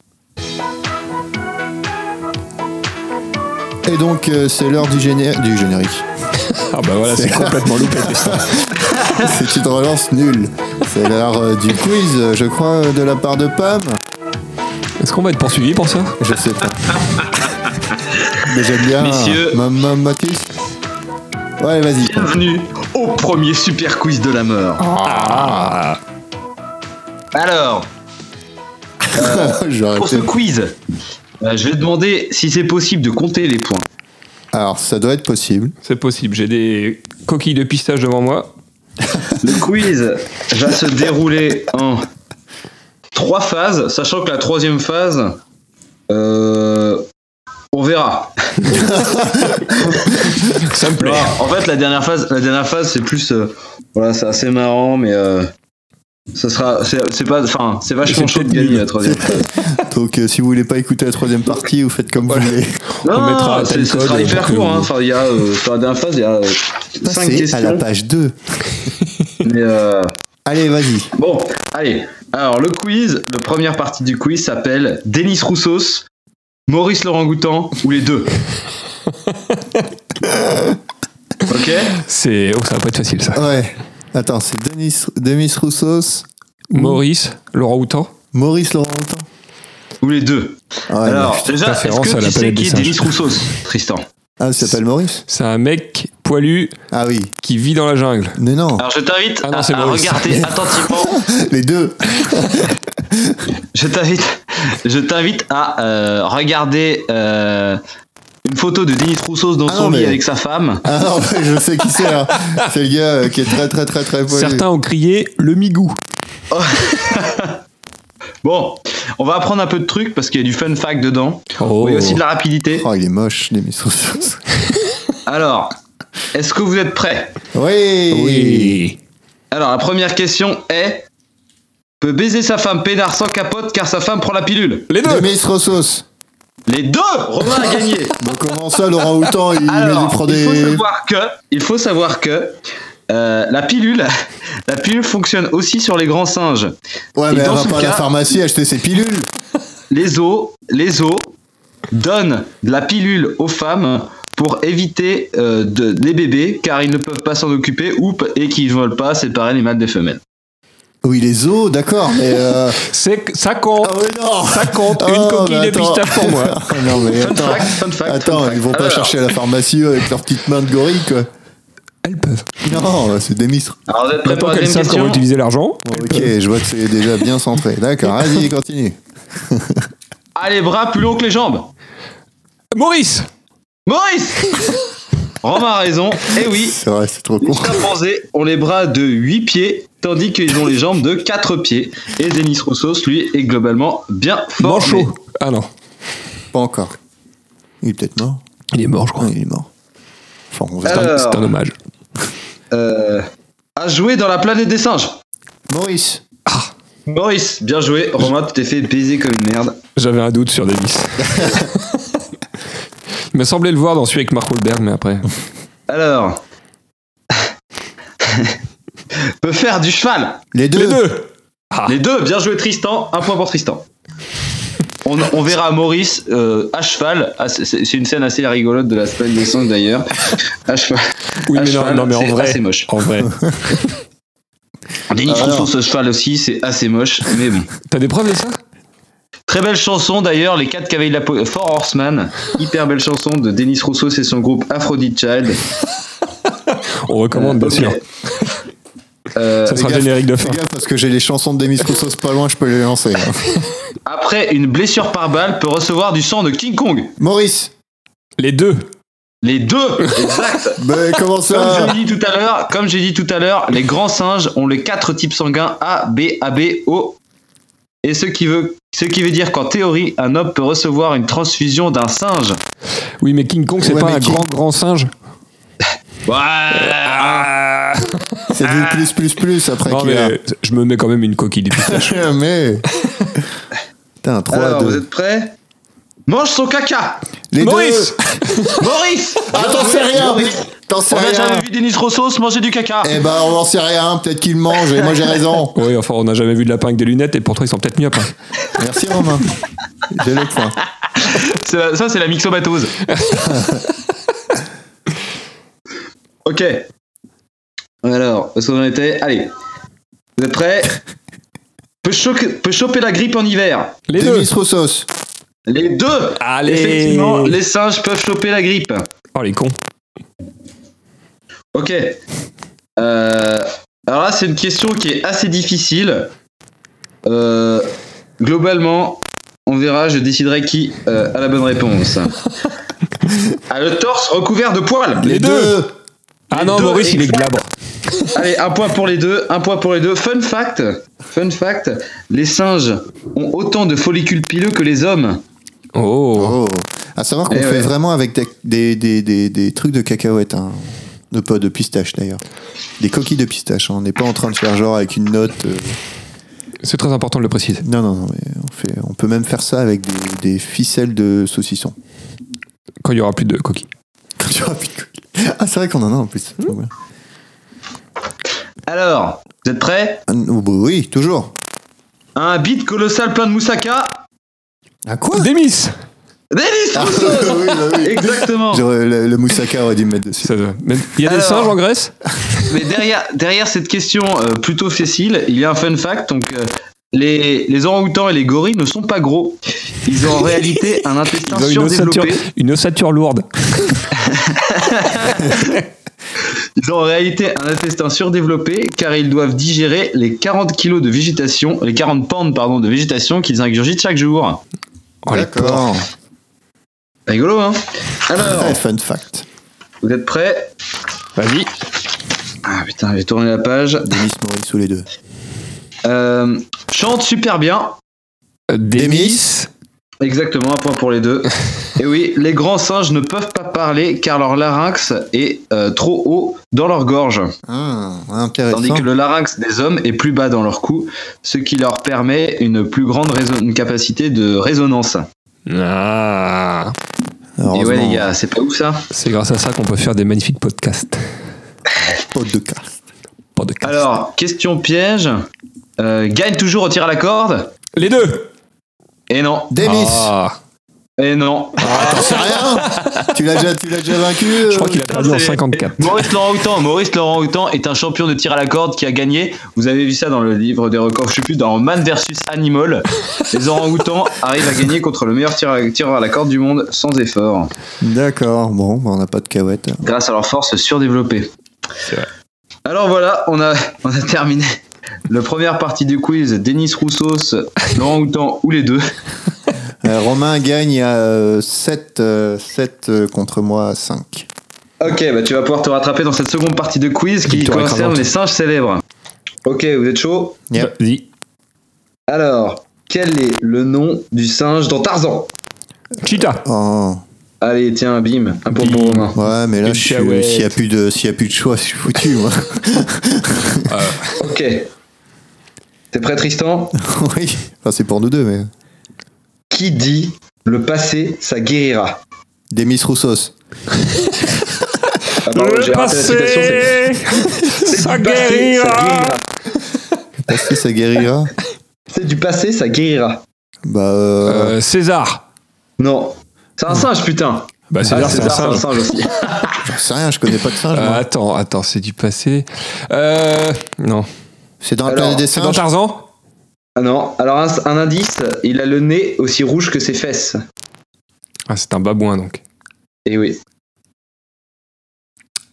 Speaker 5: Et donc, euh, c'est l'heure du, géné- du générique.
Speaker 4: Ah bah voilà, c'est complètement loupé.
Speaker 5: C'est une relance nulle. C'est l'heure euh, du quiz, euh, je crois, euh, de la part de Pam.
Speaker 4: Est-ce qu'on va être poursuivi pour ça
Speaker 5: Je sais pas. Mais j'aime bien.
Speaker 7: Messieurs.
Speaker 5: Maman Mathis. Ouais, vas-y.
Speaker 4: Ah.
Speaker 7: Bienvenue au premier super quiz de la mort.
Speaker 6: Ah. Alors,
Speaker 5: J'ai
Speaker 6: pour ce
Speaker 5: arrêté.
Speaker 6: quiz, euh, je vais demander si c'est possible de compter les points.
Speaker 5: Alors, ça doit être possible.
Speaker 4: C'est possible. J'ai des coquilles de pistache devant moi.
Speaker 6: Le quiz va se dérouler en trois phases, sachant que la troisième phase, euh, on verra.
Speaker 4: Ça me plaît.
Speaker 6: Voilà. En fait, la dernière phase, la dernière phase, c'est plus, euh, voilà, c'est assez marrant, mais euh, ça sera, c'est c'est pas, enfin, c'est vachement
Speaker 4: C'est
Speaker 6: chaud de
Speaker 4: peut-être
Speaker 6: gagner
Speaker 4: nul.
Speaker 6: la troisième.
Speaker 5: Donc, euh, si vous voulez pas écouter la troisième partie, vous faites comme vous voulez.
Speaker 6: Non,
Speaker 4: mettra
Speaker 6: non,
Speaker 4: tel
Speaker 6: c'est- ça
Speaker 4: code
Speaker 6: sera
Speaker 4: pour
Speaker 6: hyper
Speaker 4: que
Speaker 6: court. Hein.
Speaker 4: vous-
Speaker 6: Enfin, il y a, euh, sur la dernière phase, il y a euh, cinq
Speaker 5: Passez à la
Speaker 6: questions,
Speaker 5: page 2.
Speaker 6: mais euh,
Speaker 5: Allez, vas-y.
Speaker 6: Bon, allez. Alors, le quiz, la première partie du quiz s'appelle Denis Roussos, Maurice Laurent Goutan ou les deux. ok
Speaker 4: C'est... Oh, ça va pas être facile, ça.
Speaker 5: Ouais. Attends, c'est Denis, Demis Roussos,
Speaker 4: Maurice, Laurent Houtan.
Speaker 5: Maurice Laurent Houtan.
Speaker 6: Ou les deux.
Speaker 4: Ah,
Speaker 5: Ouais,
Speaker 6: Alors,
Speaker 5: mais-
Speaker 6: déjà, est-ce
Speaker 4: référence à
Speaker 6: que
Speaker 4: la
Speaker 6: tu sais
Speaker 4: palette
Speaker 6: qui est
Speaker 4: des
Speaker 6: Denis
Speaker 4: singes.
Speaker 6: Roussos, Tristan
Speaker 5: Ah, il s'appelle Maurice
Speaker 4: C'est un mec poilu
Speaker 5: Ah oui.
Speaker 4: qui vit dans la jungle.
Speaker 5: Mais non,
Speaker 6: Alors, je t'invite
Speaker 4: Ah non,
Speaker 6: à-
Speaker 4: c'est
Speaker 6: à,
Speaker 4: Maurice.
Speaker 6: regarder attentivement.
Speaker 5: les deux.
Speaker 6: Je t'invite, je t'invite à euh, regarder euh, une photo de Denis Roussos dans
Speaker 5: Ah
Speaker 6: son
Speaker 5: non,
Speaker 6: lit
Speaker 5: mais-
Speaker 6: avec sa femme.
Speaker 5: Ah non, mais je sais qui c'est. hein. C'est le gars euh, qui est très, très, très, très poilu.
Speaker 4: Certains ont crié le migou.
Speaker 6: Bon, on va apprendre un peu de trucs parce qu'il y a du fun fact dedans.
Speaker 4: Oh.
Speaker 6: Il y a aussi de la rapidité.
Speaker 5: Oh, il est moche, Demis Roussos.
Speaker 6: Alors, est-ce que vous êtes prêts
Speaker 5: Oui.
Speaker 6: Alors, la première question est Peut baiser sa femme pénard sans capote car sa femme prend la pilule
Speaker 4: Les deux.
Speaker 5: Demis Roussos.
Speaker 6: Les deux Romain a gagné
Speaker 5: Bon, comment ça, Laurent Houtan, il, il
Speaker 6: Alors,
Speaker 5: prend
Speaker 6: il faut
Speaker 5: des...
Speaker 6: savoir que, il faut savoir que euh, la pilule, la pilule fonctionne aussi sur les grands singes.
Speaker 5: Ouais,
Speaker 6: Et
Speaker 5: mais elle
Speaker 6: dans
Speaker 5: va
Speaker 6: ce
Speaker 5: pas à la
Speaker 6: cas-
Speaker 5: pharmacie acheter ses pilules.
Speaker 6: Les os, les os donnent de la pilule aux femmes pour éviter euh, de, les bébés car ils ne peuvent pas s'en occuper ou p- et qu'ils ne veulent pas séparer les mâles des femelles.
Speaker 5: Oui, les os, d'accord, mais... Euh...
Speaker 4: C'est... Ça compte.
Speaker 5: Ah ouais, non
Speaker 4: Ça compte.
Speaker 5: Ah,
Speaker 4: Une coquille
Speaker 5: mais
Speaker 4: de
Speaker 5: attends.
Speaker 4: pistache pour moi.
Speaker 5: non, mais
Speaker 6: Fun
Speaker 5: attends,
Speaker 6: fact, fun fact. fun
Speaker 5: attends
Speaker 6: fact.
Speaker 5: ils vont pas
Speaker 6: Alors,
Speaker 5: chercher à la pharmacie eux, avec leurs petites mains de gorille, quoi.
Speaker 4: Elles peuvent.
Speaker 5: Non, c'est des mistres.
Speaker 6: Alors, vous êtes prêts pour
Speaker 4: Maintenant
Speaker 6: la
Speaker 4: qu'elles
Speaker 6: deuxième
Speaker 4: savent comment
Speaker 6: question
Speaker 4: utiliser l'argent.
Speaker 5: Ok, je vois que c'est déjà bien centré. D'accord, vas-y, continue.
Speaker 6: Ah, les bras plus longs que les jambes
Speaker 4: Maurice
Speaker 6: Maurice Romain a raison, eh oui,
Speaker 5: C'est vrai, c'est trop
Speaker 6: les
Speaker 5: con.
Speaker 6: chimpanzés ont les bras de 8 pieds, tandis qu'ils ont les jambes de 4 pieds. Et Denis Roussos, lui, est globalement bien formé.
Speaker 4: Manchot. Ah non.
Speaker 5: Pas encore. Il est peut-être mort.
Speaker 4: Il est mort, je
Speaker 5: Ouais,
Speaker 4: crois.
Speaker 5: il est mort. Enfin, on
Speaker 4: C'est
Speaker 5: verra.
Speaker 4: un- C'est
Speaker 6: Alors.
Speaker 4: un hommage.
Speaker 6: Euh, a joué dans la planète des singes.
Speaker 5: Maurice
Speaker 6: Maurice, bien joué. Romain, tu t'es fait baiser comme une merde.
Speaker 4: J'avais un doute sur Davis. Il m'a semblé le voir dans celui avec Mark Wahlberg, mais après.
Speaker 6: Alors... Peut faire du cheval
Speaker 5: Les deux,
Speaker 4: Les deux
Speaker 6: Les deux, bien joué Tristan, un point pour Tristan. On, on verra Maurice euh, à cheval. Ah, c'est- c'est c'est une scène assez rigolote de la semaine des sangs d'ailleurs. À cheval.
Speaker 4: Oui,
Speaker 5: Ah,
Speaker 6: à
Speaker 4: mais non,
Speaker 6: cheval,
Speaker 4: non, mais en
Speaker 6: c'est
Speaker 4: vrai.
Speaker 6: assez moche.
Speaker 4: En vrai.
Speaker 6: Denis Ah,
Speaker 5: Alors.
Speaker 6: Rousseau, ce cheval aussi, c'est assez moche, mais bon.
Speaker 4: T'as des preuves de ça
Speaker 6: Très belle chanson d'ailleurs, Les 4 cavaliers de la po- Four Horseman. Hyper belle chanson de Denis Rousseau, c'est son groupe Aphrodite Child.
Speaker 4: On recommande, bien
Speaker 6: Ok.
Speaker 4: sûr.
Speaker 5: euh,
Speaker 6: Euh,
Speaker 4: Ça sera le
Speaker 5: gaffe.
Speaker 4: générique de fin.
Speaker 5: Fais gaffe parce que j'ai les chansons de Demis Roussos pas loin, je peux les lancer. hein.
Speaker 6: après, une blessure par balle peut recevoir du sang de King Kong.
Speaker 5: Maurice
Speaker 4: Les deux
Speaker 6: Les deux, exact.
Speaker 5: Mais Ben, comment
Speaker 6: Comme
Speaker 5: ça
Speaker 6: je l'ai dit tout à l'heure, comme j'ai dit tout à l'heure, les grands singes ont les quatre types sanguins A, B, AB, O. Et ce qui veut, ce qui veut dire qu'en théorie, un homme peut recevoir une transfusion d'un singe.
Speaker 4: Oui, mais King Kong, c'est
Speaker 5: Ouais,
Speaker 4: pas
Speaker 5: mais
Speaker 4: un
Speaker 5: King-
Speaker 4: grand, grand singe
Speaker 6: Ouais.
Speaker 5: C'est du plus, plus, plus après
Speaker 4: Non,
Speaker 5: qu'il a.
Speaker 4: mais euh, je me mets quand même une coquille de pistache.
Speaker 5: Mais. Putain, 3
Speaker 6: Alors, vous
Speaker 5: 2.
Speaker 6: êtes prêts Mange son caca
Speaker 5: Les
Speaker 4: Maurice
Speaker 6: Maurice
Speaker 5: Ah, t'en sais rien T'en sais
Speaker 6: On n'a
Speaker 5: rien
Speaker 6: jamais vu Denis Rousseau se manger du caca
Speaker 5: Eh ben, on n'en sait rien, peut-être qu'il mange, et moi j'ai raison.
Speaker 4: Oui, enfin, on n'a jamais vu de lapin avec des lunettes et pourtant ils sont peut-être hein. mieux après.
Speaker 5: Merci Romain. J'ai le point.
Speaker 6: C'est la- Ça, c'est la mixomatose. ok. Alors, où est-ce qu'on en était Allez. Vous êtes prêts peut, choquer- peut choper la grippe en hiver.
Speaker 4: Les deux
Speaker 5: Demis Roussos.
Speaker 6: Les deux
Speaker 4: Allez
Speaker 6: Effectivement, les singes peuvent choper la grippe.
Speaker 4: Oh, les cons.
Speaker 6: Ok. Euh, alors là, c'est une question qui est assez difficile. Euh, globalement, on verra, je déciderai qui euh, a la bonne réponse. Ah, le torse recouvert de poils
Speaker 4: Les deux Ah
Speaker 6: Les
Speaker 4: non,
Speaker 6: deux
Speaker 4: Maurice, il est glabre.
Speaker 6: Allez, un point pour les deux, un point pour les deux. Fun fact, fun fact, les singes ont autant de follicules pileux que les hommes.
Speaker 4: Oh.
Speaker 5: Oh. À savoir qu'on
Speaker 6: Eh
Speaker 5: fait
Speaker 6: ouais.
Speaker 5: vraiment avec des, des, des, des- des trucs de cacahuètes, hein. de, pas de pistache d'ailleurs. Des coquilles de pistache. hein. On n'est pas en train de faire genre avec une note. euh,
Speaker 4: C'est très important de le préciser.
Speaker 5: Non, non, non. mais on, fait, on peut même faire ça avec des, des ficelles de saucisson.
Speaker 4: Quand il y aura plus de coquilles.
Speaker 5: Quand tu auras plus de coquilles. Ah, c'est vrai qu'on en a en plus. Trop bien.
Speaker 6: Alors, vous êtes prêts
Speaker 5: Ah, non, bah oui, toujours.
Speaker 6: Un bit colossal plein de moussaka.
Speaker 5: À quoi
Speaker 4: Démis
Speaker 6: Délice
Speaker 5: Ah,
Speaker 6: Rousseau
Speaker 5: oui, bah oui.
Speaker 6: Exactement.
Speaker 5: J'aurais- le, le moussaka aurait dû me mettre dessus.
Speaker 4: Ça doit- Mais Il y a des
Speaker 6: Alors.
Speaker 4: singes en Grèce
Speaker 6: Mais derrière, derrière cette question euh, plutôt facile, il y a un fun fact. Donc, euh, les, les orang-outans et les gorilles ne sont pas gros. Ils ont en réalité un intestin
Speaker 4: Ils ont une ossature,
Speaker 6: surdéveloppé.
Speaker 4: une ossature lourde.
Speaker 6: Ils ont en réalité un intestin surdéveloppé car ils doivent digérer les 40 kilos de végétation, les 40 pounds pardon, de végétation qu'ils ingurgitent chaque jour.
Speaker 4: Oh, les porcs.
Speaker 5: D'accord.
Speaker 6: Rigolo, hein Alors,
Speaker 5: Très fun fact.
Speaker 6: vous êtes prêts
Speaker 4: Vas-y.
Speaker 6: Ah putain, j'ai tourné la page.
Speaker 5: Denis Maurice sous les deux.
Speaker 6: Euh, chante super bien.
Speaker 4: Euh, Démis.
Speaker 6: Exactement, un point pour les deux. Et oui, les grands singes ne peuvent pas parler car leur larynx est euh, trop haut dans leur gorge,
Speaker 5: Ah, intéressant.
Speaker 6: tandis que le larynx des hommes est plus bas dans leur cou, ce qui leur permet une plus grande raison- une capacité de résonance.
Speaker 4: Ah,
Speaker 6: Et
Speaker 5: Heureusement,
Speaker 6: ouais les gars, c'est pas ouf ça
Speaker 4: c'est grâce à ça qu'on peut faire des magnifiques podcasts.
Speaker 5: pas de cas.
Speaker 4: Podcasts.
Speaker 6: Alors, question piège. Euh, gagne toujours au tir à la corde
Speaker 4: les deux.
Speaker 6: Et non.
Speaker 5: Demis
Speaker 4: Ah,
Speaker 6: Et non.
Speaker 5: Ah, T'en sais rien Tu l'as déjà, tu l'as déjà vaincu euh,
Speaker 4: je crois qu'il a perdu en 54.
Speaker 6: Maurice Laurent Houtan, Maurice Laurent Houtan est un champion de tir à la corde qui a gagné. Vous avez vu ça dans le livre des records, je sais plus, dans Man versus Animal. Les orang-outans arrivent à gagner contre le meilleur tireur à, tireur à la corde du monde sans effort,
Speaker 5: D'accord, bon, bah, on n'a pas de cahouette.
Speaker 6: grâce à leur force surdéveloppée.
Speaker 4: C'est vrai.
Speaker 6: Alors voilà, on a, on a terminé la première partie du quiz. Denis Roussos, Laurent Houtan ou les deux.
Speaker 5: Euh, Romain gagne euh, à 7, euh, contre moi à 5.
Speaker 6: Ok, bah tu vas pouvoir te rattraper dans cette seconde partie de quiz qui
Speaker 4: Victoire
Speaker 6: concerne
Speaker 4: écrasante.
Speaker 6: les singes célèbres. Ok, vous êtes chaud
Speaker 5: Yep.
Speaker 4: Vas-y.
Speaker 6: Alors, quel est le nom du singe dans Tarzan
Speaker 4: Cheetah.
Speaker 5: Oh,
Speaker 6: Allez, tiens, bim, un point pour Romain.
Speaker 5: ouais, mais là,
Speaker 4: Une
Speaker 5: je suis-
Speaker 4: cahouette.
Speaker 5: s'il n'y a, plus de- s'il y a plus de choix, je suis foutu, moi.
Speaker 6: Ok. T'es prêt, Tristan
Speaker 5: oui, enfin, c'est pour nous deux, mais.
Speaker 6: Qui dit le passé, ça guérira
Speaker 5: Demis Roussos.
Speaker 6: Ah, pardon, j'ai raté la citation, c'est- c'est
Speaker 4: ça
Speaker 6: du passé, ça
Speaker 4: guérira.
Speaker 6: guérira.
Speaker 5: Est-ce que ça guérira
Speaker 6: C'est du passé, ça guérira.
Speaker 5: Bah, euh,
Speaker 4: Euh, César.
Speaker 6: Non. C'est un singe, putain.
Speaker 4: Bah, César,
Speaker 6: Ah,
Speaker 4: c'est un
Speaker 6: César,
Speaker 4: singe.
Speaker 6: aussi.
Speaker 5: j'en sais rien, je connais pas de singe,
Speaker 4: Euh,
Speaker 5: moi.
Speaker 4: attends, attends, c'est du passé. Euh, non.
Speaker 5: C'est dans la
Speaker 6: alors,
Speaker 5: planète des
Speaker 4: C'est dans
Speaker 5: singes
Speaker 4: Tarzan
Speaker 6: Ah non, alors un, un indice, il a le nez aussi rouge que ses fesses.
Speaker 4: Ah, c'est un babouin donc.
Speaker 6: Et oui.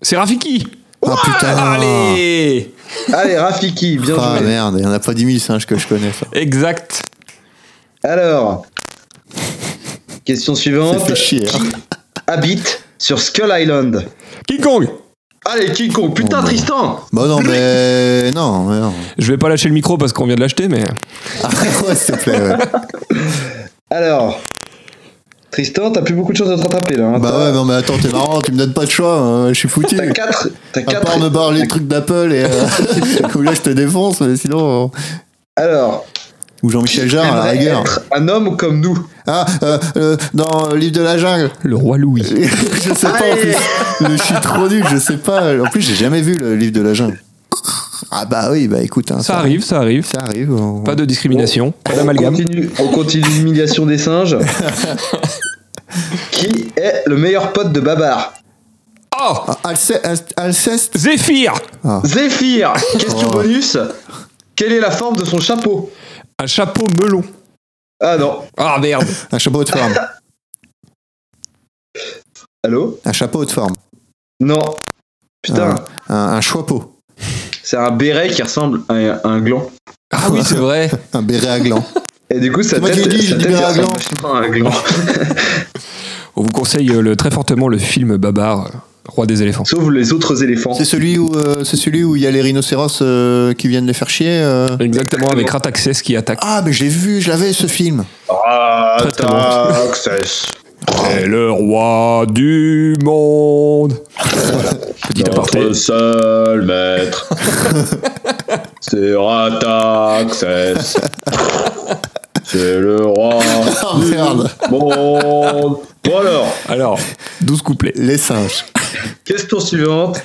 Speaker 4: C'est Rafiki
Speaker 5: Ah putain
Speaker 4: Allez
Speaker 6: Allez, Rafiki, bien
Speaker 5: Ah
Speaker 6: joué.
Speaker 5: merde, il n'y en a pas 10 000 singes que je connais, ça.
Speaker 4: Exact.
Speaker 6: Alors, question
Speaker 5: Ça
Speaker 6: suivante.
Speaker 5: fait chier. hein.
Speaker 6: Habite sur Skull Island.
Speaker 4: King Kong
Speaker 6: Allez, King Kong,
Speaker 5: Oh,
Speaker 6: putain, Tristan
Speaker 5: Bon, Bah non, mais. Non, mais non.
Speaker 4: Je vais pas lâcher le micro parce qu'on vient de l'acheter, mais.
Speaker 5: Arrête-moi, s'il te plaît. ouais.
Speaker 6: Alors, Tristan, t'as plus beaucoup de choses à te rattraper là. hein.
Speaker 5: Bah ouais, non, mais attends, t'es marrant, tu me donnes pas de choix, hein, je suis foutu.
Speaker 6: T'as 4 T'as
Speaker 5: À
Speaker 6: quatre.
Speaker 5: part me barrer les trucs d'Apple et. euh, où là, je te défonce, mais sinon. euh,
Speaker 6: Alors,
Speaker 5: Ou Jean-Michel Jarre, à la
Speaker 6: aimerais
Speaker 5: rigueur.
Speaker 6: être un homme comme nous.
Speaker 5: Ah, euh, euh, dans Livre de la Jungle.
Speaker 4: Le roi Louis.
Speaker 5: je sais pas en
Speaker 6: Allez.
Speaker 5: plus. Je suis trop nul, je sais pas. En plus, j'ai jamais vu le Livre de la Jungle. Ah bah oui, bah écoute. hein,
Speaker 4: Ça arrive, ça arrive.
Speaker 5: Ça arrive. on-
Speaker 4: Pas de discrimination, pas d'amalgame.
Speaker 6: On continue, on continue l'humiliation des singes. Qui est le meilleur pote de Babar
Speaker 4: Oh
Speaker 5: Ah, Alce- Alce- Alceste
Speaker 4: Zéphyr
Speaker 6: Zéphyr Question
Speaker 5: Oh.
Speaker 6: bonus Quelle est la forme de son chapeau
Speaker 4: Un chapeau melon.
Speaker 6: Ah non.
Speaker 4: Ah merde
Speaker 5: Un chapeau de forme.
Speaker 6: Allô
Speaker 5: Un chapeau de forme.
Speaker 6: Non. Putain,
Speaker 5: Ah. Un, un chapeau.
Speaker 6: c'est un béret qui ressemble à un, à un gland.
Speaker 4: Ah oui, c'est vrai.
Speaker 5: Un béret à gland.
Speaker 6: Et du coup, sa
Speaker 5: C'est moi qui
Speaker 6: tête,
Speaker 5: l'ai dit, j'ai
Speaker 6: sa
Speaker 5: dit
Speaker 6: tête
Speaker 5: béret à
Speaker 6: ressemble
Speaker 5: gland.
Speaker 6: vachement à un gland.
Speaker 4: On vous conseille euh, le, très fortement le film Babar, euh, Roi des éléphants.
Speaker 6: Sauf les autres éléphants.
Speaker 5: C'est celui où euh, c'est celui où il y a les rhinocéros euh, qui viennent les faire chier. euh.
Speaker 4: Exactement, avec Rataxès qui attaque.
Speaker 5: Ah mais j'ai vu, je l'avais ce film.
Speaker 6: Ah,
Speaker 4: Très, très bon.
Speaker 6: taxes.
Speaker 4: C'est le roi du monde. Petit aparté.
Speaker 6: Notre seul maître. C'est Rataxes. C'est le roi
Speaker 5: Ah, merde.
Speaker 6: du monde. Bon alors,
Speaker 4: Alors, 12 couplets.
Speaker 5: Les singes.
Speaker 6: question suivante.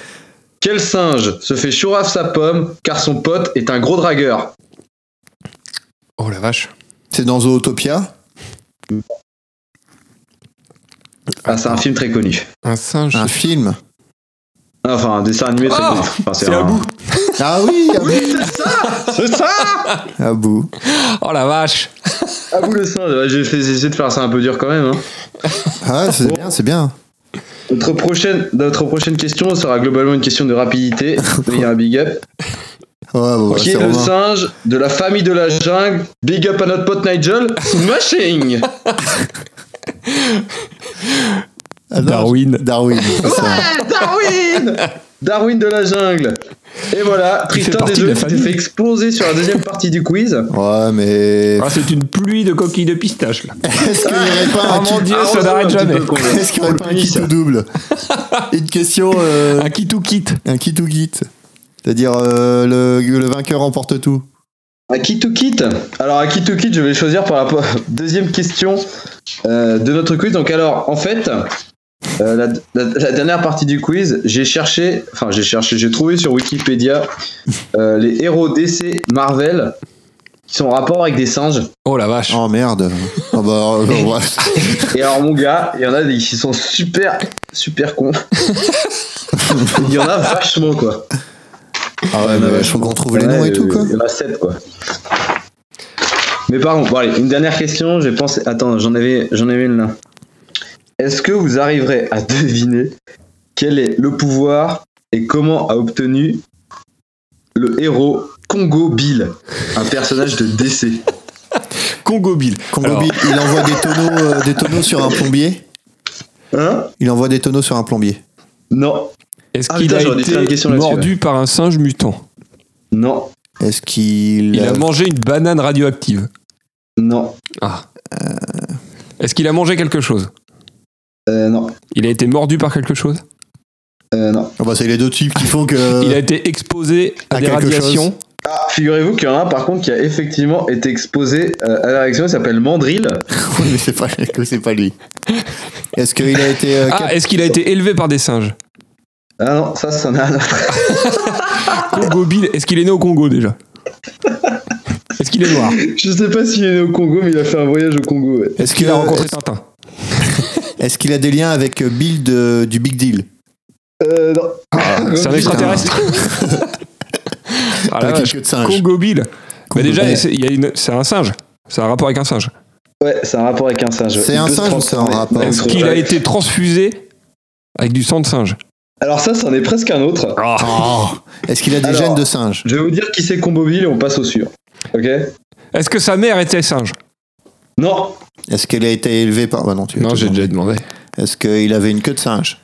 Speaker 6: Quel singe se fait chourave sa pomme car son pote est un gros dragueur
Speaker 4: Oh la vache.
Speaker 5: C'est dans Zootopia.
Speaker 6: Ah, c'est un film très connu.
Speaker 4: Un
Speaker 6: Ah,
Speaker 4: singe.
Speaker 5: Un film.
Speaker 6: Enfin, un dessin animé très
Speaker 4: Ah,
Speaker 6: connu. Enfin,
Speaker 4: c'est Abou.
Speaker 5: Ah oui, à bout.
Speaker 6: C'est ça
Speaker 5: À bout.
Speaker 4: Oh la vache.
Speaker 6: Abou le singe. Ouais, J'ai fait essayer de faire ça un peu dur quand même. hein.
Speaker 5: Ah
Speaker 6: Oh.
Speaker 5: c'est bien, c'est bien.
Speaker 6: Notre prochaine, notre prochaine question sera globalement une question de rapidité. Il y a un big up.
Speaker 5: Ouais, bon,
Speaker 6: Qui
Speaker 5: c'est
Speaker 6: est le
Speaker 5: Romain.
Speaker 6: singe de la famille de la jungle Big up à notre pote Nigel Smashing
Speaker 5: Ah, non,
Speaker 4: Darwin.
Speaker 5: Darwin. c'est ça.
Speaker 6: Ouais, Darwin Darwin de la jungle Et voilà,
Speaker 4: Il fait
Speaker 6: Tristan
Speaker 4: partie de
Speaker 6: désolé,
Speaker 4: la
Speaker 6: tu t'es
Speaker 4: famille.
Speaker 6: fait exploser sur la deuxième partie du quiz.
Speaker 5: Ouais, mais
Speaker 4: Ah, c'est une pluie de coquilles de pistache là.
Speaker 5: est-ce qu'il n'y aurait pas
Speaker 4: Ah,
Speaker 5: un
Speaker 4: mon
Speaker 5: qui-
Speaker 4: Dieu,
Speaker 6: Ah,
Speaker 4: ça
Speaker 6: on
Speaker 4: n'arrête
Speaker 6: est un petit
Speaker 4: jamais.
Speaker 6: peu con, là.
Speaker 5: est-ce qu'il n'y aurait pas un
Speaker 6: Lui,
Speaker 5: qui
Speaker 6: ça.
Speaker 5: tout double Une question euh,
Speaker 4: Un qui tout quitte.
Speaker 5: un qui tout guide. C'est-à-dire euh, le, le vainqueur emporte tout.
Speaker 6: À qui tout quitte Alors à qui tout quitte, je vais choisir par la deuxième question euh, de notre quiz. Donc alors, en fait, euh, la, la- la dernière partie du quiz, j'ai cherché, enfin j'ai cherché, j'ai trouvé sur Wikipédia euh, les héros DC Marvel qui sont en rapport avec des singes.
Speaker 4: Oh la vache.
Speaker 5: Oh merde. Ah bah, euh, ouais.
Speaker 6: Et alors mon gars, il y en a des qui sont super, super cons. Il y en a vachement quoi.
Speaker 5: Ah ouais, mais faut qu'on trouve les
Speaker 6: Ouais,
Speaker 5: noms et
Speaker 6: euh,
Speaker 5: tout quoi.
Speaker 6: Il y en a 7 quoi. Mais pardon, bon, allez, une dernière question, j'ai pensé. Attends, j'en avais, j'en avais une là. Est-ce que vous arriverez à deviner quel est le pouvoir et comment a obtenu le héros Congo Bill, un personnage de DC
Speaker 4: Congo Bill.
Speaker 5: Congo
Speaker 4: Alors-
Speaker 5: Bill, il envoie des tonneaux, euh, des tonneaux sur un plombier.
Speaker 6: Hein
Speaker 5: Il envoie des tonneaux sur un plombier.
Speaker 6: Non,
Speaker 4: Est-ce
Speaker 6: Ah,
Speaker 4: qu'il
Speaker 6: putain,
Speaker 4: a
Speaker 6: j'aurais dû faire une
Speaker 4: été
Speaker 6: question là-dessus,
Speaker 4: mordu par un singe mutant
Speaker 6: non,
Speaker 5: Est-ce qu'il
Speaker 4: Il a mangé une banane radioactive.
Speaker 6: non,
Speaker 4: Ah. Est-ce qu'il a mangé quelque chose
Speaker 6: euh, non,
Speaker 4: Il a été mordu par quelque chose
Speaker 6: euh, non.
Speaker 5: Ah bah, c'est les deux types qui font que.
Speaker 4: Il a été exposé à,
Speaker 5: Euh, à
Speaker 4: des
Speaker 5: quelque
Speaker 4: radiations
Speaker 6: Ah, figurez-vous qu'il y en a un par contre qui a effectivement été exposé euh, à la réaction, il s'appelle Mandrill.
Speaker 5: Oui, mais c'est pas, que c'est pas lui. Est-ce qu'il a été. euh, cap-
Speaker 4: Ah, est-ce qu'il a été élevé par des singes
Speaker 6: Ah non, ça, c'en a un autre.
Speaker 4: Congo Bill, est-ce qu'il est né au Congo déjà Est-ce qu'il est noir
Speaker 6: Je sais pas s'il est né au Congo, mais il a fait un voyage au Congo. ouais.
Speaker 5: Est-ce
Speaker 4: Qu'il
Speaker 5: que-
Speaker 4: a rencontré Tintin
Speaker 5: Est-ce qu'il a des liens avec Bill de- du Big Deal
Speaker 6: Euh, non.
Speaker 4: C'est un
Speaker 6: Putain.
Speaker 4: extraterrestre Ah la
Speaker 5: Avec les
Speaker 4: vache.
Speaker 5: queues de singe.
Speaker 4: Congo Bill Mais
Speaker 5: Congo
Speaker 4: déjà,
Speaker 5: Bill.
Speaker 4: c'est il y a une- c'est un singe. C'est un rapport avec un singe.
Speaker 6: Ouais, c'est un rapport avec un singe. ouais.
Speaker 5: C'est
Speaker 6: Il
Speaker 5: un
Speaker 6: peut se
Speaker 5: singe ou c'est un
Speaker 6: transformer.
Speaker 5: rapport
Speaker 6: Il
Speaker 4: Est-ce
Speaker 6: peut se
Speaker 4: qu'il a
Speaker 6: transformer.
Speaker 4: été transfusé avec du sang de singe
Speaker 6: Alors, ça, c'en est presque un autre.
Speaker 5: Oh Est-ce qu'il a des
Speaker 6: Alors-
Speaker 5: gènes de singe
Speaker 6: Je vais vous dire qui c'est Combo Bill et on passe au sûr. Ok
Speaker 4: Est-ce que sa mère était singe
Speaker 6: Non
Speaker 5: Est-ce qu'elle a été élevée par. Bah non, tu
Speaker 4: Non,
Speaker 5: tu-
Speaker 4: j'ai déjà demandé.
Speaker 5: Est-ce qu'il avait une queue de singe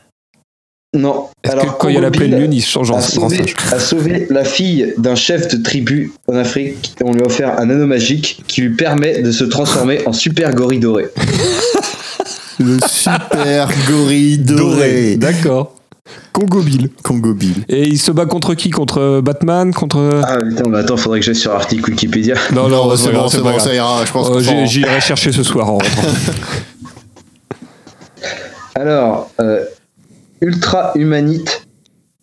Speaker 6: Non.
Speaker 4: Est-ce que quand il y
Speaker 6: Combo
Speaker 4: a la pleine
Speaker 6: Bill
Speaker 4: lune, il se change en,
Speaker 6: a
Speaker 4: en
Speaker 6: sauvé,
Speaker 4: singe
Speaker 6: a sauvé la fille d'un chef de tribu en Afrique. On lui a offert un anneau magique qui lui permet de se transformer en super gorille doré.
Speaker 5: Le super gorille doré.
Speaker 4: D'accord. Congo Bill.
Speaker 5: Congo Bill.
Speaker 4: Et il se bat contre qui Contre euh, Batman Contre.
Speaker 6: Ah putain, mais attends, faudrait que j'aille sur l'article Wikipédia.
Speaker 4: Non, non,
Speaker 5: Ah, c'est
Speaker 4: pas
Speaker 5: bon,
Speaker 4: grave,
Speaker 5: c'est
Speaker 4: pas
Speaker 5: bon,
Speaker 4: grave.
Speaker 5: ça ira. Je pense
Speaker 4: Euh,
Speaker 5: qu'on
Speaker 4: j'ai-
Speaker 5: s'en-
Speaker 4: J'irai chercher ce soir en rentrant.
Speaker 6: Alors, euh, Ultra Humanite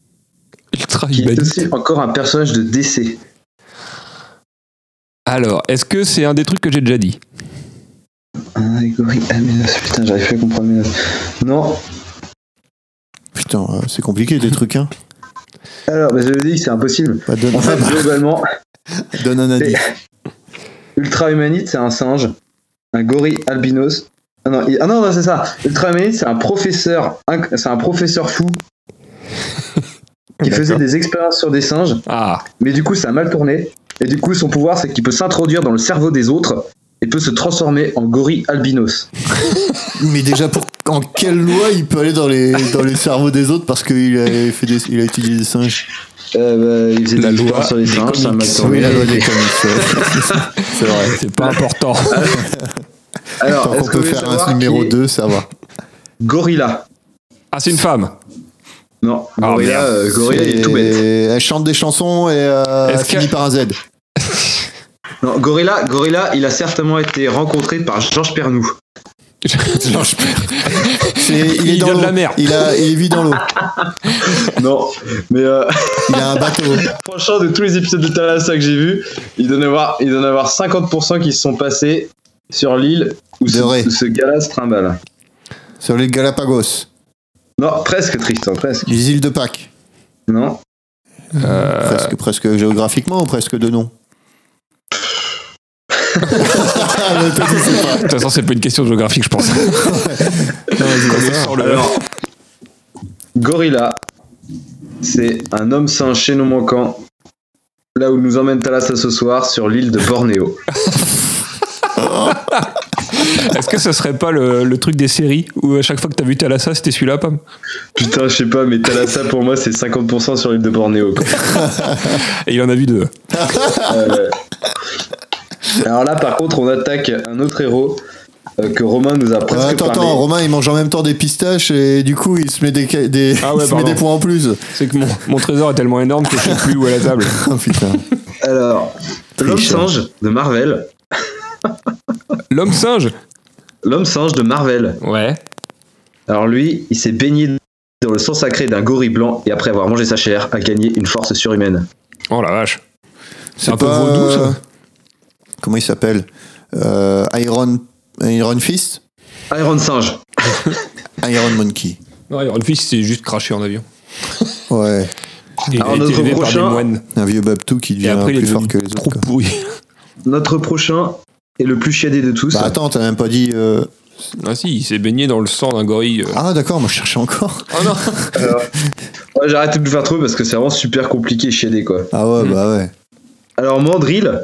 Speaker 4: Ultra
Speaker 6: qui est
Speaker 4: humaniste.
Speaker 6: aussi encore un personnage de DC.
Speaker 4: Alors, est-ce que c'est un des trucs que j'ai déjà dit
Speaker 6: Un allégorie Ah, Aménos, putain, j'arrive plus à comprendre Aménos. Non,
Speaker 5: Putain, euh, c'est compliqué des trucs, hein.
Speaker 6: alors, bah, je vous dis que c'est impossible.
Speaker 5: Bah, donne,
Speaker 6: En fait, globalement,
Speaker 5: donne un indice.
Speaker 6: Ultra Humanite, c'est un singe, un gorille albinos. Ah non, il- ah non, non, c'est ça. Ultra Humanite, c'est un professeur, inc- c'est un professeur fou qui faisait des expériences sur des singes,
Speaker 4: Ah,
Speaker 6: mais du coup ça a mal tourné. Et du coup son pouvoir c'est qu'il peut s'introduire dans le cerveau des autres et peut se transformer en gorille albinos.
Speaker 5: Mais déjà, pour... en quelle loi il peut aller dans les, dans les cerveaux des autres parce qu'il a, fait des... il a utilisé des singes
Speaker 6: Euh, bah, il faisait
Speaker 4: La
Speaker 6: des
Speaker 4: loi
Speaker 6: expériences sur les
Speaker 4: des
Speaker 6: singes, ça a mal
Speaker 5: Oui,
Speaker 6: tourné.
Speaker 5: la loi des comics, ouais. C'est vrai.
Speaker 4: c'est pas important.
Speaker 5: Tant
Speaker 6: Alors
Speaker 5: qu'on
Speaker 6: est-ce que
Speaker 5: peut
Speaker 6: vous voulez
Speaker 5: faire
Speaker 6: savoir
Speaker 5: un numéro
Speaker 6: qui est
Speaker 5: 2, ça va.
Speaker 6: Gorilla.
Speaker 4: Ah, c'est une femme.
Speaker 6: Non,
Speaker 4: Ah,
Speaker 6: Gorilla,
Speaker 4: merde.
Speaker 6: euh, Gorilla il est tout bête.
Speaker 5: Elle chante des chansons et euh,
Speaker 4: Est-ce
Speaker 5: elle finit
Speaker 4: qu'elle-
Speaker 5: par un Z.
Speaker 6: Non, Gorilla, Gorilla, il a certainement été rencontré par Georges Pernou.
Speaker 5: C'est- il est
Speaker 4: Il
Speaker 5: dans
Speaker 4: vient de
Speaker 5: l'eau.
Speaker 4: la mer.
Speaker 5: Il, a, il vit dans l'eau.
Speaker 6: Non, mais euh,
Speaker 5: Il a un bateau.
Speaker 6: franchement, de tous les épisodes de Talassa que j'ai vus, il doit y en avoir, il doit y en avoir 50% qui se sont passés sur l'île où
Speaker 5: De
Speaker 6: ce,
Speaker 5: vrai.
Speaker 6: où ce gars-là se trimballe.
Speaker 5: Sur l'île Galapagos.
Speaker 6: Non, presque, Tristan, presque.
Speaker 5: Les îles de Pâques.
Speaker 6: Non.
Speaker 4: Euh.
Speaker 5: Presque, presque géographiquement ou presque de nom
Speaker 4: De toute façon, c'est pas une question géographique, je pense. Connaissant le-
Speaker 6: Alors, Gorilla, c'est un homme singe chez nous manquant, là où nous emmène Talassa ce soir, sur l'île de Bornéo.
Speaker 4: Est-ce que ce serait pas le, le truc des séries où à chaque fois que t'as vu Thalassa, c'était celui-là, Pam
Speaker 6: Putain, je sais pas, mais Talassa pour moi, c'est 50% sur l'île de Bornéo. quoi.
Speaker 4: Et il en a vu deux.
Speaker 5: Ah
Speaker 6: Euh, Alors là, par contre, on attaque un autre héros euh, que Romain nous a presque
Speaker 5: Attends,
Speaker 6: parlé.
Speaker 5: attends, Romain il mange en même temps des pistaches et du coup il se met des, ca- des,
Speaker 4: Ah ouais,
Speaker 5: il se met
Speaker 4: pardon.
Speaker 5: des points en plus. Ah,
Speaker 4: C'est que mon, mon trésor est tellement énorme que je sais plus où est la table.
Speaker 5: Oh, putain.
Speaker 6: Alors, l'homme
Speaker 5: Tricheur.
Speaker 6: singe de Marvel.
Speaker 4: L'homme singe
Speaker 6: L'homme singe de Marvel.
Speaker 4: Ouais.
Speaker 6: Alors lui, il s'est baigné dans le sang sacré d'un gorille blanc et après avoir mangé sa chair, a gagné une force surhumaine.
Speaker 4: Oh la vache.
Speaker 5: C'est
Speaker 4: un peu
Speaker 5: pas,
Speaker 4: vaudou, ça.
Speaker 5: euh, Comment il s'appelle Euh, Iron, Iron Fist
Speaker 6: Iron Singe.
Speaker 5: Iron Monkey.
Speaker 4: Non, Iron Fist, c'est juste craché en avion.
Speaker 5: Ouais,
Speaker 4: Il
Speaker 6: Alors,
Speaker 4: a été
Speaker 6: notre
Speaker 4: élevé par des
Speaker 6: prochain-
Speaker 4: moines.
Speaker 5: un vieux Babtou qui
Speaker 4: Et
Speaker 5: devient
Speaker 4: après, il est
Speaker 5: plus fort
Speaker 4: devenu
Speaker 5: que les autres.
Speaker 4: trop
Speaker 5: quoi.
Speaker 4: pourri.
Speaker 6: Notre prochain est le plus chiadé de tous.
Speaker 5: Bah attends, t'as même pas dit. euh,
Speaker 4: Ah si, il s'est baigné dans le sang d'un gorille. euh.
Speaker 5: Ah d'accord, moi je cherchais encore.
Speaker 6: Ouais, J'arrête de le faire trop parce que c'est vraiment super compliqué chiadé quoi.
Speaker 5: Ah
Speaker 4: Hmm.
Speaker 5: ouais, bah ouais.
Speaker 6: Alors Mandrill,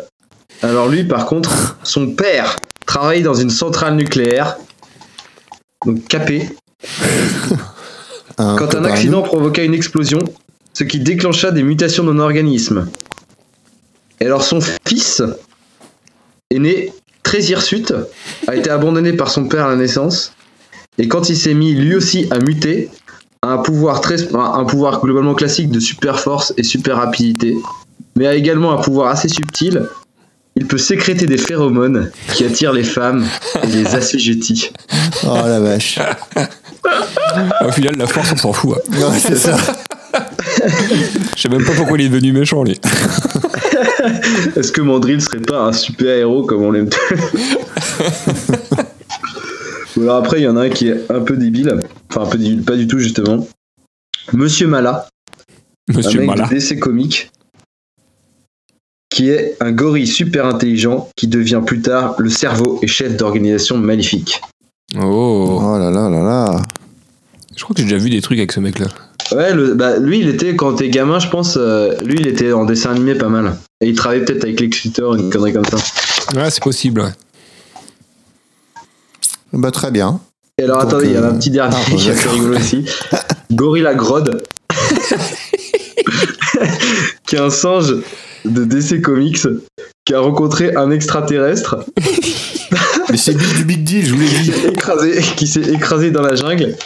Speaker 6: alors lui par contre, son père travaille dans une centrale nucléaire, donc capé,
Speaker 5: Un
Speaker 6: quand
Speaker 5: copain à
Speaker 6: un
Speaker 5: nous.
Speaker 6: accident provoqua une explosion, ce qui déclencha des mutations dans l'organisme. Et alors son fils est né très hirsute, a été abandonné par son père à la naissance, et quand il s'est mis lui aussi à muter, a un pouvoir, très, un pouvoir globalement classique de super force et super rapidité, mais a également un pouvoir assez subtil. Il peut sécréter des phéromones qui attirent les femmes et les assujettit.
Speaker 5: Oh la vache.
Speaker 4: euh. Au final, la force, on s'en fout. hein.
Speaker 5: Ouais, c'est ça.
Speaker 4: Je sais même pas pourquoi il est devenu méchant, lui.
Speaker 6: Est-ce que Mandrill serait pas un super héros comme on l'aime tous Ou alors après, il y en a un qui est un peu débile. Enfin, un peu débile, pas du tout, justement. Monsieur Mala, un
Speaker 4: Monsieur
Speaker 6: mec
Speaker 4: Mala.
Speaker 6: de DC Comics, qui est un gorille super intelligent qui devient plus tard le cerveau et chef d'organisation maléfique.
Speaker 4: Oh.
Speaker 5: Oh là là là là.
Speaker 4: Je crois que j'ai déjà vu des trucs avec ce mec-là.
Speaker 6: Ouais, le- bah, lui, il était, quand t'es gamin, je pense, euh, lui, il était en dessin animé pas mal. Et il travaillait peut-être avec l'écriteur, une connerie comme ça.
Speaker 4: Ouais, c'est possible. ouais.
Speaker 5: Bah très bien.
Speaker 6: Et alors,
Speaker 5: Donc,
Speaker 6: attendez, il y en a
Speaker 5: euh,
Speaker 6: un petit dernier
Speaker 5: ah,
Speaker 6: qui est assez
Speaker 5: d'accord.
Speaker 6: rigolo aussi. Gorilla Grodd, qui est un singe de DC Comics, qui a rencontré un extraterrestre
Speaker 5: Mais c'est big du big deal, je vous l'ai
Speaker 6: qui
Speaker 5: dit.
Speaker 6: s'est écrasé, qui s'est écrasé dans la jungle.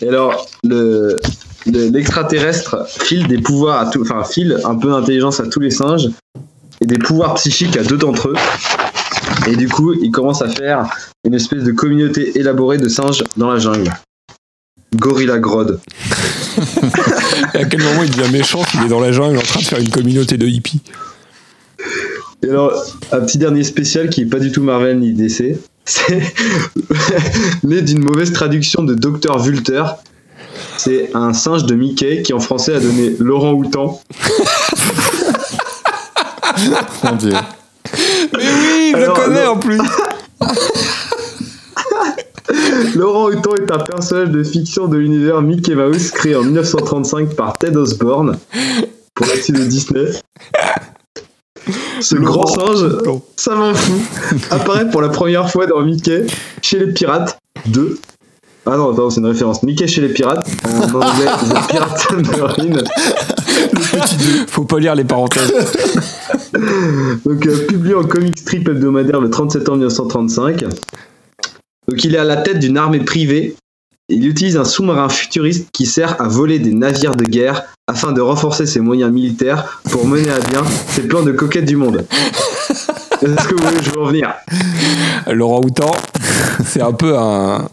Speaker 6: Et alors, le, le- l'extraterrestre file des pouvoirs à tout, enfin, file un peu d'intelligence à tous les singes et des pouvoirs psychiques à deux d'entre eux. Et du coup, il commence à faire une espèce de communauté élaborée de singes dans la jungle. Gorilla Grodd.
Speaker 4: Et à quel moment il devient méchant s'il est dans la jungle en train de faire une communauté de hippies
Speaker 6: Et alors, un petit dernier spécial qui est pas du tout Marvel ni DC. C'est né d'une mauvaise traduction de Docteur Vulter. C'est un singe de Mickey qui en français a donné Laurent Houtan.
Speaker 5: Mon dieu.
Speaker 6: Eh
Speaker 4: Oui, je
Speaker 6: Alors,
Speaker 4: le connais
Speaker 6: le-
Speaker 4: en plus
Speaker 6: Laurent Houton est un personnage de fiction de l'univers Mickey Mouse créé en 1935 par Ted Osborne pour la de Disney. Ce grand singe, ça m'en fout, apparaît pour la première fois dans Mickey chez les pirates 2. Ah non, attends, c'est une référence. Mickey chez les pirates, en anglais, The Pirate Marine.
Speaker 4: Faut pas lire les parenthèses.
Speaker 6: Donc, euh, publié en comic strip hebdomadaire le 30 septembre 1935. Donc, il est à la tête d'une armée privée. Il utilise un sous-marin futuriste qui sert à voler des navires de guerre afin de renforcer ses moyens militaires pour mener à bien ses plans de coquette du monde. Est-ce que vous voulez que je veux en venir
Speaker 4: Laurent Houtan, c'est un peu un,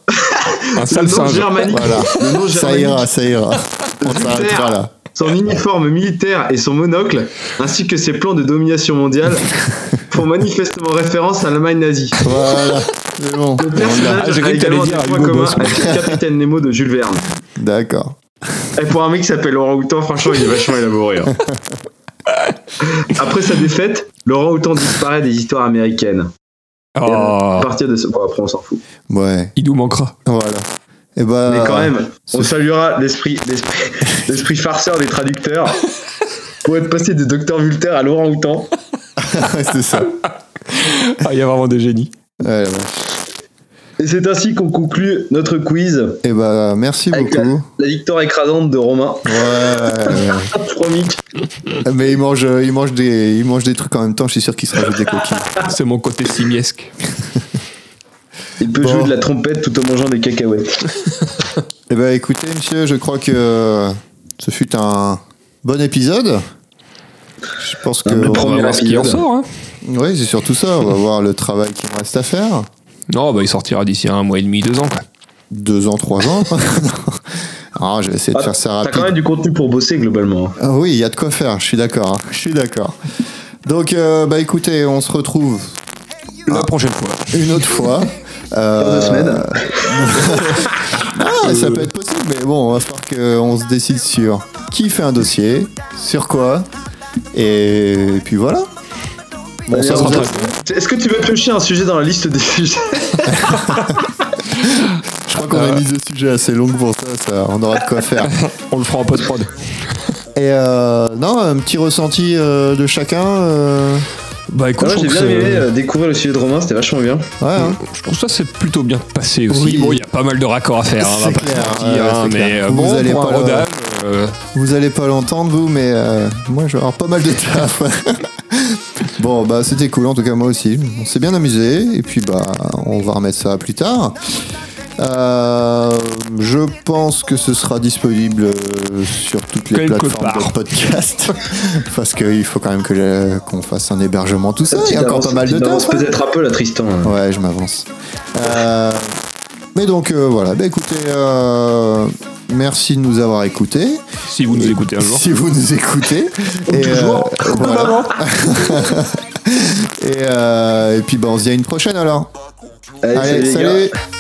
Speaker 4: un sale
Speaker 6: nom
Speaker 4: singe.
Speaker 6: germanique.
Speaker 5: Voilà.
Speaker 6: Le nom
Speaker 5: Ça
Speaker 6: germanique
Speaker 5: ira, ça ira. On s'arrêtera là.
Speaker 6: Son uniforme militaire et son monocle, ainsi que ses plans de domination mondiale, font manifestement référence à l'Allemagne nazie.
Speaker 5: Voilà. C'est bon.
Speaker 6: Le
Speaker 4: Ah,
Speaker 6: personnage
Speaker 4: j'ai cru
Speaker 6: a
Speaker 4: que
Speaker 6: également des
Speaker 4: t'allais dire
Speaker 6: points
Speaker 4: Hugo
Speaker 6: communs
Speaker 4: Boss.
Speaker 6: avec le Capitaine Nemo de Jules Verne.
Speaker 5: D'accord.
Speaker 6: Et pour un mec qui s'appelle Laurent Houtan, franchement, il est vachement élaboré. hein. Après sa défaite, Laurent Houtan disparaît des histoires américaines. Et À
Speaker 4: Oh,
Speaker 6: partir de ce... Bon, après, on s'en fout.
Speaker 5: Ouais.
Speaker 4: il nous manquera.
Speaker 5: Voilà. Et bah.
Speaker 6: Mais quand même, on
Speaker 5: ce-
Speaker 6: saluera l'esprit, l'esprit, l'esprit farceur des traducteurs pour être passé de Docteur Vultaire à Laurent Houtan.
Speaker 5: c'est ça.
Speaker 4: Ah, il y a vraiment des génies.
Speaker 5: Ouais, ouais.
Speaker 6: Et c'est ainsi qu'on conclut notre quiz.
Speaker 5: Et bah, merci
Speaker 6: Avec
Speaker 5: beaucoup.
Speaker 6: La victoire écrasante de Romain. Ah,
Speaker 5: Ouais.
Speaker 6: Promis.
Speaker 5: Mais il mange, euh, il mange des, il mange des trucs en même temps. Je suis sûr qu'il se rajoute des coquilles.
Speaker 4: C'est mon côté simiesque.
Speaker 6: Il peut
Speaker 5: Bon.
Speaker 6: jouer de la trompette tout en mangeant des cacahuètes.
Speaker 5: Eh ben, écoutez, monsieur, je crois que ce fut un bon épisode. Je pense que.
Speaker 6: Un
Speaker 5: on
Speaker 6: bon
Speaker 5: va-
Speaker 4: On va
Speaker 6: Premier
Speaker 4: voir ce qui en
Speaker 6: épisode.
Speaker 4: sort. Hein.
Speaker 5: Oui, c'est surtout ça. On va voir le travail qu'il me reste à faire.
Speaker 4: Non, bah, il sortira d'ici un mois et demi, deux ans. Quoi.
Speaker 5: Deux ans, trois ans. Ah, je vais essayer de
Speaker 6: Ah,
Speaker 5: faire ça
Speaker 6: T'as
Speaker 5: rapide.
Speaker 6: quand même du contenu pour bosser globalement. hein,
Speaker 5: Ah oui, il y a de quoi faire. Je suis d'accord. hein. Je suis d'accord. Donc, euh, bah, écoutez, on se retrouve
Speaker 4: La prochaine fois.
Speaker 5: une autre fois. Euh,
Speaker 6: Dans deux semaines.
Speaker 5: Ah, ça peut être possible, mais bon, on va falloir qu'on se décide sur qui fait un dossier, sur quoi, et, puis voilà. Bon, ça
Speaker 6: D'ailleurs,
Speaker 5: vous a-
Speaker 6: Est-ce que tu veux piocher un sujet dans la liste des sujets
Speaker 5: je crois qu'on a une liste de sujets assez longue pour ça, ça, on aura de quoi faire.
Speaker 4: On le fera en post-prod.
Speaker 5: Et euh, non, un petit ressenti euh, de chacun. euh,
Speaker 4: Bah, écoute,
Speaker 6: Ah ouais,
Speaker 4: je,
Speaker 6: J'ai bien
Speaker 4: trouve que
Speaker 6: aimé
Speaker 4: c'est-
Speaker 6: euh, découvrir le sujet de Romain, c'était vachement bien.
Speaker 5: ouais, hein.
Speaker 4: je trouve ça c'est plutôt bien passé aussi.
Speaker 5: Oui.
Speaker 4: Bon, il y a pas mal de raccords à faire. hein, on va
Speaker 5: C'est
Speaker 4: pas
Speaker 5: clair,
Speaker 4: se mentir,
Speaker 5: ouais,
Speaker 4: hein,
Speaker 5: c'est
Speaker 4: mais
Speaker 5: clair.
Speaker 4: euh,
Speaker 5: Vous
Speaker 4: bon,
Speaker 5: allez
Speaker 4: pour un
Speaker 5: pas,
Speaker 4: rodage, euh,
Speaker 5: Vous allez pas l'entendre, vous, mais euh, moi, je vais avoir pas mal de taf. bon, bah, c'était cool, en tout cas, moi aussi. On s'est bien amusé, et puis, bah, on va remettre ça plus tard. Euh, je pense que ce sera disponible euh, sur toutes les
Speaker 4: Quelque
Speaker 5: plateformes
Speaker 4: part.
Speaker 5: de podcast. parce qu'il faut quand même que le- qu'on fasse un hébergement, tout ça. Il y a encore pas mal de
Speaker 6: Tu t'avances
Speaker 5: taf. hein.
Speaker 6: Peut-être un peu la Tristan. hein.
Speaker 5: Ouais, je m'avance. Euh, mais donc, euh, voilà. Bah, écoutez, euh, merci de nous avoir écoutés.
Speaker 4: si vous nous écoutez un jour.
Speaker 5: Si vous nous écoutez. et,
Speaker 6: Toujours.
Speaker 5: euh, voilà. et, euh, et puis, bah, on se dit à une prochaine alors.
Speaker 6: Allez,
Speaker 5: Allez,
Speaker 6: salut les gars.
Speaker 5: Ah, salut.